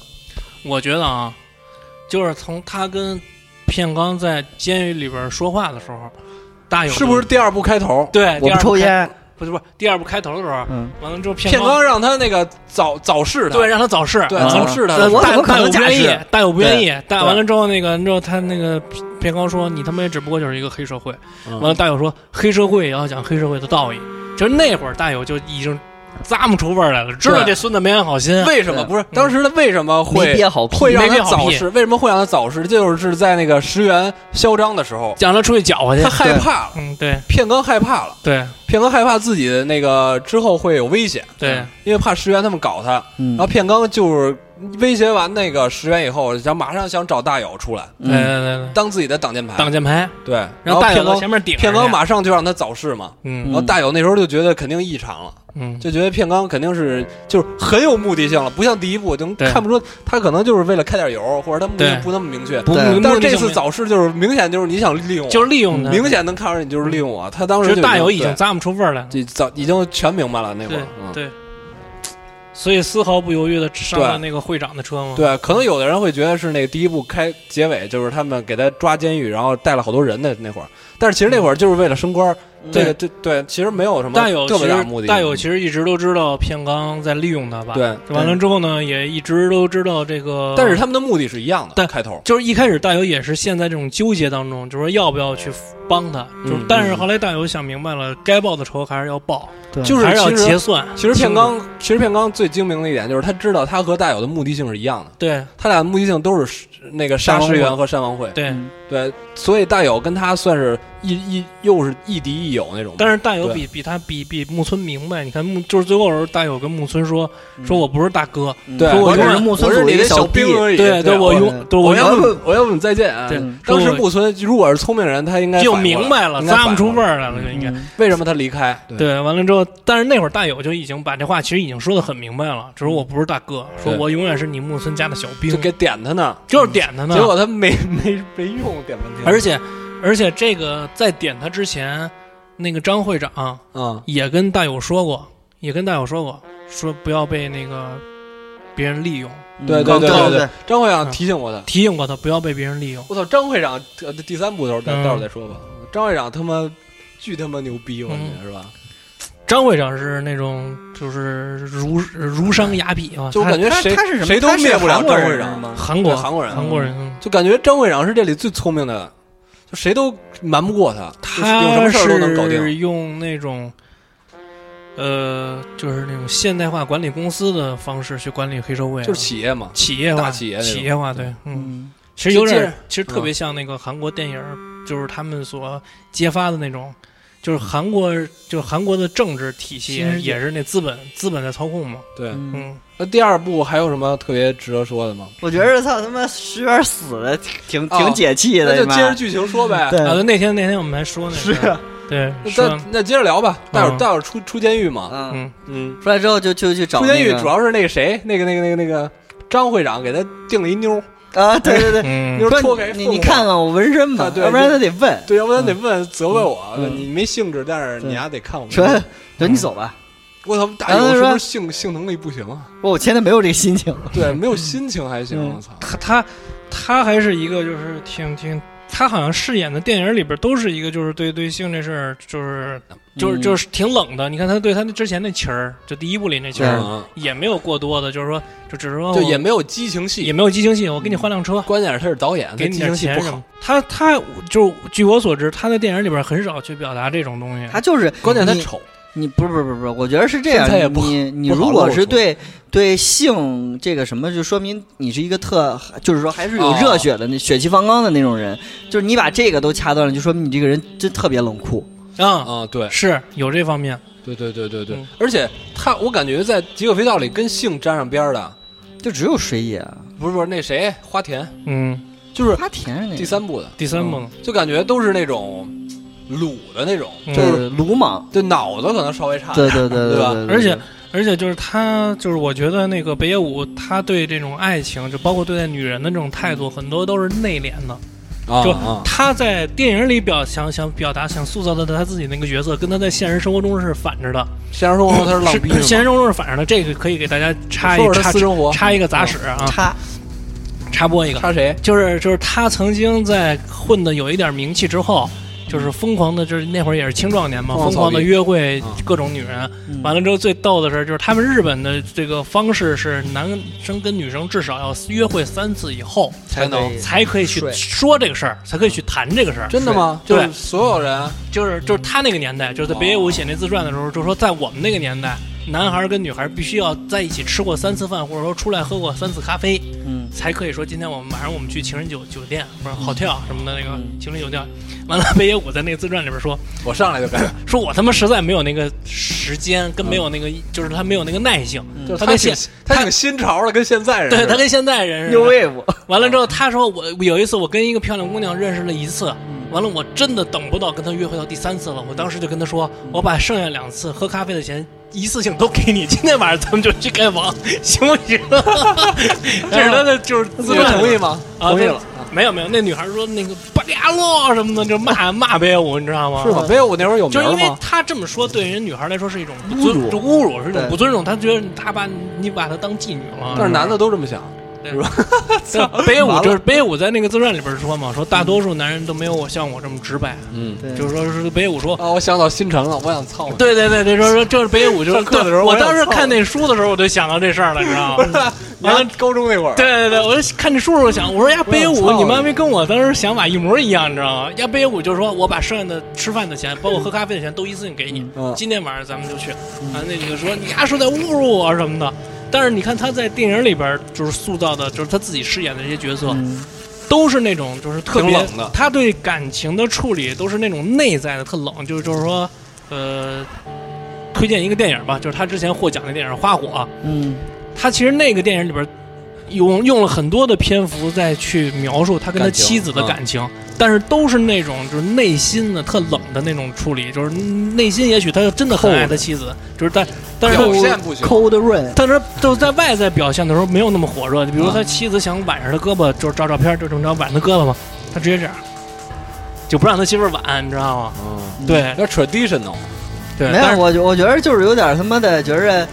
我觉得啊，就是从他跟片冈在监狱里边说话的时候，大友就是不是？第二部开头？哎对，我第不二部抽开，烟，不是不是第二部开头的时候，嗯，完了之后片片冈冈让他那个早早逝他，对让他早逝，对啊早逝他大的呃时候，我怎么可大能友不愿假意释？大友不愿意，但对完了之后那个之后他那个片冈说你他妈也只不过就是一个黑社会，嗯完了大友说黑社会也要讲黑社会的道义，就是那会儿大友就已经咂摸出味儿来了，知道对这孙子没安好心。为什么对不是嗯当时他为什么没会憋好屁会让哦没他憋好早屁逝？为什么会让他早逝？就是在那个石原嚣张的时候，让他出去搅和去他。害怕了，嗯，对片冈害怕了，对片冈害怕自己的那个之后会有危险，对，因为怕石原他们搞他。嗯然后片冈就是威胁完那个石原以后，想马上想找大友出来对对对对，当自己的挡箭牌，挡箭牌，对，嗯然让后大片友在冈前面顶着去。片冈马上就让他早逝嘛。然嗯后大友那时候就觉得肯定异常了，嗯，就觉得片冈肯定是就是很有目的性了，不像第一部就对看不出他可能就是为了开点油，或者他目的对不那么明确。不对但是这次早逝就是明显就是你想利用我，就是利用他，明显能看出来你就是利用我。他当时就是就大友已对经咂摸出味儿来了。这早已经全明白了那会对儿，嗯，对，所以丝毫不犹豫的上了对那个会长的车嘛。对，可能有的人会觉得是那个第一部开结尾就是他们给他抓监狱，然后带了好多人的那会儿，但是其实那会儿就是为了升官儿，嗯这个对对，其实没有什么大友特其别大目实的。大友其实嗯一直都知道片冈在利用他吧？，对，完了之后呢，也一直都知道这个，但是他们的目的是一样的，但开头就是一开始大友也是陷在这种纠结当中，就是说要不要去帮他，就是哦嗯但是后来大友想明白了，该报的仇还是要报，就是还是要其实结算。其实片冈其实片冈最精明的一点就是他知道他和大友的目的性是一样的，对他俩的目的性都是那个山杀王石会原和山王会，对，对，所以大友跟他算是一一又是亦敌亦友那种。但是大友比比他比比木村明白，你看木就是最后的时候，大友跟木村说嗯说我不是大哥，对说嗯我我我只永远是木我村是组的你一的个小弟兵，而已。对对，我对永对我我要永不我要不你再见啊！对嗯当时说我木村如果是聪明人，他应该就反过来明白了，应该咂不出反味过来儿来了，就应该。嗯为什么他离开。对对，完了之后，但是那会儿大友就已经把这话其实已经说的很明白了，就是我不是大哥，嗯说对我永远是你木村家的小兵就，给点他呢，就是点他呢。结果他没没没用，点半天。而且而且这个在点他之前，那个张会长啊嗯，也跟大友说过，也跟大友说过，说不要被那个别人利用，对对刚对刚对对，张会长提醒过他。提醒过他不要被别人利用。我操，张会长，呃，第三部的时候待嗯待会儿再说吧。张会长他妈巨他妈牛逼，我感觉是吧？张会长是那种就是儒儒商雅痞啊，就我他感觉他谁他是什么？谁都他是灭不了韩国张人会是长，吗？韩国对韩国人韩国人，嗯就感觉张会长是这里最聪明的，就谁都瞒不过他，就是有什他么事儿都能搞定。是用那种，呃，就是那种现代化管理公司的方式去管理黑社会啊、就是企业嘛，企业大化、企业那种嗯企业化，对，嗯，嗯，其实有就接点着，其实特别像那个韩国电影儿，就是他们所揭发的那种，就是韩国，就是韩国的政治体系新世界也是那资本资本在操控嘛，对。嗯嗯，那第二部还有什么特别值得说的吗？我觉得操他妈石原死的挺哦挺解气那的，就你妈接着剧情说呗。啊，对对，那天那天我们还说那啊个，对，那说那那接着聊吧，待会儿嗯待会儿出出监狱嘛。嗯，嗯，嗯，出来之后就就去找出监狱那个主要是那个谁，那个那个那个那个张会长给他定了一妞儿，啊，对对对，嗯妞儿说脱给你凤你凰看看我纹身吧啊，对要不然他得问，对，要不然得问责备我，嗯嗯你没兴致，但是对你丫得看我。说等你走吧，我操，大然友后他是说不是 性性能力不行啊？我我现在没有这个心情，对，没有心情还行。嗯我操，他他他还是一个就是挺挺，他好像饰演的电影里边都是一个就是对对性这事儿就是就是嗯就是挺冷的。你看他对他那之前那情儿，就第一部里那情儿嗯也没有过多的，就是说就只是说就我也没有激情戏嗯也，没有激情戏，我给你换辆车。关键是他是导演，给他你激点情戏钱不什好么。？他他就据我所知，他在电影里边很少去表达这种东西。他就是关键他你丑，你不是不是不是不是，我觉得是这身材也样。不好你你不好如果露是出对对性这个什么，就说明你是一个特，就是说还是有哦热血的、那血气方刚的那种人。就是你把这个都掐断了，就说明你这个人真特别冷酷。啊，啊，对是有这方面。对对对对对嗯，而且他，我感觉在《极恶飞盗》里跟性沾上边儿的，就只有水野、不是不是那谁花田，嗯，就是花田是那个第三部的，第三部呢就感觉都是那种鲁的那种，嗯就是鲁莽。就脑子可能稍微差，对对对对吧对，而且而且就是他，就是我觉得那个北野武，他对这种爱情，就包括对待女人的这种态度，很多都是内敛的。啊就啊，他在电影里表想想表达、想塑造的他自己那个角色，跟他在现实生活中是反着的。现实生活中他是浪逼是现是吗，实生活中是反着的，这个可以给大家插一说说他插私生活，插一个杂史啊，他插播一个，插谁？就是就是他曾经在混的有一点名气之后。就是疯狂的，就是那会儿也是青壮年嗯嘛，疯狂疯狂操的逼约会嗯各种女人，完了之后最逗的是，就是他们日本的这个方式是男生跟女生至少要约会三次以后才能才可以去睡说这个事儿，才可以去谈这个事儿。真的吗？就对是所有人哦就是就是他那个年代，就是在北野武写那自传的时候，就说在我们那个年代，男孩儿跟女孩儿必须要在一起吃过三次饭，或者说出来喝过三次咖啡，嗯才可以说今天我们晚上我们去情人酒酒店或者嗯 hotel 什么的那个嗯情人酒店。完了，北野武在那个自传里边说，我上来就干，说我他妈实在没有那个时间，跟没有那个就是他没有那个耐性，嗯就是他他跟挺现他挺新潮的，跟现在人似对的他跟现在人似，New 的。 Wave，完了之后，他说我我有一次我跟一个漂亮姑娘认识了一次，嗯完了我真的等不到跟她约会到第三次了，我当时就跟她说，嗯我把剩下两次喝咖啡的钱一次性都给你，今天晚上咱们就去开 房，行不行？ 这是他的就是自你们传同意吗？啊，同意对了。没有没有，那女孩说那个巴里阿洛什么的，就骂骂北野武，你知道吗？是吗？没有，我那会儿有名就是儿因为吗？他这么说，对人女孩来说是一种不侮尊，辱就侮辱是一种对不尊重。他觉得他把你把她当妓女了。但是男的都这么想， 对北野完武了就是北野武在那个自传里边说嘛，说大多数男人都没有我像我这么直白，嗯 对，就是说是北野武说。啊，我想到新城了，我想操 你。对对对对，说说这是北野武，就是上课的时候 对我我也当时操看那书的时候，我就想到这事儿了，你知 道吗？你看高中那会儿，对对对，我就看这书的时候想，我说嗯呀，北野我武，操你妈逼跟我当时想法一模一样，你知道吗？呀，北野武就说我把剩下的吃饭的钱，包括喝咖啡的钱都一次性给你，嗯今天晚上咱们就去。啊，那女的说你丫是在侮辱我什么的。但是你看他在电影里边就是塑造的，就是他自己饰演的这些角色，嗯都是那种就是特别挺冷的他对感情的处理都是那种内在的特冷，就是就是说，呃，推荐一个电影吧，就是他之前获奖的电影《花火》，嗯他其实那个电影里边用用了很多的篇幅在去描述他跟他感情嗯妻子的感情，但是都是那种就是内心的特冷的那种处理，就是内心也许他真的很爱他妻子，就是但但是表现不行。 ，Cold Rain，但是就在外在表现的时候没有那么火热，比如说他妻子想挽上他胳膊，就是照照片就这么着挽他胳膊嘛，他直接这样，就不让他媳妇儿挽，你知道吗？嗯，对那 traditional，对，没但有，是我觉我觉得就是有点他妈的，觉着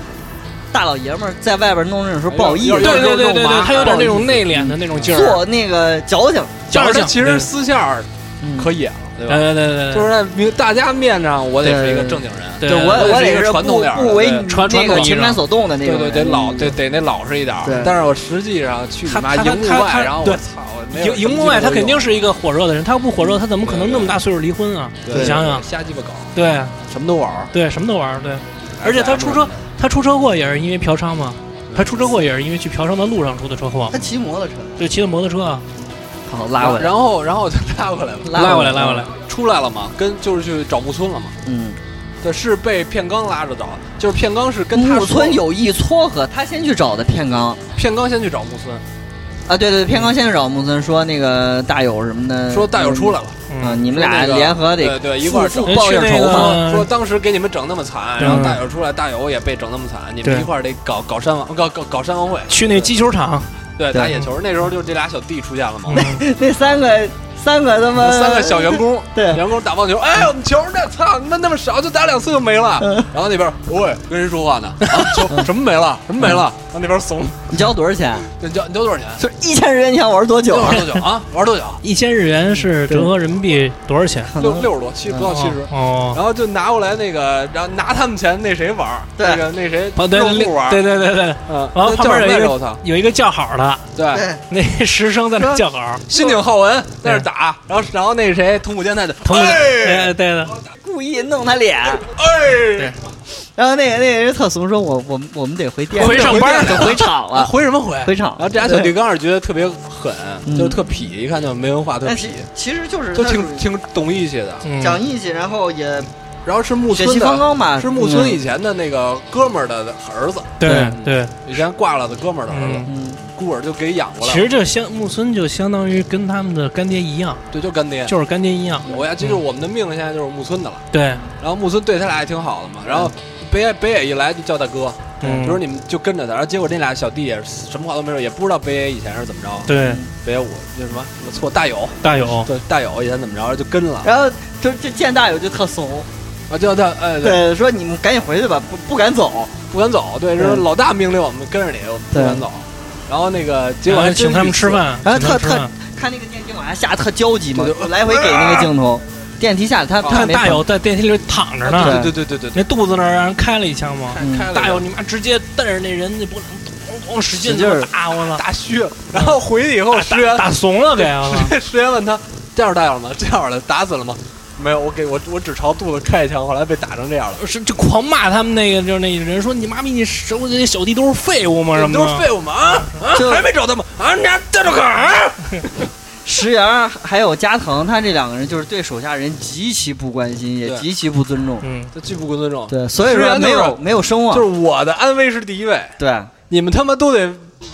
大老爷们儿在外边弄这种时候不好意思，有点对对对对有点对，他有点那不好种意思内敛的那种劲儿，做那个矫情，但是他其实对私下嗯可野了，对吧？对对对对，就是在明大家面上，我得是一个对正经人，对对我对我是一得个是传统点儿的不不为对你传传那个统意识情感所动的那对对，种嗯人，得老得得那老实一点儿对。但是我实际上去你他妈他荧幕他他外，然后对我操，荧荧幕外他肯定是是一个火热的人，他要不火热，他怎么可能那么大岁数离婚啊？你想想，瞎鸡巴搞，对什么都玩儿。对，什么都玩儿，对。而且他出车 SM 他出车祸也是因为嫖娼嘛，他出车祸也是因为去嫖娼的路上出的车祸他，骑摩托车，就骑的摩托车啊，好拉回来，然后然后就拉过来了，拉过来拉过来，出来了嘛，跟就是去找木村了嘛。嗯，对，是被片冈拉着走，就是片冈是跟他木说村有意撮合，他先去找的片冈片冈先去找木村，啊，对对，片冈先去找木村说那个大友什么的，说大友出来了，啊，嗯，你们说俩那个联合得对对，一块儿找付。人报去一下那仇嘛，个说当时给你们整那么惨，对然后大友出来，大友也被整那么惨，你们对一块儿得搞搞山王，搞搞搞山王会，去那击球场，对对打野球。那时候就这俩小弟出现了嘛，嗯那三个三个他妈三个小员工，嗯对员工打棒球，哎，我们球呢？操，你们那么少，就打两次就没了。嗯然后那边喂，跟人说话呢，啊，球什么没了？什么没了？嗯然后那边怂，你交多少钱？你交你交多少钱？就一千日元，你想玩多久要啊玩？多久啊？玩多久？一千日元是折合人民币多少钱？可六能六十多，七不到七十。哦，然后就拿过来那个，然后拿他们钱那谁玩儿？对那个那谁哦对肉铺玩儿，对对对对，嗯，然后那旁叫什么边来有一着？个我操，有一个叫好的， 对，对，那实生在那叫好，新井浩文在那儿打，然后然后那谁通古健太的，同哎对对对，故意弄他脸。哎，然后那个那个人特怂，说我我们我们得回店，回上班就回厂啊 了，回什么回？哎回厂然。后这俩小弟刚开始觉得特别狠，嗯就是特痞，一看就没文化，特但痞其，其实就是就他属挺于挺懂义气的。嗯讲义气，然后也然后是木血村气方的，刚吧，是木村嗯以前的那个哥们儿的儿子，对对，以前挂了的哥们儿的儿子，嗯。嗯，孤儿就给养过来其了，实就相木村就相当于跟他们的干爹一样，对，就干爹。就是干爹一样，我呀，这就是我们的命，现在就是木村的了。对，然后木村对他俩也挺好的嘛，然后北野北野一来就叫大哥，嗯就说你们就跟着他，然后结果那俩小弟也是什么话都没有，也不知道北野以前是怎么着，对，北野武就什么什么错大友，大友，对大友以前怎么着就跟了，然后就就见大友就特怂，啊叫他哎对对，说你们赶紧回去吧，不不敢走，不敢走，对，就是老大命令我们跟着你，我们不敢走，然后那个结果还然后真请他们去吃饭，然后请他特们吃特饭。看那个电梯往下下特焦急嘛对，啊对来回给那个镜头，电梯下来他啊他看没大友在电梯里躺着啊呢，对对对对对，那肚子那儿让人开了一枪嘛，嗯开了大友你妈直接瞪着那人那脖子，咣咣使劲使劲儿地打我操，大虚，然后哦啊回去以后石原打怂了给我操啊石原问他这样大友了吗？这样了打死了吗？没有，我给我我只朝肚子开一枪，后来被打成这样了。是 就狂骂他们那个，就是那人说你妈逼，你手底下那小弟都是废物吗？什么都是的废物嘛啊啊！就还没找他们啊！你俩带着个啊！石原还有加藤，他这两个人就是对手下人极其不关心，也对极其不尊重。嗯，这巨不尊重，对，所以石说原没就是有没有声望就是。我的安危是第一位，对你们他妈都得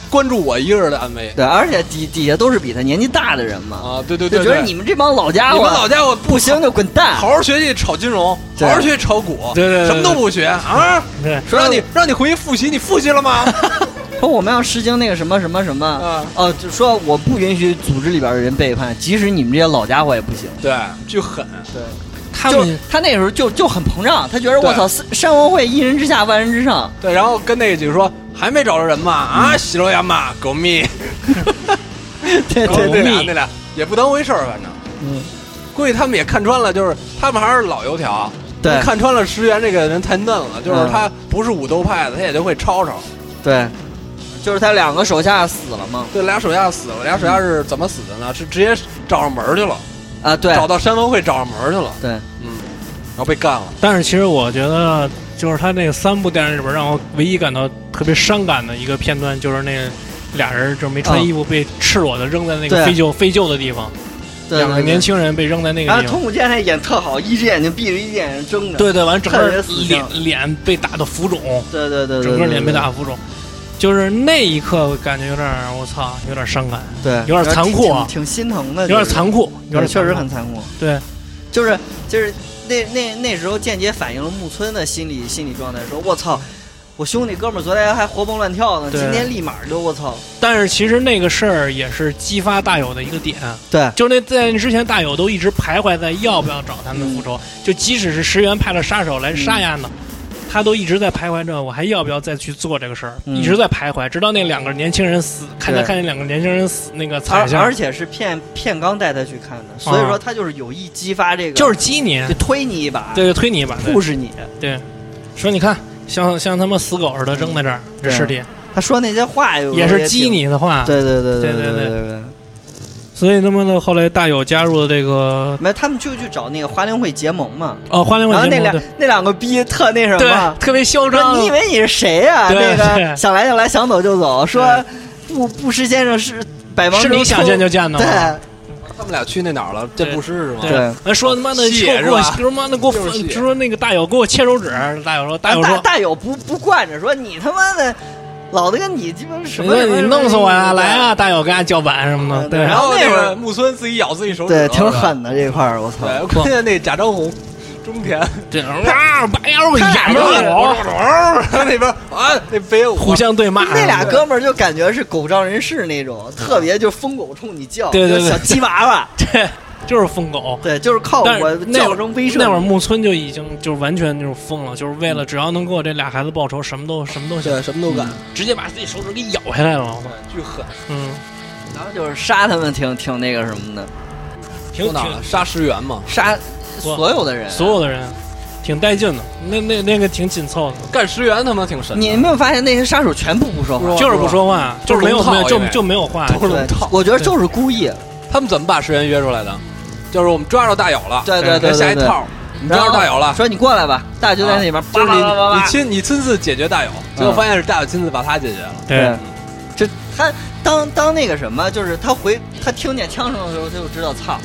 关注我一个人的安危对，而且底底下都是比他年纪大的人嘛，啊！对对就对觉得对你们这帮老家伙，你们老家伙不行就滚蛋。好好学习炒金融，对好好学习炒股，对对对对什么都不学啊！对，说让你让你回去复习，你复习了 吗？说我们要实行那个什么什么什么，嗯啊哦，就说我不允许组织里边的人背叛，即使你们这些老家伙也不行。对，巨狠，他就们他那时候就就很膨胀，他觉得对我操，山山王会一人之下万人之上，对，然后跟那个姐说还没找着人嘛啊，喜肉呀嘛，狗蜜， 对然后那对俩对，那俩也不当回事儿，反正嗯，估计他们也看穿了，就是他们还是老油条，对看穿了石原这个人太嫩了，就是嗯他不是武斗派的，他也就会吵吵。对，就是他两个手下死了嘛，对，俩手下死了，俩手下是怎么死的呢？是直接找上门儿去了，啊，对找到山峰会找上门儿去了，对，嗯，然后被干了。但是其实我觉得，就是他那三部电影里边，让我唯一感到特别伤感的一个片段，就是那俩人就是没啊穿衣服被赤裸的扔在那对个废旧废旧的地方，对两个对对。年啊轻人被扔在那个然后地方通。古健那演特好，一只眼睛闭着，一只眼睛睁着。对对，完整看个人死相脸脸被打的浮肿，对对对对，整个对脸被。打浮肿，就是那一刻感觉有点儿我操，有点儿伤感，对，有点残酷啊挺挺心疼的，有点儿就是残酷，有对点儿确实残酷很残酷。对，就是就是那那那时候间接反映了木村的心理心理状态，说我操，我兄弟哥们儿昨天还活蹦乱跳呢，对今天立马就我操，但是其实那个事儿也是激发大友的一个点，对就是那在那之前，大友都一直徘徊在要不要找他们复嗯仇，就即使是石原派了杀手来杀丫呢，他都一直在徘徊着，我还要不要再去做这个事儿，嗯一直在徘徊，直到那两个年轻人死，看他对看见两个年轻人死那个而惨象而，且是片片刚带他去看的，所以说他就是有意激发这个，就是激你就，推你一把，对，就推你一把，对促使你。说你看，像像他妈死狗似的扔在这儿，这对尸体他说那些话有时候也嗯也是激挺，你的话，对对对对对对对对对。所以他妈的后来大友加入了这个没，他们就去找那个花灵会结盟嘛，呃花莲然后问那题两那两个逼特那什么对，特别嚣说张，啊你以为你是谁呀、那对个 对想来就来，想走就走。说对布布施先生是百忙是中你想见就见的对吗？他们俩去那哪儿了？见布施是吗？对完说他妈的，戏给我给是吧我，给我妈的给我就是戏分，就说那个大友给我切手指，大友说，大友大哎说，大友不不惯着，说你他妈的老子跟你鸡巴什你么说什么你弄死我呀，来啊，！大友跟俺叫板什么的，对对，然后然那后那会个儿木村自己咬自己手指，对，挺是吧。狠的这块儿，我操！对，关 键那贾樟红、中田， 这啊，把丫头给然演后了，那边啊，那飞舞互相对骂，那俩哥们儿就感觉是狗仗人势那种，特别就疯狗冲你叫，对对就是对小鸡娃娃， 对，就是疯狗。对，就是靠但是我那会叫儿声威声。那会儿木村就已经就完全就是疯了，就是为了只要能给我这俩孩子报仇，什么都什么都行，对，什么都干，直接把自己手指给咬下来了。我操，巨狠。嗯，然后就是杀他们挺挺那个什么的，挺说哪儿挺了？杀石原嘛，杀不所有的人，所有的人挺带劲的，那那那个挺紧凑的。干石原他妈挺神的。你有没有发现那些杀手全部不说话？就是不说话，就就是是没有龙套没有就因为就没有话，都是龙对套，，我觉得就是故意。他们怎么把石原约出来的？就是我们抓着大友了，对对对给他下对一对。套，你抓着大友了，啊说你过来吧，大舅在那边，就是你你去。亲你亲自解决大友，结嗯果发现是大友亲自把他解决了。对，，这他当当那个什么，就是他回他听见枪声的时候，他就知道操，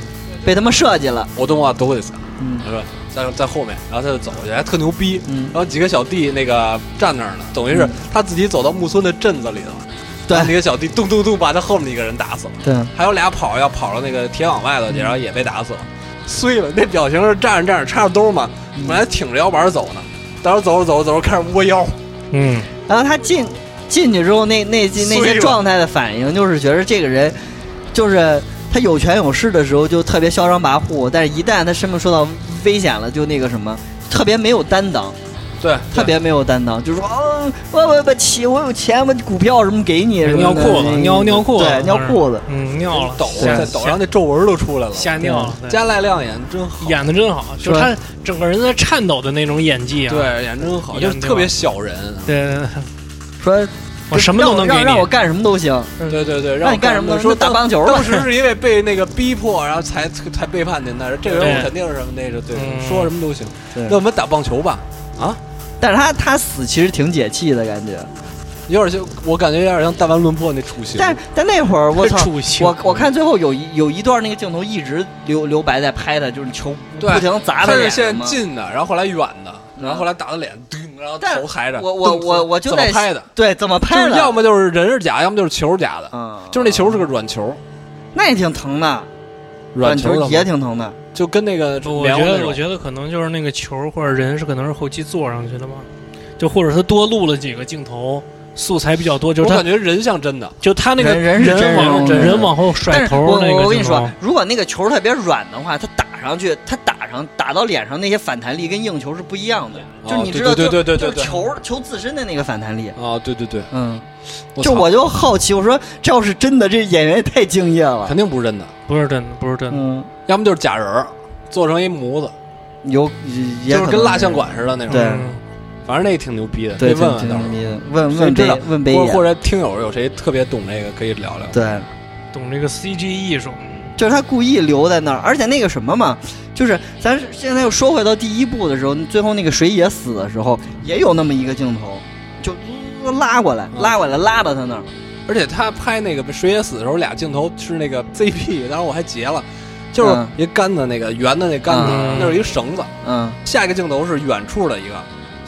被他们设计了。我动画都会死，嗯他说在在后面，然后他就走过去，还特牛逼。嗯然，后几个小弟那个站那儿呢，等于是他自己走到木村的镇子里头，对那个小弟咚咚咚把他后面一个人打死了，对还有俩跑要跑到那个铁网外头去，然后也被打死了，碎了。那表情是站着站着插着兜嘛，本来挺着腰板走呢，到时候走着走着走着开始窝腰，嗯，然后他进进去之后，那那那碎些了状态的反应，就是觉得这个人就是他有权有势的时候就特别嚣张跋扈，但是一旦他生命受到危险了，就那个什么，特别没有担当。对，特别没有担当，就说啊，我我我起，我有钱，我股票什么给你什么的，尿裤子，尿尿裤子，对，尿裤子，嗯，尿了，抖对在抖上那皱纹都出来了。吓尿了，对加濑亮眼真好，演的真好，就是他整个人在颤抖的那种演技啊，对，演真好，就是特别小人。对对，对说我什么都能给让我你让我干什么都行，对对对，让让你干什么我都说打当棒球当了。时是因为被那个逼迫，然后才才背叛您的。这个人我肯定是什么那个，对，嗯说什么都行。对那我们打棒球吧，但是他他死其实挺解气的感觉，有点像，我感觉有点像弹丸论破那雏形。但但那会儿我操，处刑我我看最后有一有一段那个镜头一直留留白在拍的，就是球对不停地他砸他是脸上先嘛。近的，然后后来远的，然后后来打到脸，叮，然后但头抬着。我我我我就怎么在拍的？对怎么就拍是的？要么就是人是假，要么就是球是假的，嗯，就是那球是个软球，那也挺疼的，软球球的也嘛挺疼的。就跟那个我棉觉花那得，我种。觉得可能就是那个球或者人是可能是后期做上去的嘛，就或者他多录了几个镜头，素材比较多，就我是他感觉人像真的，就他那个人人是真人往真人人往后但甩是头我那个我我跟你镜头说，如果那个球特别软的话，他打上去，他打上打到脸上那些反弹力跟硬球是不一样的，就是你哦对知道，对就对对对就是对球球自身的那个反弹力。啊，对对对，嗯，操就我就好奇，我说这要是真的，这演员也太敬业了肯。定不是真的，不是真的，不是真的。嗯，要么就是假人儿做成一模子，有也就是可跟能蜡像馆似的那种。对嗯反正那挺牛逼的，可以对，问挺问啊到挺时候。牛逼的。问谁问知道北问北或野，或者听友有谁特别懂这个，可以聊聊。对，懂这个 CG 艺术，就是他故意留在那儿，而且那个什么嘛，就是咱是现在又说回到第一部的时候，最后那个水野死的时候，也有那么一个镜头，就呃拉过来，嗯拉过来，拉到他那儿，而且他拍那个水野死的时候，俩镜头是那个 ZP，当时我还截了，就是嗯一杆子那个圆的那杆子，嗯那是一绳子。嗯下一个镜头是远处的一个，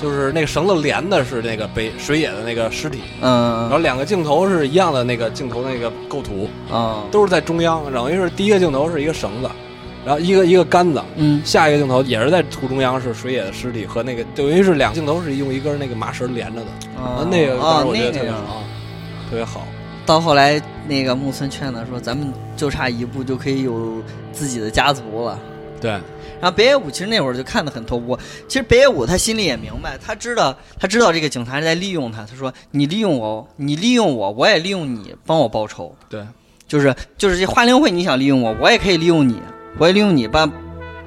就是那个绳子连的是那个北水野的那个尸体，然后嗯两个镜头是一样的那个镜头那个构图，嗯都是在中央，等于是第一个镜头是一个绳子，然后一个一个杆子。嗯，下一个镜头也是在图中央，是水野的尸体和那个，等于是两个镜头是用一根那个麻绳连着的。啊，啊那个当啊时我觉那得特别个好，特别好。到后来那个木村劝他说，咱们就差一步就可以有自己的家族了。对，然后北野武其实那会儿就看得很透，我其实北野武他心里也明白，他知道他知道这个警察是在利用他，他说你利用我，你利用我，我也利用你，帮我报仇。对，就是就是这花灵会你想利用我，我也可以利用你，我也利用你把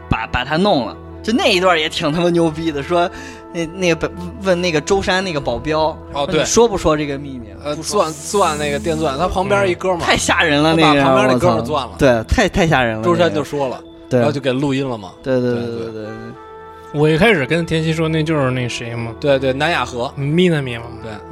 把把他弄了。就那一段也挺他妈牛逼的，说那那个问那个舟山那个保镖，哦说你对，说不说这个秘密？呃，钻钻那个电钻，他旁边一哥们儿，太吓人了，他那把个旁边那我哥们儿操钻了对，太太吓人了。周那山个就说了，对然后就给录音了嘛。对对对对对对对对，我一开始跟天熙说那就是那谁嘛，对对，南雅河米娜米嘛，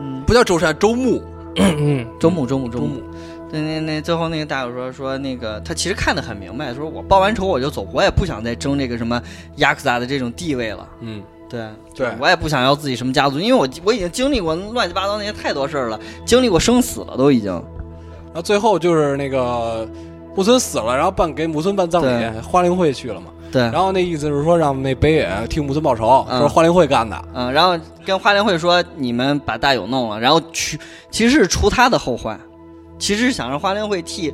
嗯，不叫周山，周牧，嗯，周母周母周周母牧。对，那那最后那个大夫说说那个他其实看得很明白，说我报完仇我就走，我也不想再争这个什么亚克萨的这种地位了。嗯，对，对我也不想要自己什么家族，因为我我已经经历过乱七八糟那些太多事儿了，经历过生死了都已经。然后最后就是那个木村死了，然后办给木村办葬礼对，花灵会去了嘛。对，然后那意思是说让那北野替木村报仇，嗯说是花灵会干的。嗯，然后跟花莲会说你们把大友弄了，然后去其实是除他的后患，其实是想让花莲会替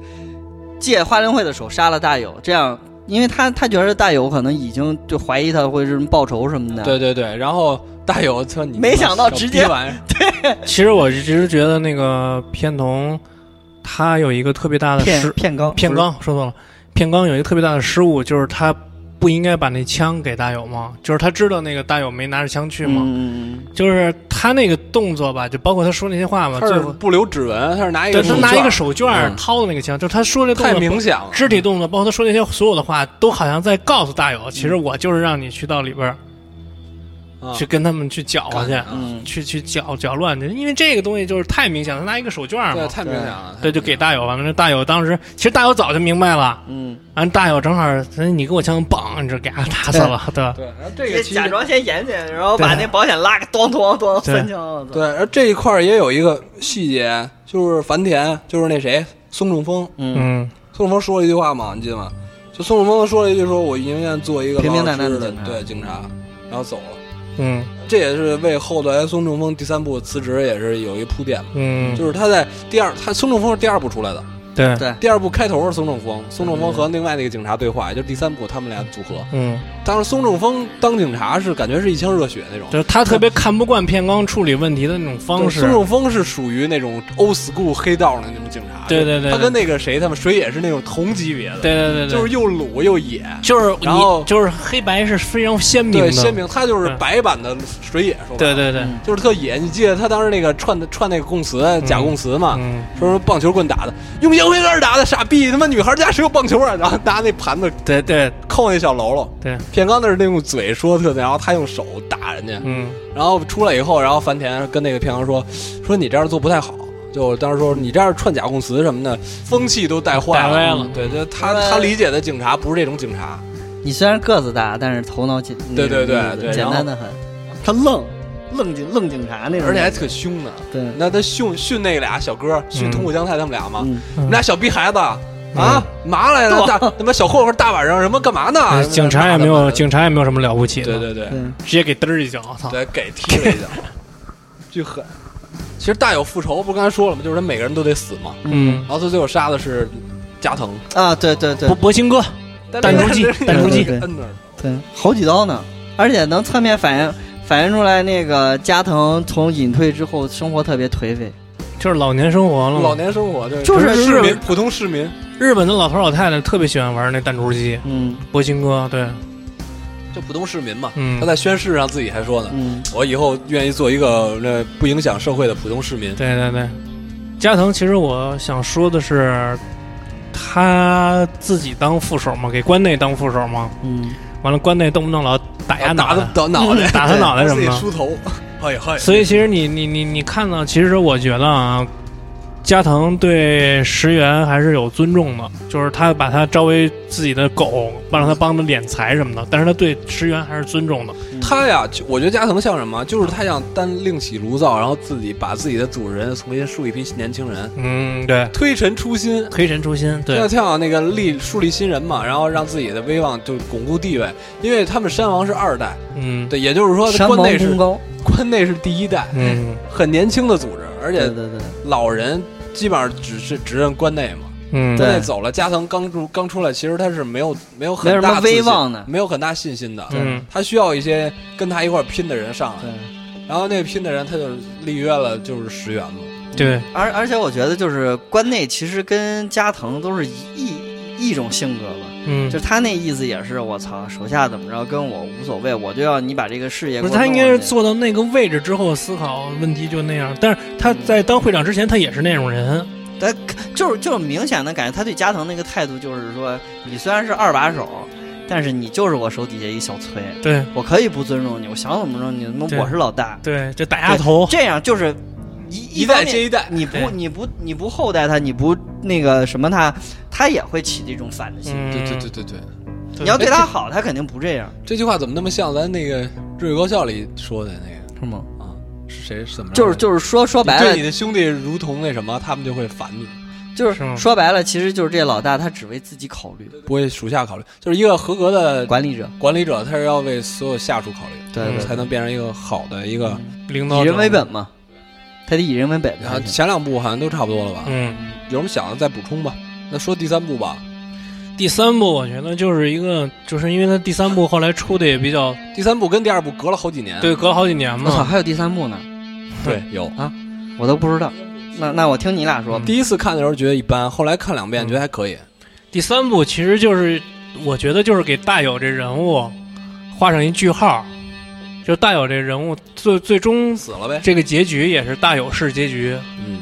借花莲会的手杀了大友，这样。因为他他觉得大友可能已经就怀疑他会是什么报仇什么的，对对对，然后大友说你嗯没想到直接玩意儿，其实我一直觉得那个片童，他有一个特别大的失骗骗高片刚说错了，片刚有一个特别大的失误，就是他不应该把那枪给大友嘛，就是他知道那个大友没拿着枪去嘛，嗯嗯就是他那个动作吧，就包括他说那些话嘛，他最是后不留指纹，他是拿一对个他手拿绢一个手绢儿嗯掏的那个枪，就是他说这动太作明显了，肢体动作，包括他说那些所有的话，都好像在告诉大嗯友，其实我就是让你去到里边儿啊去跟他们去搅和去，嗯去去搅搅乱去，因为这个东西就是太明显了，他拿一个手绢儿对，嘛，太明显了。对，就给大友，完了，大友当时其实大友早就明白了，嗯，完了大友正好，哎你给我枪，梆，你这给他打死了，对吧？对，然后这也个其实假装先演演，然后对把那保险拉个咚咚咚对三枪，对，而这一块儿也有一个细节，就是繁田，就是那谁松正峰，嗯，宋仲峰说了一句话嘛，你记得吗？就宋仲峰说了一句说：“我宁愿做一个平平淡淡老的实的警察对警察。”然后走了。嗯这也是为后来宋仲峰第三部辞职也是有一铺垫嘛，嗯，就是他在第二，他宋仲峰是第二部出来的，对，对，第二部开头是松正风，松正嗯风和另外那个警察对话，也就是第三部他们俩组合。嗯，当时松正风当警察是感觉是一腔热血那种，就是他特别看不惯片刚处理问题的那种方松式，正风是属于那种 old school 黑道的那种警察，对对对对他跟那个谁他们谁也是那种同级别的，对对对对，就是又鲁又野，就是然后你就是黑白是非常鲜明对的，鲜明，他就是对白版的水野，说白对了，对对，嗯就是特野。你记得他当时那个串的串那个供词假供词嘛，嗯，说是棒球棍打的，用烟灰缸打的，傻逼！他妈女孩家谁有棒球啊？然后拿那盘子对对，扣那小喽啰。对，片刚那是那种嘴说特，然后他用手打人家，嗯然后出来以后，然后繁田跟那个片刚说，说你这样做不太好。就当时说你这样串假供词什么的，风气都带坏嗯带歪了嗯对，就他他理解的警察不是这种警察。你虽然个子大，但是头脑简对对对对简单的很。他愣愣警愣警察那种，而且还特凶呢。对那他训训那俩小哥，嗯训通谷将太他们俩吗？嗯你们俩小逼孩子啊，嘛来了？大他妈小混混大晚上什么干嘛呢？哎警察也没骂他有，们警察也没有什么了不起对的，对对对，直接给嘚儿一脚，操，对，给踢了一脚， 巨狠。其实大有复仇，不是刚才说了吗？就是他每个人都得死嘛。嗯然后他最后杀的是加藤，啊，对对嗯对博博兴哥，弹珠机弹珠机摁那儿对，好几刀呢，而且能侧面反映反映出来那个加藤从隐退之后生活特别颓废，就是老年生活了嘛老。年生活，对，就是市日民本普通市民，日本的老头老太太特别喜欢玩那弹珠机，嗯博兴哥，对，就普通市民嘛。嗯他，在宣誓上自己还说呢嗯，：“我以后愿意做一个那不影响社会的普通市民。对对对，加藤，其实我想说的是，他自己当副手嘛，给关内当副手嘛，嗯，完了关内动不动老打”压脑啊打他，打袋脑袋， 打他脑袋什 自么己的，梳头，嘿嘿。所以其实你你你你看到，其实我觉得啊。加藤对石原还是有尊重的，就是他把他招为自己的狗，让他帮他敛财什么的，但是他对石原还是尊重的。嗯他呀，就我觉得加藤像什么？就是他想单另起炉灶，然后自己把自己的组织人重新树一批年轻人，嗯，对，推陈出新。推陈出新，对要，像那个立树立新人嘛，然后让自己的威望就巩固地位，因为他们山王是二代，嗯，对，也就是说山关王内功是高，关内是第一代，嗯很年轻的组织，而对且对对，老人基本上只是只认关内嘛。嗯，对关内走了，加藤刚出刚出来，其实他是没有没有没很有什大么自信威，望的，没有很大信心的，嗯他需要一些跟他一块儿拼的人上来对。。然后那个拼的人他就立约了，就是石原嘛。对，而而且我觉得就是关内其实跟加藤都是一一一种性格吧，嗯，就是他那意思也是我操手下怎么着跟我无所谓，我就要你把这个事业不给我弄是他上应去。该是坐到那个位置之后思考问题就那样，但是他在当会长之前他也是那种人，他就是就是明显的感觉，他对加藤那个态度就是说，你虽然是二把手，但是你就是我手底下一小崔，对我可以不尊重你，我想怎么着你，对哦那我是老大，对，这打压头，这样就是一一代方面接一代，你不对你不你不厚待他，你不那个什么他，他也会起这种反的心。嗯，对对对对对，对你要对他好，他肯定不这样，这句话怎么那么像咱那个《日语高校》里说的那是吗？个啊？是谁是怎么着？就是就是说说你白对你了，的兄弟如同那什么，他们就会烦你，就是是吗说白了，其实就是这老大他只为自己考虑，不会属下考虑。就是一个合格的管理者管理者，他是要为所有下属考虑，对嗯对嗯才能变成一个好的一个。领对，导以者人为，本嘛，他得以人为本然后才行。前两部好像都差不多了吧？嗯，有什么想的再补充吧。那说第三部吧，第三部我觉得就是一个，就是因为他第三部后来出的也比较，第三部跟第二部隔了好几年。对，隔了好几年我操，嘛，还有第三幕呢，对，有。我都不知道。那那我听你俩说吧。第一次看的时候觉得一般，后来看两遍嗯觉得还可以。第三部其实就是我觉得就是给大友这人物画上一句号，就是大友这人物最最终死了呗。这个结局也是大友式结局，嗯，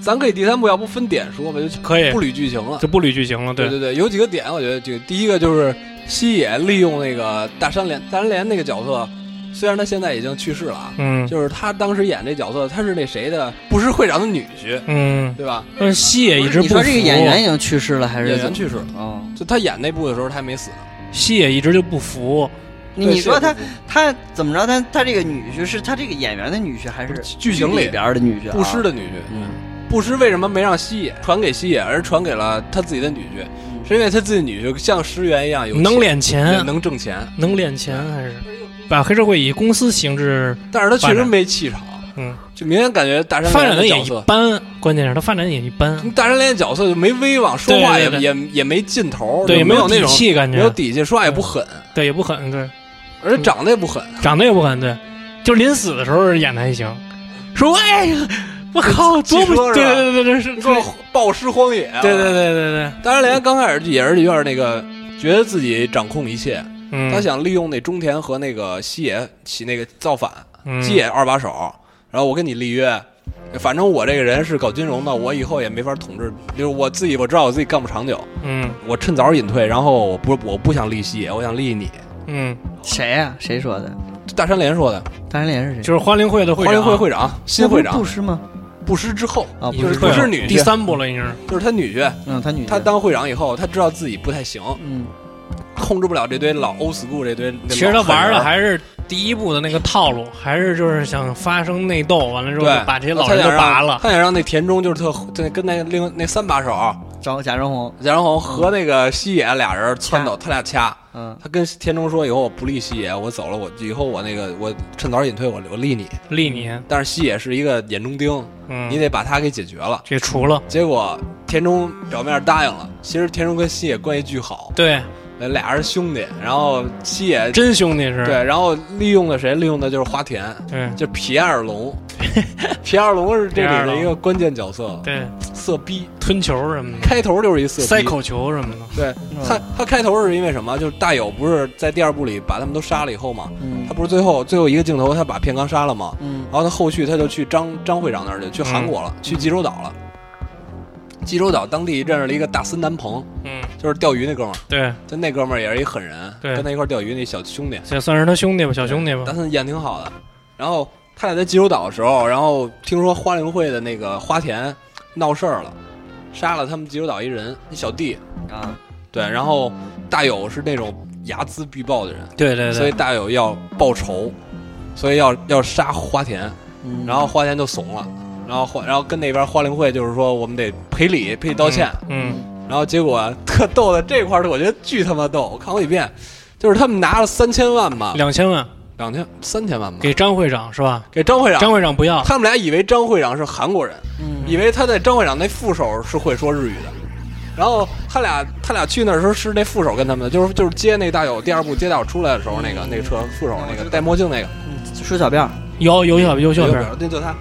咱可以第三部要不分点说吧，就可以不捋剧情了。就不捋剧情了，对对对，有几个点，我觉得这个第一个就是西野利用那个大山连大山连那个角色，虽然他现在已经去世了啊，嗯就是他当时演这角色，他是那谁的，不是会长的女婿，嗯，对吧？但是西野一直你不服说这个演员已经去世了还是啊演怎员么？去世了，哦，就他演那部的时候他还没死呢。西野一直就不服，你对你说他西野他怎么着？他他这个女婿是他这个演员的女婿还是不服剧情里里边儿的女婿、啊？布施的女婿，嗯，布施为什么没让西野传给西野，而传给了他自己的女嗯婿？是因为他自己女婿像石原一样有能钱敛也钱，能挣钱，能敛钱还是把黑社会以公司形制，但是他确发实展没气场。嗯，就就明显感觉大山发连展的的也角一色，般，关键是他发展也一般， 大山连的角色就没威望，说话也对对也也没劲头，对，就也没有那底种气嗯感没有觉，底气，说话也不狠，对，也不狠，对，而且长得也不狠，长得也不狠，对，就是临死的时候演的还行，说哎呀，我靠，多汽车是么对吧对对嗯对是，你说暴尸荒野啊，对对对对对，大山连刚开始也是有点那个，觉得自己掌控一切，嗯，他想利用那中田和那个西野起那个造反，嗯西野二把手，然后我跟你立约，反正我这个人是搞金融的，我以后也没法统治，就是我自己我知道我自己干不长久，嗯我趁早隐退，然后我不我不想立西野，我想立你。嗯，谁呀、谁说的？大山连说的，大山连是谁？就是花灵会的会花长，啊莲会会长新会那长不是布施吗？布施之后，啊，就不是是，不是女婿第三部了，应该是，就是他女婿，嗯，他女婿他当会长以后，他知道自己不太行，嗯，控制不了这堆老 old school 这堆。其实他玩的的还是第一部的那个套路，还是就是想发生内斗，完了之后对就把这些老人都拔了，他想让那田中就是特对跟那另那三把手张贾正红，然后和那个西野俩人撺掇他俩掐，嗯，他跟田中说以后我不立西野，我走了，我以后我那个我趁早隐退，我我立你。立你，但是西野是一个眼中钉，嗯，你得把他给解决了。给除了，结果田中表面答应了，其实田中跟西野关系巨好，呃对，俩人是兄弟。然后西野真兄弟是，对，然后利用的谁？利用的就是花田，对就皮埃尔 龙。皮埃尔龙是这里的一个关键角色，对，色逼，吞球什么的，开头就是一色逼。塞口球什么的，对嗯他，他开头是因为什么？就是大友不是在第二部里把他们都杀了以后嘛，嗯他不是最后最后一个镜头他把片冈杀了嘛，嗯然后他后续他就去张张会长那儿去，去韩国了，嗯去济州岛了。济州岛当地认识了一个大森南朋，嗯，就是钓鱼那哥们儿，对，就那哥们儿也是一狠人，对跟他一块儿钓鱼那小兄弟，这算是他兄弟吧，小兄弟吧大，森演挺好的。然后他俩在济州岛的时候，然后听说花灵会的那个花田闹事儿了，杀了他们济州岛一人，一小弟，啊，对，然后大友是那种睚眦必报的人，对对所以对，大友要报仇，所以要要杀花田，嗯然后花田就怂了，然后花然后跟那边花灵会就是说我们得赔礼赔礼道歉，嗯，然后结果啊特逗的这块儿我觉得巨他妈逗，我看好几遍，就是他们拿了三千万吧，两千万两千三千万吧，给给张会长是吧？给张会长，张会长不要，啊他们俩以为张会长是韩国人，嗯以为他在张会长那副手是会说日语的。然后他俩他俩去那儿的时候是那副手跟他们的，就是就是接那大友第二部接大友出来的时候那个那个车副手那个戴墨镜那个梳小辫儿，有有小有小右片边儿，那就他，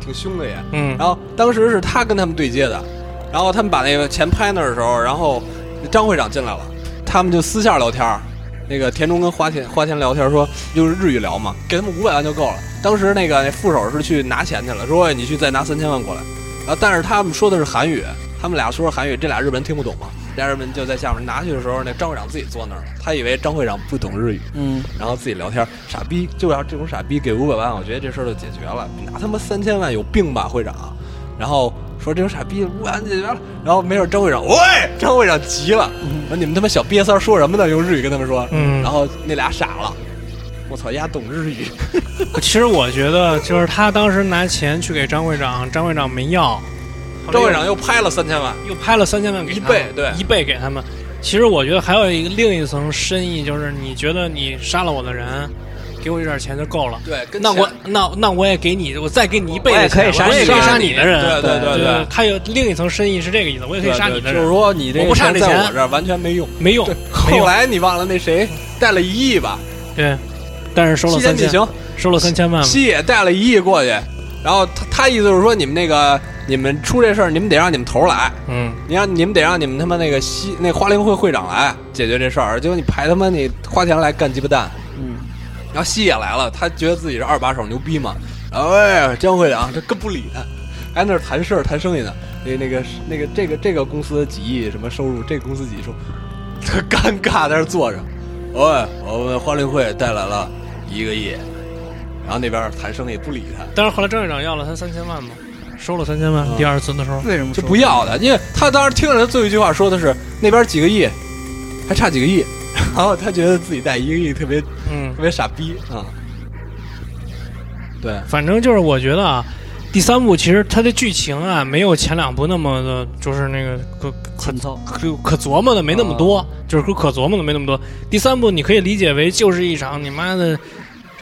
挺凶的也。嗯然后当时是他跟他们对接的，然后他们把那个钱拍那儿的时候，然后张会长进来了，他们就私下聊天儿。那个田中跟花田花田聊天说，就是日语聊嘛，给他们五百万就够了。当时那个那副手是去拿钱去了，说哎你去再拿三千万过来。然后但是他们说的是韩语，他们俩说是韩语，这俩日本人听不懂嘛。俩日本人就在下面拿去的时候，那张会长自己坐那儿了，他以为张会长不懂日语，嗯，然后自己聊天，傻逼就要这种傻逼给五百万，我觉得这事儿就解决了，拿他妈三千万有病吧，会长。啊然后说这种傻逼五百万解决了，然后没事，张会长，喂，张会长急了，说你们他妈小瘪三儿说什么呢？用日语跟他们说，嗯然后那俩傻了，我操，丫懂日语，其实我觉得，就是他当时拿钱去给张会长，张会长没要，张会长又拍了三千万，又拍了三千万给他们一倍对一倍给他们。其实我觉得还有一个另一层深意，就是你觉得你杀了我的人，给我一点钱就够了。对，跟那我钱那那我也给你，我再给你一倍我也的钱，可以杀我也你可以的杀人你的人。对对对对对他有另一层深意是这个意思，我也可以杀你的对就是人，说你这我不差钱这在钱我这儿完全 没用。没用对，没后用。来你忘了那谁带了一亿吧？对，但是收了西三天地千，行，收了三千万嘛。西野带了一亿过去，然后他他意思就是说，你们那个你们出这事儿，你们得让你们头儿来，嗯，你让你们得让你们他妈那个西那花灵会会长来解决这事儿，结果你排他妈你花钱来干鸡巴蛋，嗯，然后西野来了，他觉得自己是二把手牛逼嘛，然后哎江会长这更不理他，还在那儿谈事儿谈生意呢，那那个那个这个这个公司几亿什么收入，这个公司几亿收入， 特尴尬在那儿坐着，喂，我们花灵会带来了一个亿，然后那边谈生意不理他。但是后来张会长要了他三千万嘛，收了三千万。第二次的时候，为什么就说不要的，因为他当时听着他最后一句话说的是那边几个亿，还差几个亿，然后他觉得自己带一个亿特别特嗯，别傻逼啊。对，反正就是我觉得啊，第三部其实它的剧情啊，没有前两部那么的，就是那个可欠操？可可琢磨的没那么多，啊就是可可琢磨的没那么多。第三部你可以理解为就是一场你妈的，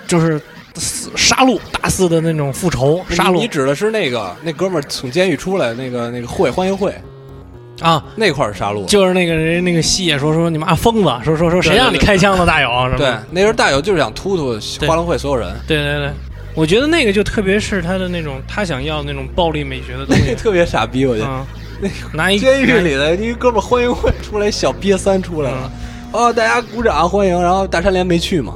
就是死杀戮大肆的那种复仇你杀你戮指的是那个那哥们儿从监狱出来那个那个会欢迎会啊，那块儿杀戮，就是那个人那个戏也说说你妈疯子，说说说谁让你开枪的大勇什么对的，那时候大友就是想突突花轮会所有人， 对对对，我觉得那个就特别是他的那种他想要那种暴力美学的东那 西，特别傻逼，我觉得。嗯，拿 一监狱里的一哥们儿欢迎会出来，小瘪三出来嗯了，哦，大家鼓掌欢迎。然后大山连没去嘛，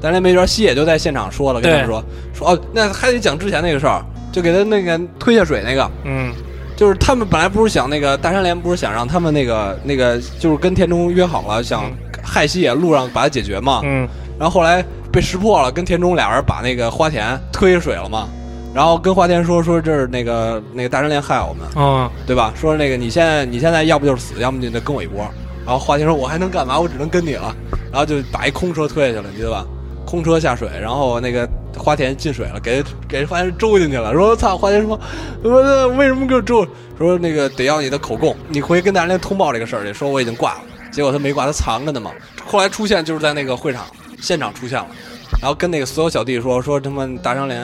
大山连没去，西野就在现场说了，跟他们对说说哦，那还得讲之前那个事儿，就给他那个推下水那个，嗯就是他们本来不是想那个大山连不是想让他们那个那个就是跟田中约好了，想嗯害西野路上把他解决嘛，嗯然后后来被识破了，跟田中俩人把那个花田推下水了嘛。然后跟花田说说这是那个那个大山连害我们，哦对吧？说那个你现在你现在要不就是死，要么你就跟我一波。然后花田说：“我还能干嘛？我只能跟你了。”然后就把一空车推下去了，你记得吧？空车下水，然后那个花田进水了，给给花田周进去了。说：“操！”花田说：“我为什么给我周？”说：“那个得要你的口供，你回去跟大家通报这个事儿去，说我已经挂了。”结果他没挂，他藏着呢嘛。后来出现就是在那个会场现场出现了，然后跟那个所有小弟说：“说他妈大长脸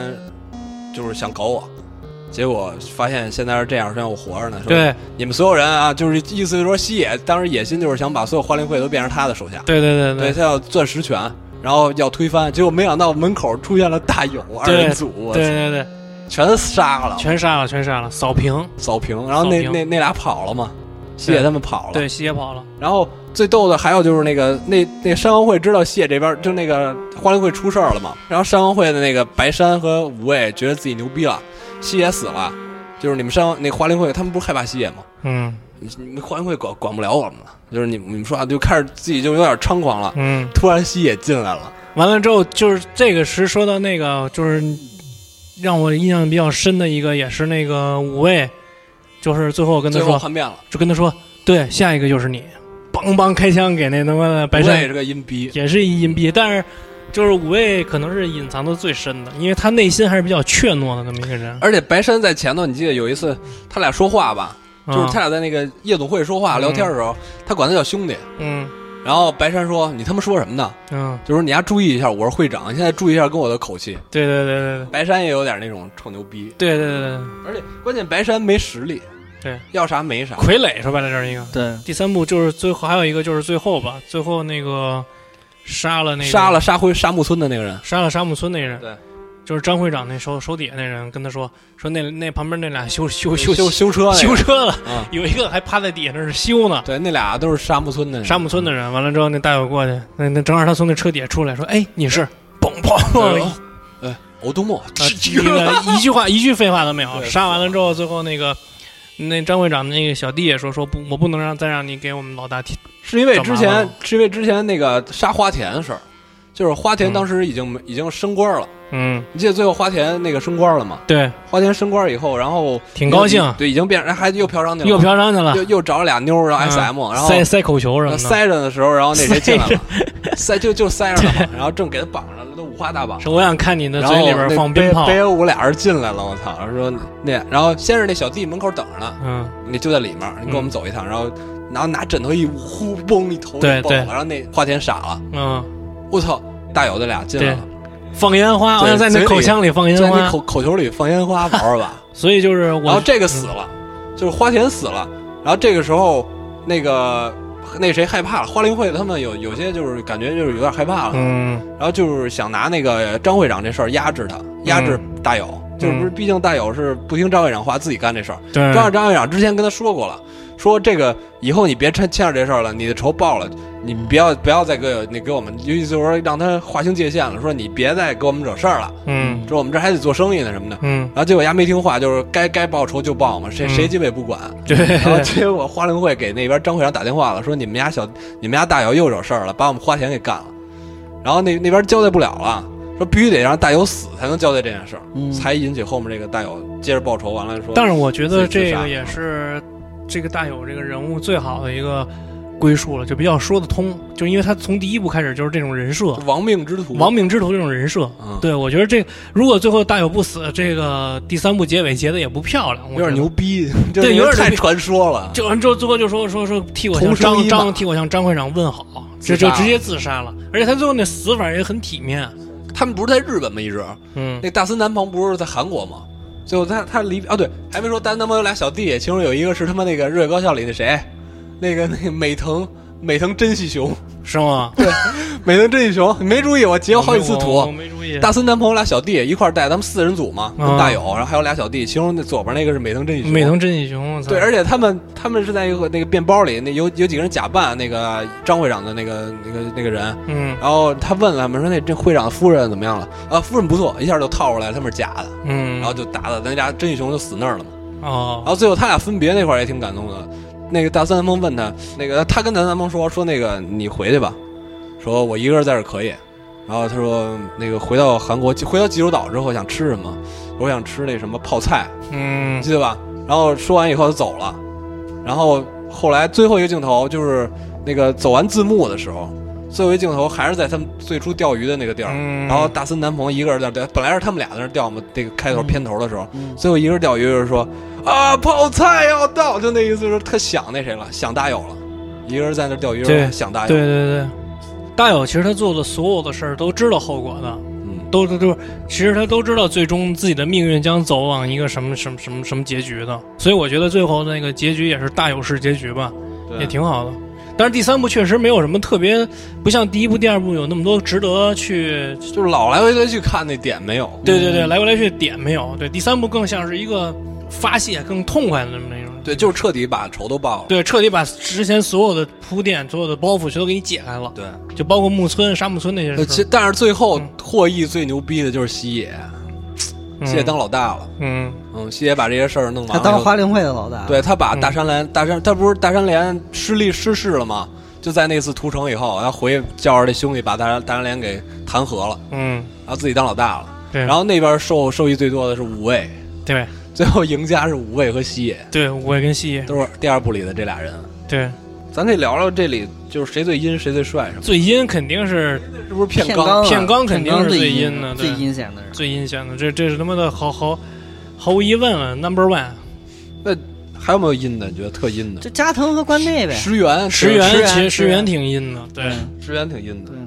就是想搞我。”结果发现现在是这样，让我活着呢。是吧对你们所有人啊，就是意思就是说，西野当时野心就是想把所有花灵会都变成他的手下，对对对对他要攥实权，然后要推翻。结果没想到门口出现了大友二人组，我对操对对，全杀了，全杀了全杀了，扫平，扫平。然后那扫平那那俩跑了嘛，西野他们跑了。对西野跑了，然后最逗的还有就是那个那那山王会知道谢这边就那个花灵会出事儿了嘛，然后山王会的那个白山和五位觉得自己牛逼了，西野死了，就是你们山王那花灵会他们不是害怕西野吗？嗯你你们花灵会管管不了我们了，就是你们你们说啊，就开始自己就有点猖狂了。嗯。突然西野进来了，完了之后，就是这个是说到那个，就是让我印象比较深的一个，也是那个五位，就是最后跟他最后说，叛变了，就跟他说，对，下一个就是你，梆梆开枪给那他妈的白五位山，是个阴逼，也是一阴逼，但是就是五位可能是隐藏的最深的，因为他内心还是比较怯懦的那么一个人，而且白山在前头，你记得有一次他俩说话吧，就是他啊俩在那个夜总会说话嗯聊天的时候，他管他叫兄弟，嗯然后白山说你他妈说什么呢？嗯，就是你要注意一下，我是会长，你现在注意一下跟我的口气。对对对白山也有点那种臭牛逼，对对对对对，而且关键白山没实力，对，要啥没啥。傀儡说白了就是一个。对，第三部就是最后还有一个就是最后吧，最后那个杀了那个杀了杀回沙木村的那个人，杀了沙木村那人，对，就是张会长那手手底下那人跟他说说那那旁边那俩修修修修修车那个修车的，啊有一个还趴在底下那是修呢。对，那俩都是沙木村的人。沙木村的人完了之后，那大友过去，那那正好他从那车底下出来，说：“哎，你是？”嘣砰对砰，欧杜莫， 呃那个一句话一句废话都没有。对杀完了之后，最后那个那张会长那个小弟也说：“说不，我不能让再让你给我们老大提。是因为之干嘛前了是因为之前那个杀花田的事儿，就是花田当时已经、已经升官了，”嗯，你记得最后花田那个升官了吗？对，花田升官以后，然后挺高兴，对，已经变还又嫖娼去了，又嫖娼去了又，又找了俩妞儿，然后嗯 S M，、然后呃塞塞口球什么的。塞着的时候，然后那谁进来了，塞 就就塞上了嘛，然后正给他绑上了，都五花大绑。说我想看你的然嘴后里边那放鞭北炮。北欧五俩人进来了，我操！说那然后先是那小弟门口等着呢，嗯，你就在里面，你跟我们走一趟，然后然后拿枕头一捂，呼嘣一头就对爆了，对然后那花田傻了，嗯，我操，大友的俩进来了，放烟花，对我想在你口腔里放在烟那花口，口球里放烟花玩玩 吧，所以就是然后我嗯这个死了，就是花田死了，然后这个时候那个那谁害怕了，花灵会他们有有些就是感觉就是有点害怕了，嗯然后就是想拿那个张会长这事儿压制他，压制嗯大友，就是不是毕竟大友是不听张会长话自己干这事儿。对张张院长之前跟他说过了，说这个以后你别掺牵扯这事儿了，你的仇报了，你不要不要再给你给我们，尤其就是说让他划清界限了，说你别再给我们惹事儿了，嗯说我们这还得做生意呢什么的。嗯，然后结果丫没听话，就是该该报仇就报嘛，谁嗯谁鸡巴也不管。对然后结果花灵会给那边张会长打电话了，说你们家小你们家大姚又惹事儿了，把我们花钱给干了。然后那那边交代不了了，说必须得让大姚死才能交代这件事儿，嗯才引起后面这个大姚接着报仇。完了说，但是我觉得这自杀个也是这个大友这个人物最好的一个归宿了，就比较说得通，就因为他从第一部开始就是这种人设，亡命之徒，亡命之徒这种人设。嗯对，我觉得这如果最后大友不死，这个第三部结尾结的也不漂亮，我有点觉得牛。逼， 就对是有点太牛逼传说了。就完之后，最后就说说说替我同向生一张马张替我向张会长问好，自这杀就了直接自杀了。而且他最后那死法也很体面， 他们不是在日本吗？一直嗯，那大森南朋不是在韩国吗？最后他他离啊对，还没说大森南朋有俩小弟，其中有一个是他妈那个《热血高校》里那谁，那个那个美藤美藤真希雄，是吗？美藤真希雄，你没注意我截过好几次图。我没注意。大森男朋友俩小弟一块儿带，咱们四人组嘛，跟啊大友，然后还有俩小弟，其中那左边那个是美藤真一雄，美藤真喜雄，我操！对，而且他们他们是在一个那个便包里，那有有几个人假扮那个张会长的那个那个那个人，嗯然后他问了他们说那这会长的夫人怎么样了？啊，夫人不错，一下就套出来他们是假的，嗯，然后就打的那俩真一雄就死那儿了嘛。然哦，后最后他俩分别那块儿也挺感动的。那个大三南风问他，那个他跟大三南风说说那个你回去吧，说我一个人在这儿可以。然后他说那个回到韩国，回到济州岛之后想吃什么？我想吃那什么泡菜，嗯你记得吧？然后说完以后他走了。然后后来最后一个镜头就是那个走完字幕的时候，最后一个镜头还是在他们最初钓鱼的那个地儿。嗯，然后大森男朋友一个人在那钓，本来是他们俩在那钓嘛，这个开头片头的时候，嗯最后一个人钓鱼就是说啊，泡菜要到，就那意思就是特想那谁了，想大友了，一个人在那钓鱼对想大友，对对对，大友其实他做的所有的事儿都知道后果的，嗯，都都都，其实他都知道最终自己的命运将走往一个什么什么什么什么结局的，所以我觉得最后那个结局也是大有式结局吧，也挺好的。但是第三部确实没有什么特别，不像第一部、第二部有那么多值得去，就是老来回来去看那点没有，对对对，来回来去的点没有。对，第三部更像是一个发泄、更痛快的那么一种。对，就是彻底把仇都报了，对，彻底把之前所有的铺垫、所有的包袱全都给你解开了，对。就包括木村、沙木村那些呃事。其但是最后嗯获益最牛逼的就是西野，嗯西野当老大了，嗯，嗯，西野把这些事儿弄完他了以后，当花令会的老大，对他把嗯大山连、大山，他不是大山连失利失势了吗？就在那次屠城以后，然后回去叫着这兄弟把大山大山连给弹劾了，嗯，然后自己当老大了。对，然后那边受受益最多的是五位，对最后赢家是五位和西野，对，我也跟西野都是第二部里的这俩人。对咱可以聊聊这里就是谁最阴谁最帅什么？最阴肯定是是不是骗片刚？啊片骗冈肯定是最最阴的对最阴险的人。最阴险的，这这是他妈的毫毫毫无疑问了，Number One。还有没有阴的？你觉得特阴的？就加藤和关内呗，石原，石石原原其实石石原原挺阴的，对，嗯石原挺阴的对。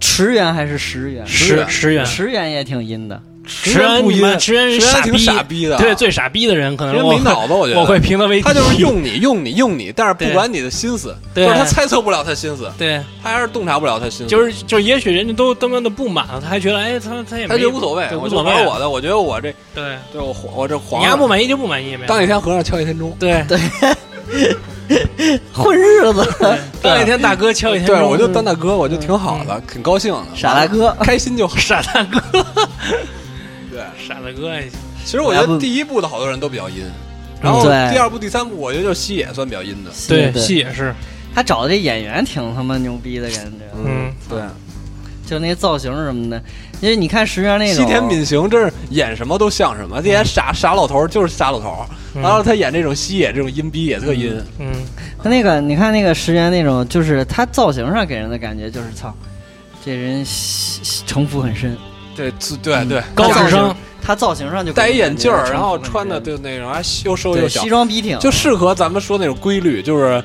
池原还是石原？石石原石原石原也挺阴的，石原不你阴，妈石原是石原挺傻傻逼逼的。对最傻逼的人，可石能原我没脑子，我觉得我会评他为他就是用你， 用你，用你，但是不对管你的心思，对就是他猜测不了他心思， 对，他还是洞察不了他心思，就是就是，也许人家都他妈的不满了，他还觉得哎，他他也他没觉得无所谓对，无我就所谓玩我的，我觉得我这对，对我皇我这皇你丫上不满意就不满意呗，当一天和尚敲一天钟，对混日子，当一天大哥敲一天钟，嗯对我就当大哥，我就挺好的，挺高兴的，傻大哥。开心就好。傻大哥，对，傻大哥也行， 其实我觉得第一部的好多人都比较嗯阴，然后对第二部、第三部，我觉得就是西野算比较阴的， 对对戏也是，他找的这演员挺他妈牛逼的，感觉嗯，对，就那造型什么的，因为你看石原那种嗯西田敏行真是演什么都像什么，这演傻傻老头儿就是傻老头儿，嗯然后他演这种西野这种阴逼也特阴，嗯，他那个，你看那个石原那种，就是他造型上给人的感觉就是操，这人西西城府很深，对嗯自对对，高造型智商，他造型上就嗯给戴人一眼镜儿，感觉然后城府穿很的深就那种，哎，又瘦对又小西，装笔挺，就适合咱们说那种规律，就是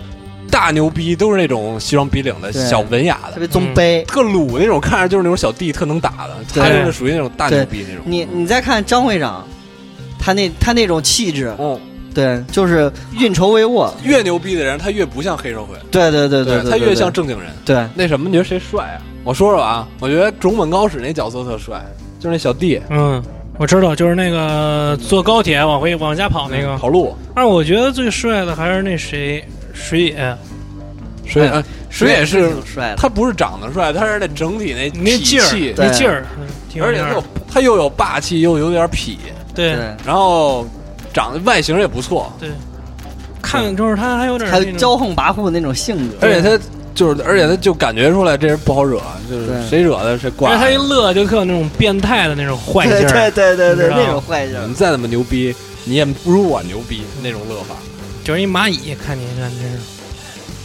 大牛逼都是那种西装笔挺的对小文雅的，特别宗卑。特鲁那种，看着就是那种小弟特能打的，对他就是属于那种大牛逼那种。你你再看张会长，他那他那种气质，嗯，对，就是运筹帷幄，越牛逼的人他越不像黑社会，对对对对，他对越像正经人。对那什么，你觉得谁帅啊？我说说啊，我觉得中本高史那角色特帅，就是那小弟嗯，我知道，就是那个坐高铁往回往家跑那个。跑路，但是我觉得最帅的还是那谁，水野，水啊野水野是挺帅的，他不是长得帅，他是那整体那那痞劲气儿，那对劲儿，嗯挺有而且劲他儿有的。他又有霸气，又有点痞，对对，然后长得外形也不错，对，看就是他还有点还那有种骄横跋扈那种性格，而且他就是，而且他就感觉出来这人不好惹，就是对谁惹的谁而挂且。他一乐就特有那种变态的那种坏劲对对儿， 对对对，你知道吗那种坏劲儿你。再怎么牛逼，你也不如我牛逼那种乐法。就是一蚂蚁，看你看真是，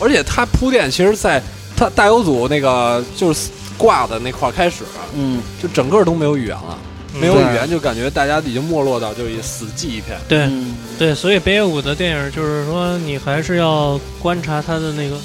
而且他铺垫，其实在他大友组那个就是挂的那块儿开始，啊嗯，就整个都没有语言了，嗯没有对语言就感觉大家已经没落到就一死寂一片。对嗯对，所以北野武的电影就是说，你还是要观察他的那个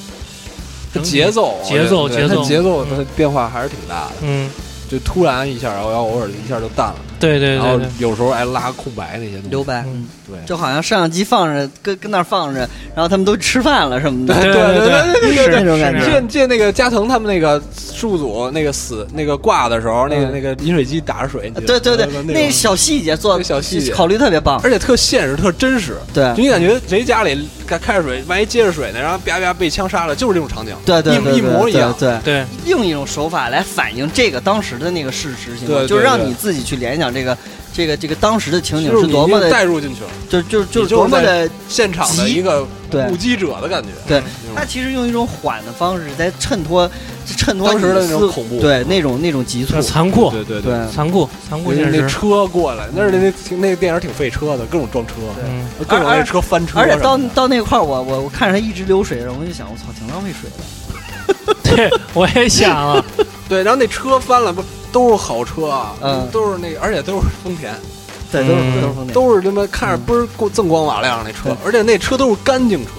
他节，奏，节奏我觉得对节奏他节奏嗯它的变化还是挺大的。嗯，就突然一下，然后然后偶尔一下就淡了，对对然后哎对对，有时候还拉空白那些东西。留白，嗯对，就好像摄像机放着，跟跟那儿放着，然后他们都吃饭了什么的，对对对对那种感是觉是见见那个加藤他们那个事务组那个死那个挂的时候，那嗯个那个饮水机打着水，你记对得对对吗，那种小细节做那小细节考虑特别棒，而且特现实，特真实。嗯对就你感觉谁家里开开着水，万一接着水呢，然后啪啪被枪杀了，就是这种场景。对对一对，一模对一样对。对对用一种手法来反映这个当时的那个事实情况，对对就是让对你自己去联想这个这个这个当时的情景就是你多么的，带入进去了，就就就你是就多么在嗯的现场的急一个对目击者的感觉。嗯对那种他其实用一种缓的方式在衬托衬托当时的你那种思恐怖对那种那种急促对，，残酷对对对，残酷残酷哦那现那实，车过来，那是那那那电影挺费车的，各种撞车，嗯，各种那车翻车而什么的。且到到那块儿，我我我看着他一直流水，然后我就想，我操，挺浪费水的。对，我也想啊，对，然后那车翻了，不都是好车啊？嗯都是那个，而且都是丰田，对，都是嗯都是风景，都是他妈看着倍儿光锃光瓦亮那车嗯对，而且那车都是干净车，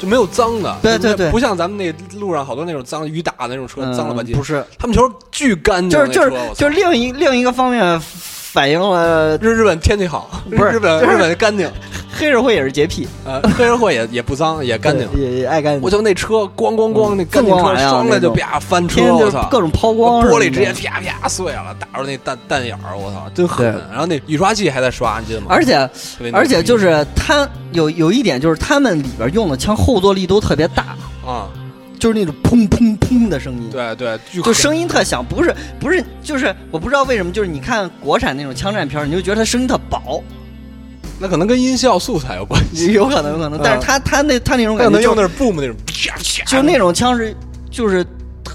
就没有脏的。对对对不像咱们那路上好多那种脏雨打的那种车，嗯脏了吧唧。不是，他们球巨干净那就是车，就是我操就是另一另一个方面反映了日日本天气好，不是日本就是日本干净，黑社会也是洁癖，呃，黑社会也也不脏，也干净。对也也爱干净。我就那车咣咣咣，嗯那干净锃光车瓦亮上来就那种啪翻车，天天我就操，各种抛光啊什么的，玻璃直接啪啪碎了，打着那弹弹眼儿，我操，真狠对！然后那雨刷器还在刷，你记得吗？而且特别牛而且就是他有有一点就是他们里边用的枪后坐力都特别大，啊，就是那种砰砰砰的声音。对对，巨就狠声音特响，不是不是，就是我不知道为什么，就是你看国产那种枪战片儿，你就觉得它声音特薄，那可能跟音效素材有关系，有可能有可能，但是他他那他那种那可嗯 感觉能就用的是 boom 那种啪啪，就是那种枪是就是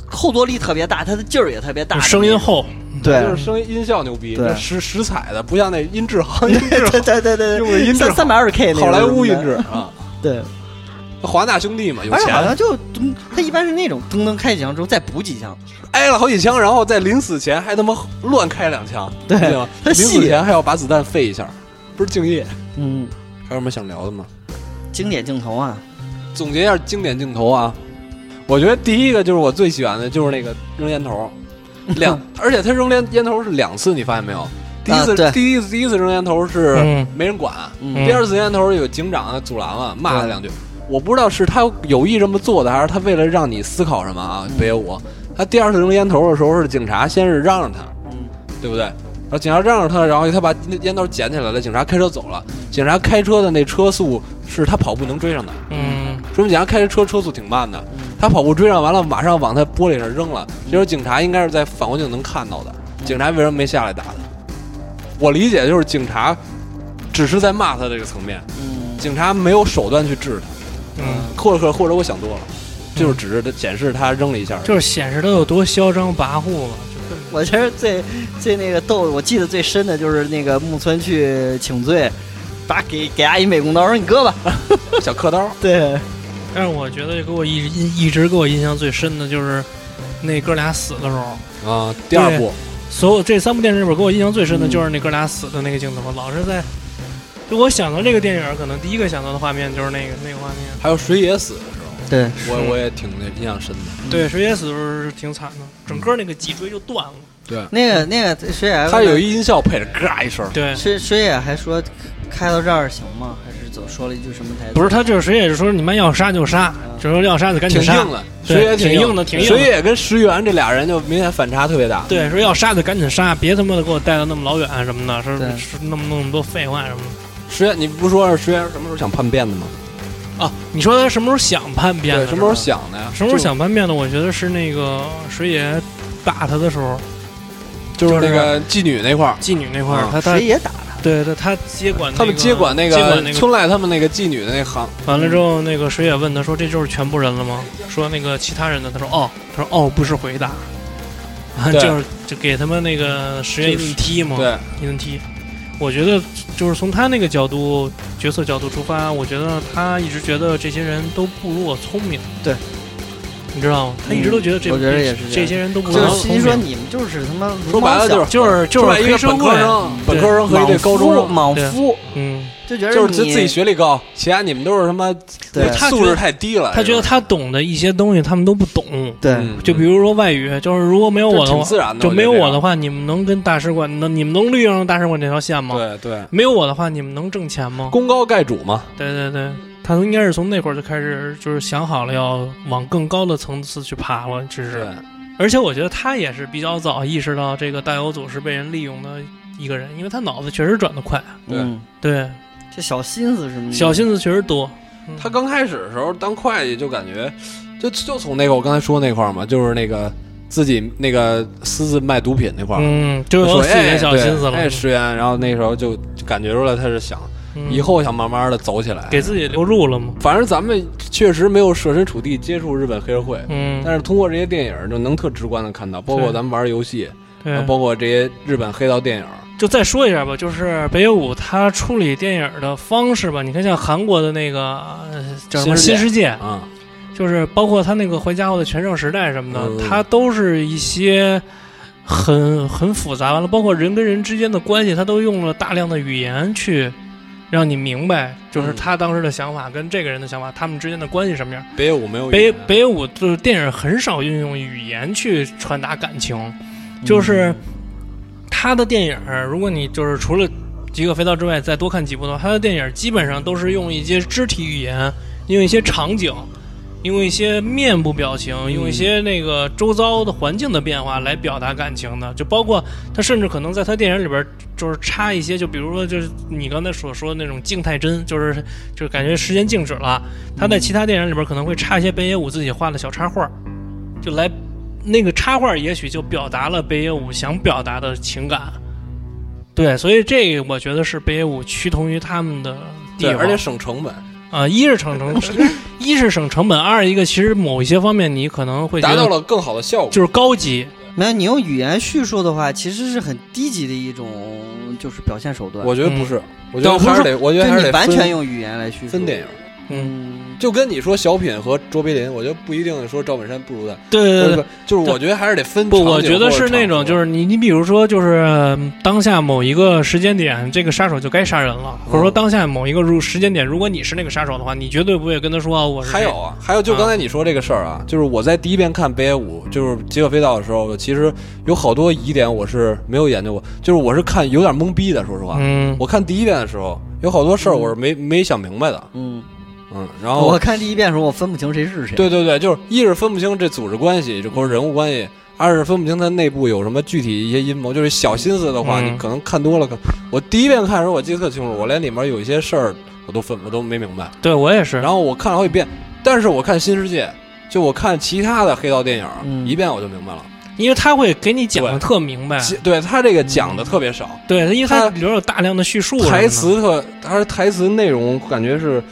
后坐力特别大，它的劲儿也特别大，声音厚，对就是声音音效牛逼，对这实实彩的，不像那音质 好，音质对对对对用的音对，质三三百二十 K 那好莱坞音种质啊，对，华纳兄弟嘛，有而且好钱像就嗯它一般是那种噔噔开几枪之后再补几枪，挨了好几枪，然后在临死前还他妈乱开两枪，对你记得吗他临细死前还要把子弹废一下，不是敬 业。嗯，还有什么想聊的吗？经典镜头啊，总结一下经典镜头啊，我觉得第一个就是我最喜欢的就是那个扔烟头， 两而且他扔烟烟头是两次，你发现没有？第一啊次、对第一次第一次扔烟头是嗯没人管，嗯第二次扔烟头有警长阻拦了，骂他对两句。我不知道是他有意这么做的，还是他为了让你思考什么啊？北野武，他第二次扔烟头的时候是警察先是嚷嚷他，嗯，对不对？然后警察嚷嚷他，然后他把那烟头捡起来了，警察开车走了。警察开车的那车速是他跑步能追上的。嗯，说明警察开着车车速挺慢的，他跑步追上完了，马上往他玻璃上扔了。这时候警察应该是在反光镜能看到的，警察为什么没下来打他？我理解就是警察只是在骂他这个层面，嗯警察没有手段去治他，嗯，或者或者我想多了，就是只是显示他扔了一下。就是显示他有多嚣张跋扈嘛， 我觉得最最那个逗，我记得最深的就是那个木村去请罪，把给给阿姨美工刀，说你割吧。小刻刀，对，但是我觉得给我一直一直给我印象最深的就是那哥俩死的时候，啊，第二部所有这三部电影里边给我印象最深的嗯就是那哥俩死的那个镜头，老是在。就我想到这个电影，可能第一个想到的画面就是那个那个画面。还有水野死的时候，对，我我也挺那印象深的。对，水野死的时候是挺惨的，整个那个脊椎就断了。那个那个啊水野，他有一音效配着嘎一声，对，水水野啊还说开到这儿行吗？还是怎么说了一句什么台词？不是他就是水野是说你们要杀就杀，就说要杀就赶嗯挺紧杀硬。的，对水野挺硬的挺硬的水野跟石原这俩人就明显反差特别大。对，说要杀就赶紧杀，别他妈的给我带到那么老远啊什么的，说对说那么弄那么多废话什么的。石原，你不说是石原什么时候想叛变的吗？啊，你说他什么时候想叛变的？对，什么时候？想的呀？什么时候想叛变的？我觉得是那个水野打他的时候，就？就是那个妓女那块儿，妓女那块儿啊，他他谁也打，对对，他接管那个他们接管那接管个那个，村濑他们那个妓女的那行，完了之后，那个水野问他说：“这就是全部人了吗？”说那个其他人呢？他说：“哦，他说哦，不是回答，啊，对 就是就给他们那个实验一顿踢嘛，对，一顿踢。”我觉得就是从他那个角度、角色角度出发，我觉得他一直觉得这些人都不如我聪明，对，你知道吗？他一直都觉得嗯这、我觉得也是这样这些人都不如就我是聪心说明。你们就是他妈说白了就是就是就是说白了一黑个社本会科，生，对本科生和一对高中生，莽对夫嗯，就觉得就是自你自己学历高，其他你们都是他妈对他素觉得质太低哎了。他觉是得吧他懂的一些东西，他们都不懂。对、嗯就比如说外语，嗯就是如果没有这我的挺自话，然的，就没有觉得我的话，你们能跟大使馆，能你们能利用大使馆这条线这吗？样对对，没有我的话，你们能挣钱吗？功高盖主嘛，对对对，他应该是从那会儿就开始，就是想好了要往更高的层次去爬了，只对是。而且我觉得他也是比较早意识到这个大友组是被人利用的一个人，因为他脑子确实转得快，嗯，对，这小心思什么的小心思确实多。嗯他刚开始的时候当会计就感觉，就就从那个我刚才说那块儿嘛，就是那个自己那个私自卖毒品那块儿，嗯，就就有说自己的小心思了哎，对哎，石原，然后那时候就就感觉出来他是想嗯以后想慢慢的走起来，给自己留住了嘛。反正咱们确实没有设身处地接触日本黑社会，嗯，但是通过这些电影儿就能特直观的看到，包括对咱们玩游戏，对然后包括这些日本黑道电影儿，就再说一下吧，就是北野武他处理电影的方式吧，你看像韩国的那个呃叫什么《新新世世界》，啊，就是包括他那个《坏家伙的全盛时代》什么嗯的，他都是一些很很复杂，完了包括人跟人之间的关系，他都用了大量的语言去让你明白，就是嗯他当时的想法跟这个人的想法，他们之间的关系什么样。北野武没有北演北野武就是电影很少运用语言去传达感情，就是他的电影儿，如果你就是除了《极恶肥皂》之外再多看几部的话，他的电影儿基本上都是用一些肢体语言，用一些场景，用一些面部表情，用一些那个周遭的环境的变化来表达感情的，就包括他甚至可能在他电影里边儿就是插一些，就比如说就是你刚才所说的那种静态帧，就是就是感觉时间静止了。他在其他电影里边可能会插一些北野武自己画的小插画，就来那个插画也许就表达了北野武想表达的情感。对，所以这个我觉得是北野武趋同于他们的地对，方，而且省成本，啊、一是省成，一是省成本，二一个其实某一些方面你可能会觉达得到了更好的效果。就是高级，没有你用语言叙述的话，其实是很低级的一种就是表现手段。我觉得不是，我觉但得我不是还是得，我觉就得还是得你完分全用语言来叙述分电影儿，嗯，就跟你说小品和卓别林，我觉得不一定说赵本山不如他，对对呃对不是就是我觉得还是得分场不，景或我者觉场合。得是那种，就是你，你比如说，就是嗯当下某一个时间点，这个杀手就该杀人了，或嗯者说当下某一个如时间点，如果你是那个杀手的话，你绝对不会跟他说啊我是谁。嗯还有啊，还有就刚才你说这个事儿啊，就是我在第一遍看北野武就是《极恶飞道》的时候，其实有好多疑点我是没有研究过，就是我是看有点懵逼的，说实话。嗯，我看第一遍的时候，有好多事儿我是没、没想明白的，嗯，嗯，然我后看第一遍的时候，我分不清谁是谁。对对对，就是一是分不清这组织关系或者人物关系，二是分不清它内部有什么具体一些阴谋，就是小心思的话，嗯你可能看多了。可我第一遍看的时候我记得特清楚，我连里面有一些事儿我都分我都没明白。对我也是然。后我看了好几遍，但是我看《新世界》，就我看其他的黑道电影，嗯一遍我就明白了。因为他会给你讲对的特明白，其对他这个讲的特别少，对，因为他他里边有大量的叙述什么的台词特，他是台词内容感觉是，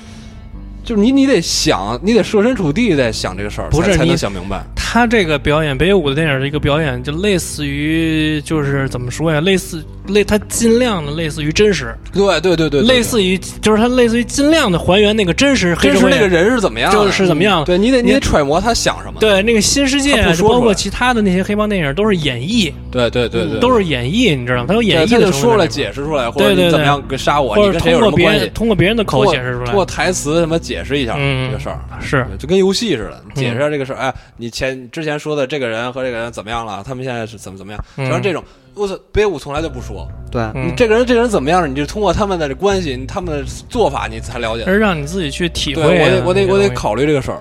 就是你你得想，你得设身处地在想这个事儿，不是才才你能想明白。他这个表演，北野武的电影的一个表演，就类似于就是怎么说呀，类似类他尽量的类似于真实，对对对对，对类似于就是他类似于尽量的还原那个真实黑真社实会那个人是怎么样的，就是怎么样的对你得你你得揣摩他想什么。对，那个新世界他不说啊，就出包括来其他的那些黑帮电影都是演绎，对对对对，都是演绎，你知道吗？他有演对绎他的就成分说了在里面，解释出来，或者对对你对怎么样杀我，你或者跟谁有通什过么别关系人？通过别人的口通解释出通过来，台词什么解释一下嗯这个事儿。是对就跟游戏似的，你解释一下这个事儿。哎，你前之前说的这个人和这个人怎么样了？他们现在是怎么怎么样？嗯然后这种，我操，北野武从来就不说，对，嗯你这个人这个人怎么样了？你就通过他们的关系，他们的做法，你才了解。而让你自己去体对，会嗯我啊。得我得这个我得东西考虑这个事儿。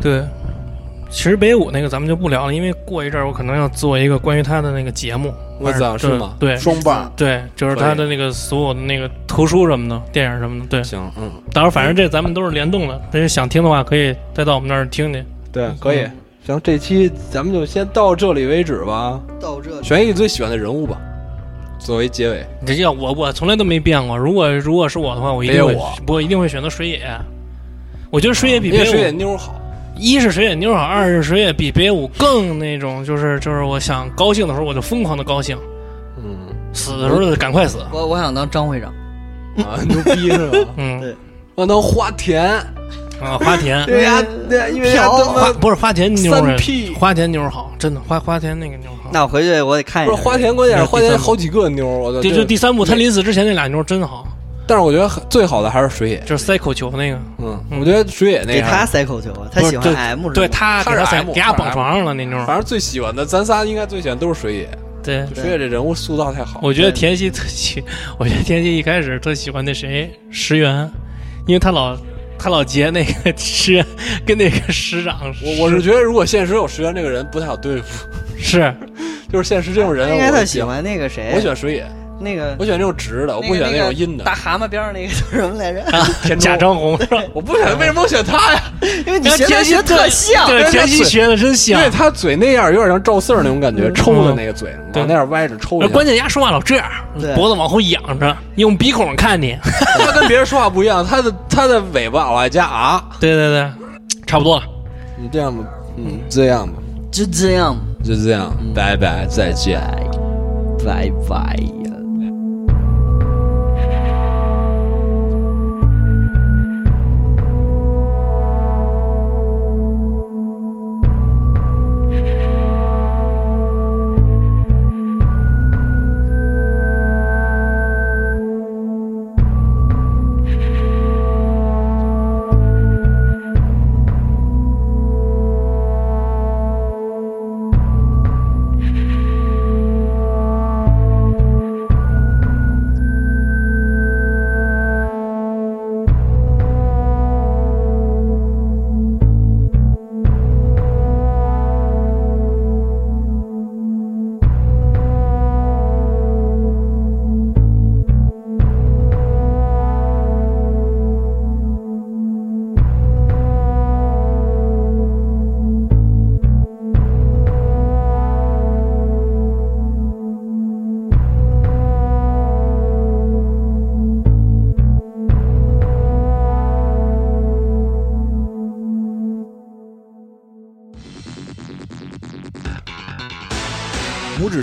对。其实北野武那个咱们就不聊了，因为过一阵儿我可能要做一个关于他的那个节目。我操，是对吗？对双棒，对，就是可以他的那个所有的那个图书什么的，电影什么的。对，行，嗯，到时候反正这咱们都是联动的，大家想听的话可以再到我们那儿听去。对，可以。嗯行，这期咱们就先到这里为止吧。到这选一个最喜欢的人物吧，作为结尾。你这要我我从来都没变过。如果如果是我的话，我一定北会野武啊我一定会选择水野。我觉得水野比因为北水野野武，妞儿好，一是水野妞好，二是水野比北野武更那种，就是就是我想高兴的时候我就疯狂的高兴，嗯，死的时候就赶快死。啊我我想当张会长，啊，牛逼是吧？嗯，对我能花田，啊，花田。对呀 对，因为他他妈花不是花田妞三人 P，花田妞儿好，真的花花田那个妞儿好。那我回去我得看一不是下。花田，关键是花田好几个妞儿，我操！这就这第三部，他临死之前那俩妞儿真好，但是我觉得很最好的还是水野，就是塞口球那个，嗯，我觉得水野那给他样，塞口球啊，他喜不欢是 M 是吧对他他给是他塞 M，给他他是啊绑床上了那妞儿。反正最喜欢的，咱仨应该最喜欢都是水野。对就，水野这人物塑造太好，我觉得田曦特喜，我觉得田曦一开始特喜欢那谁石原，因为他老他老结那个石原跟那个师长。我我是觉得如果现实有石原这个人不太好对付，是就是现实这种人，应该我他喜欢那个谁，我喜欢水野，那个我喜欢这种直的，我那不个喜欢那那种个阴的大。蛤蟆边上那个叫什么来着？田中啊贾张红是吧？我不选，为什么我选他呀？因为你学的学特像，对，田曦嘴学的真因像为。他嘴那样有点像赵四儿那种感觉，抽的那个嘴对往那样歪着抽一而下。呃关键人家说话老这样对，脖子往后仰着，用鼻孔看你。他跟别人说话不一样，他的他的尾巴往外加啊，对对对，差不多了。 你这样吧，嗯，这样吧，就这样，就这样，拜拜，再见。拜拜呀。拇指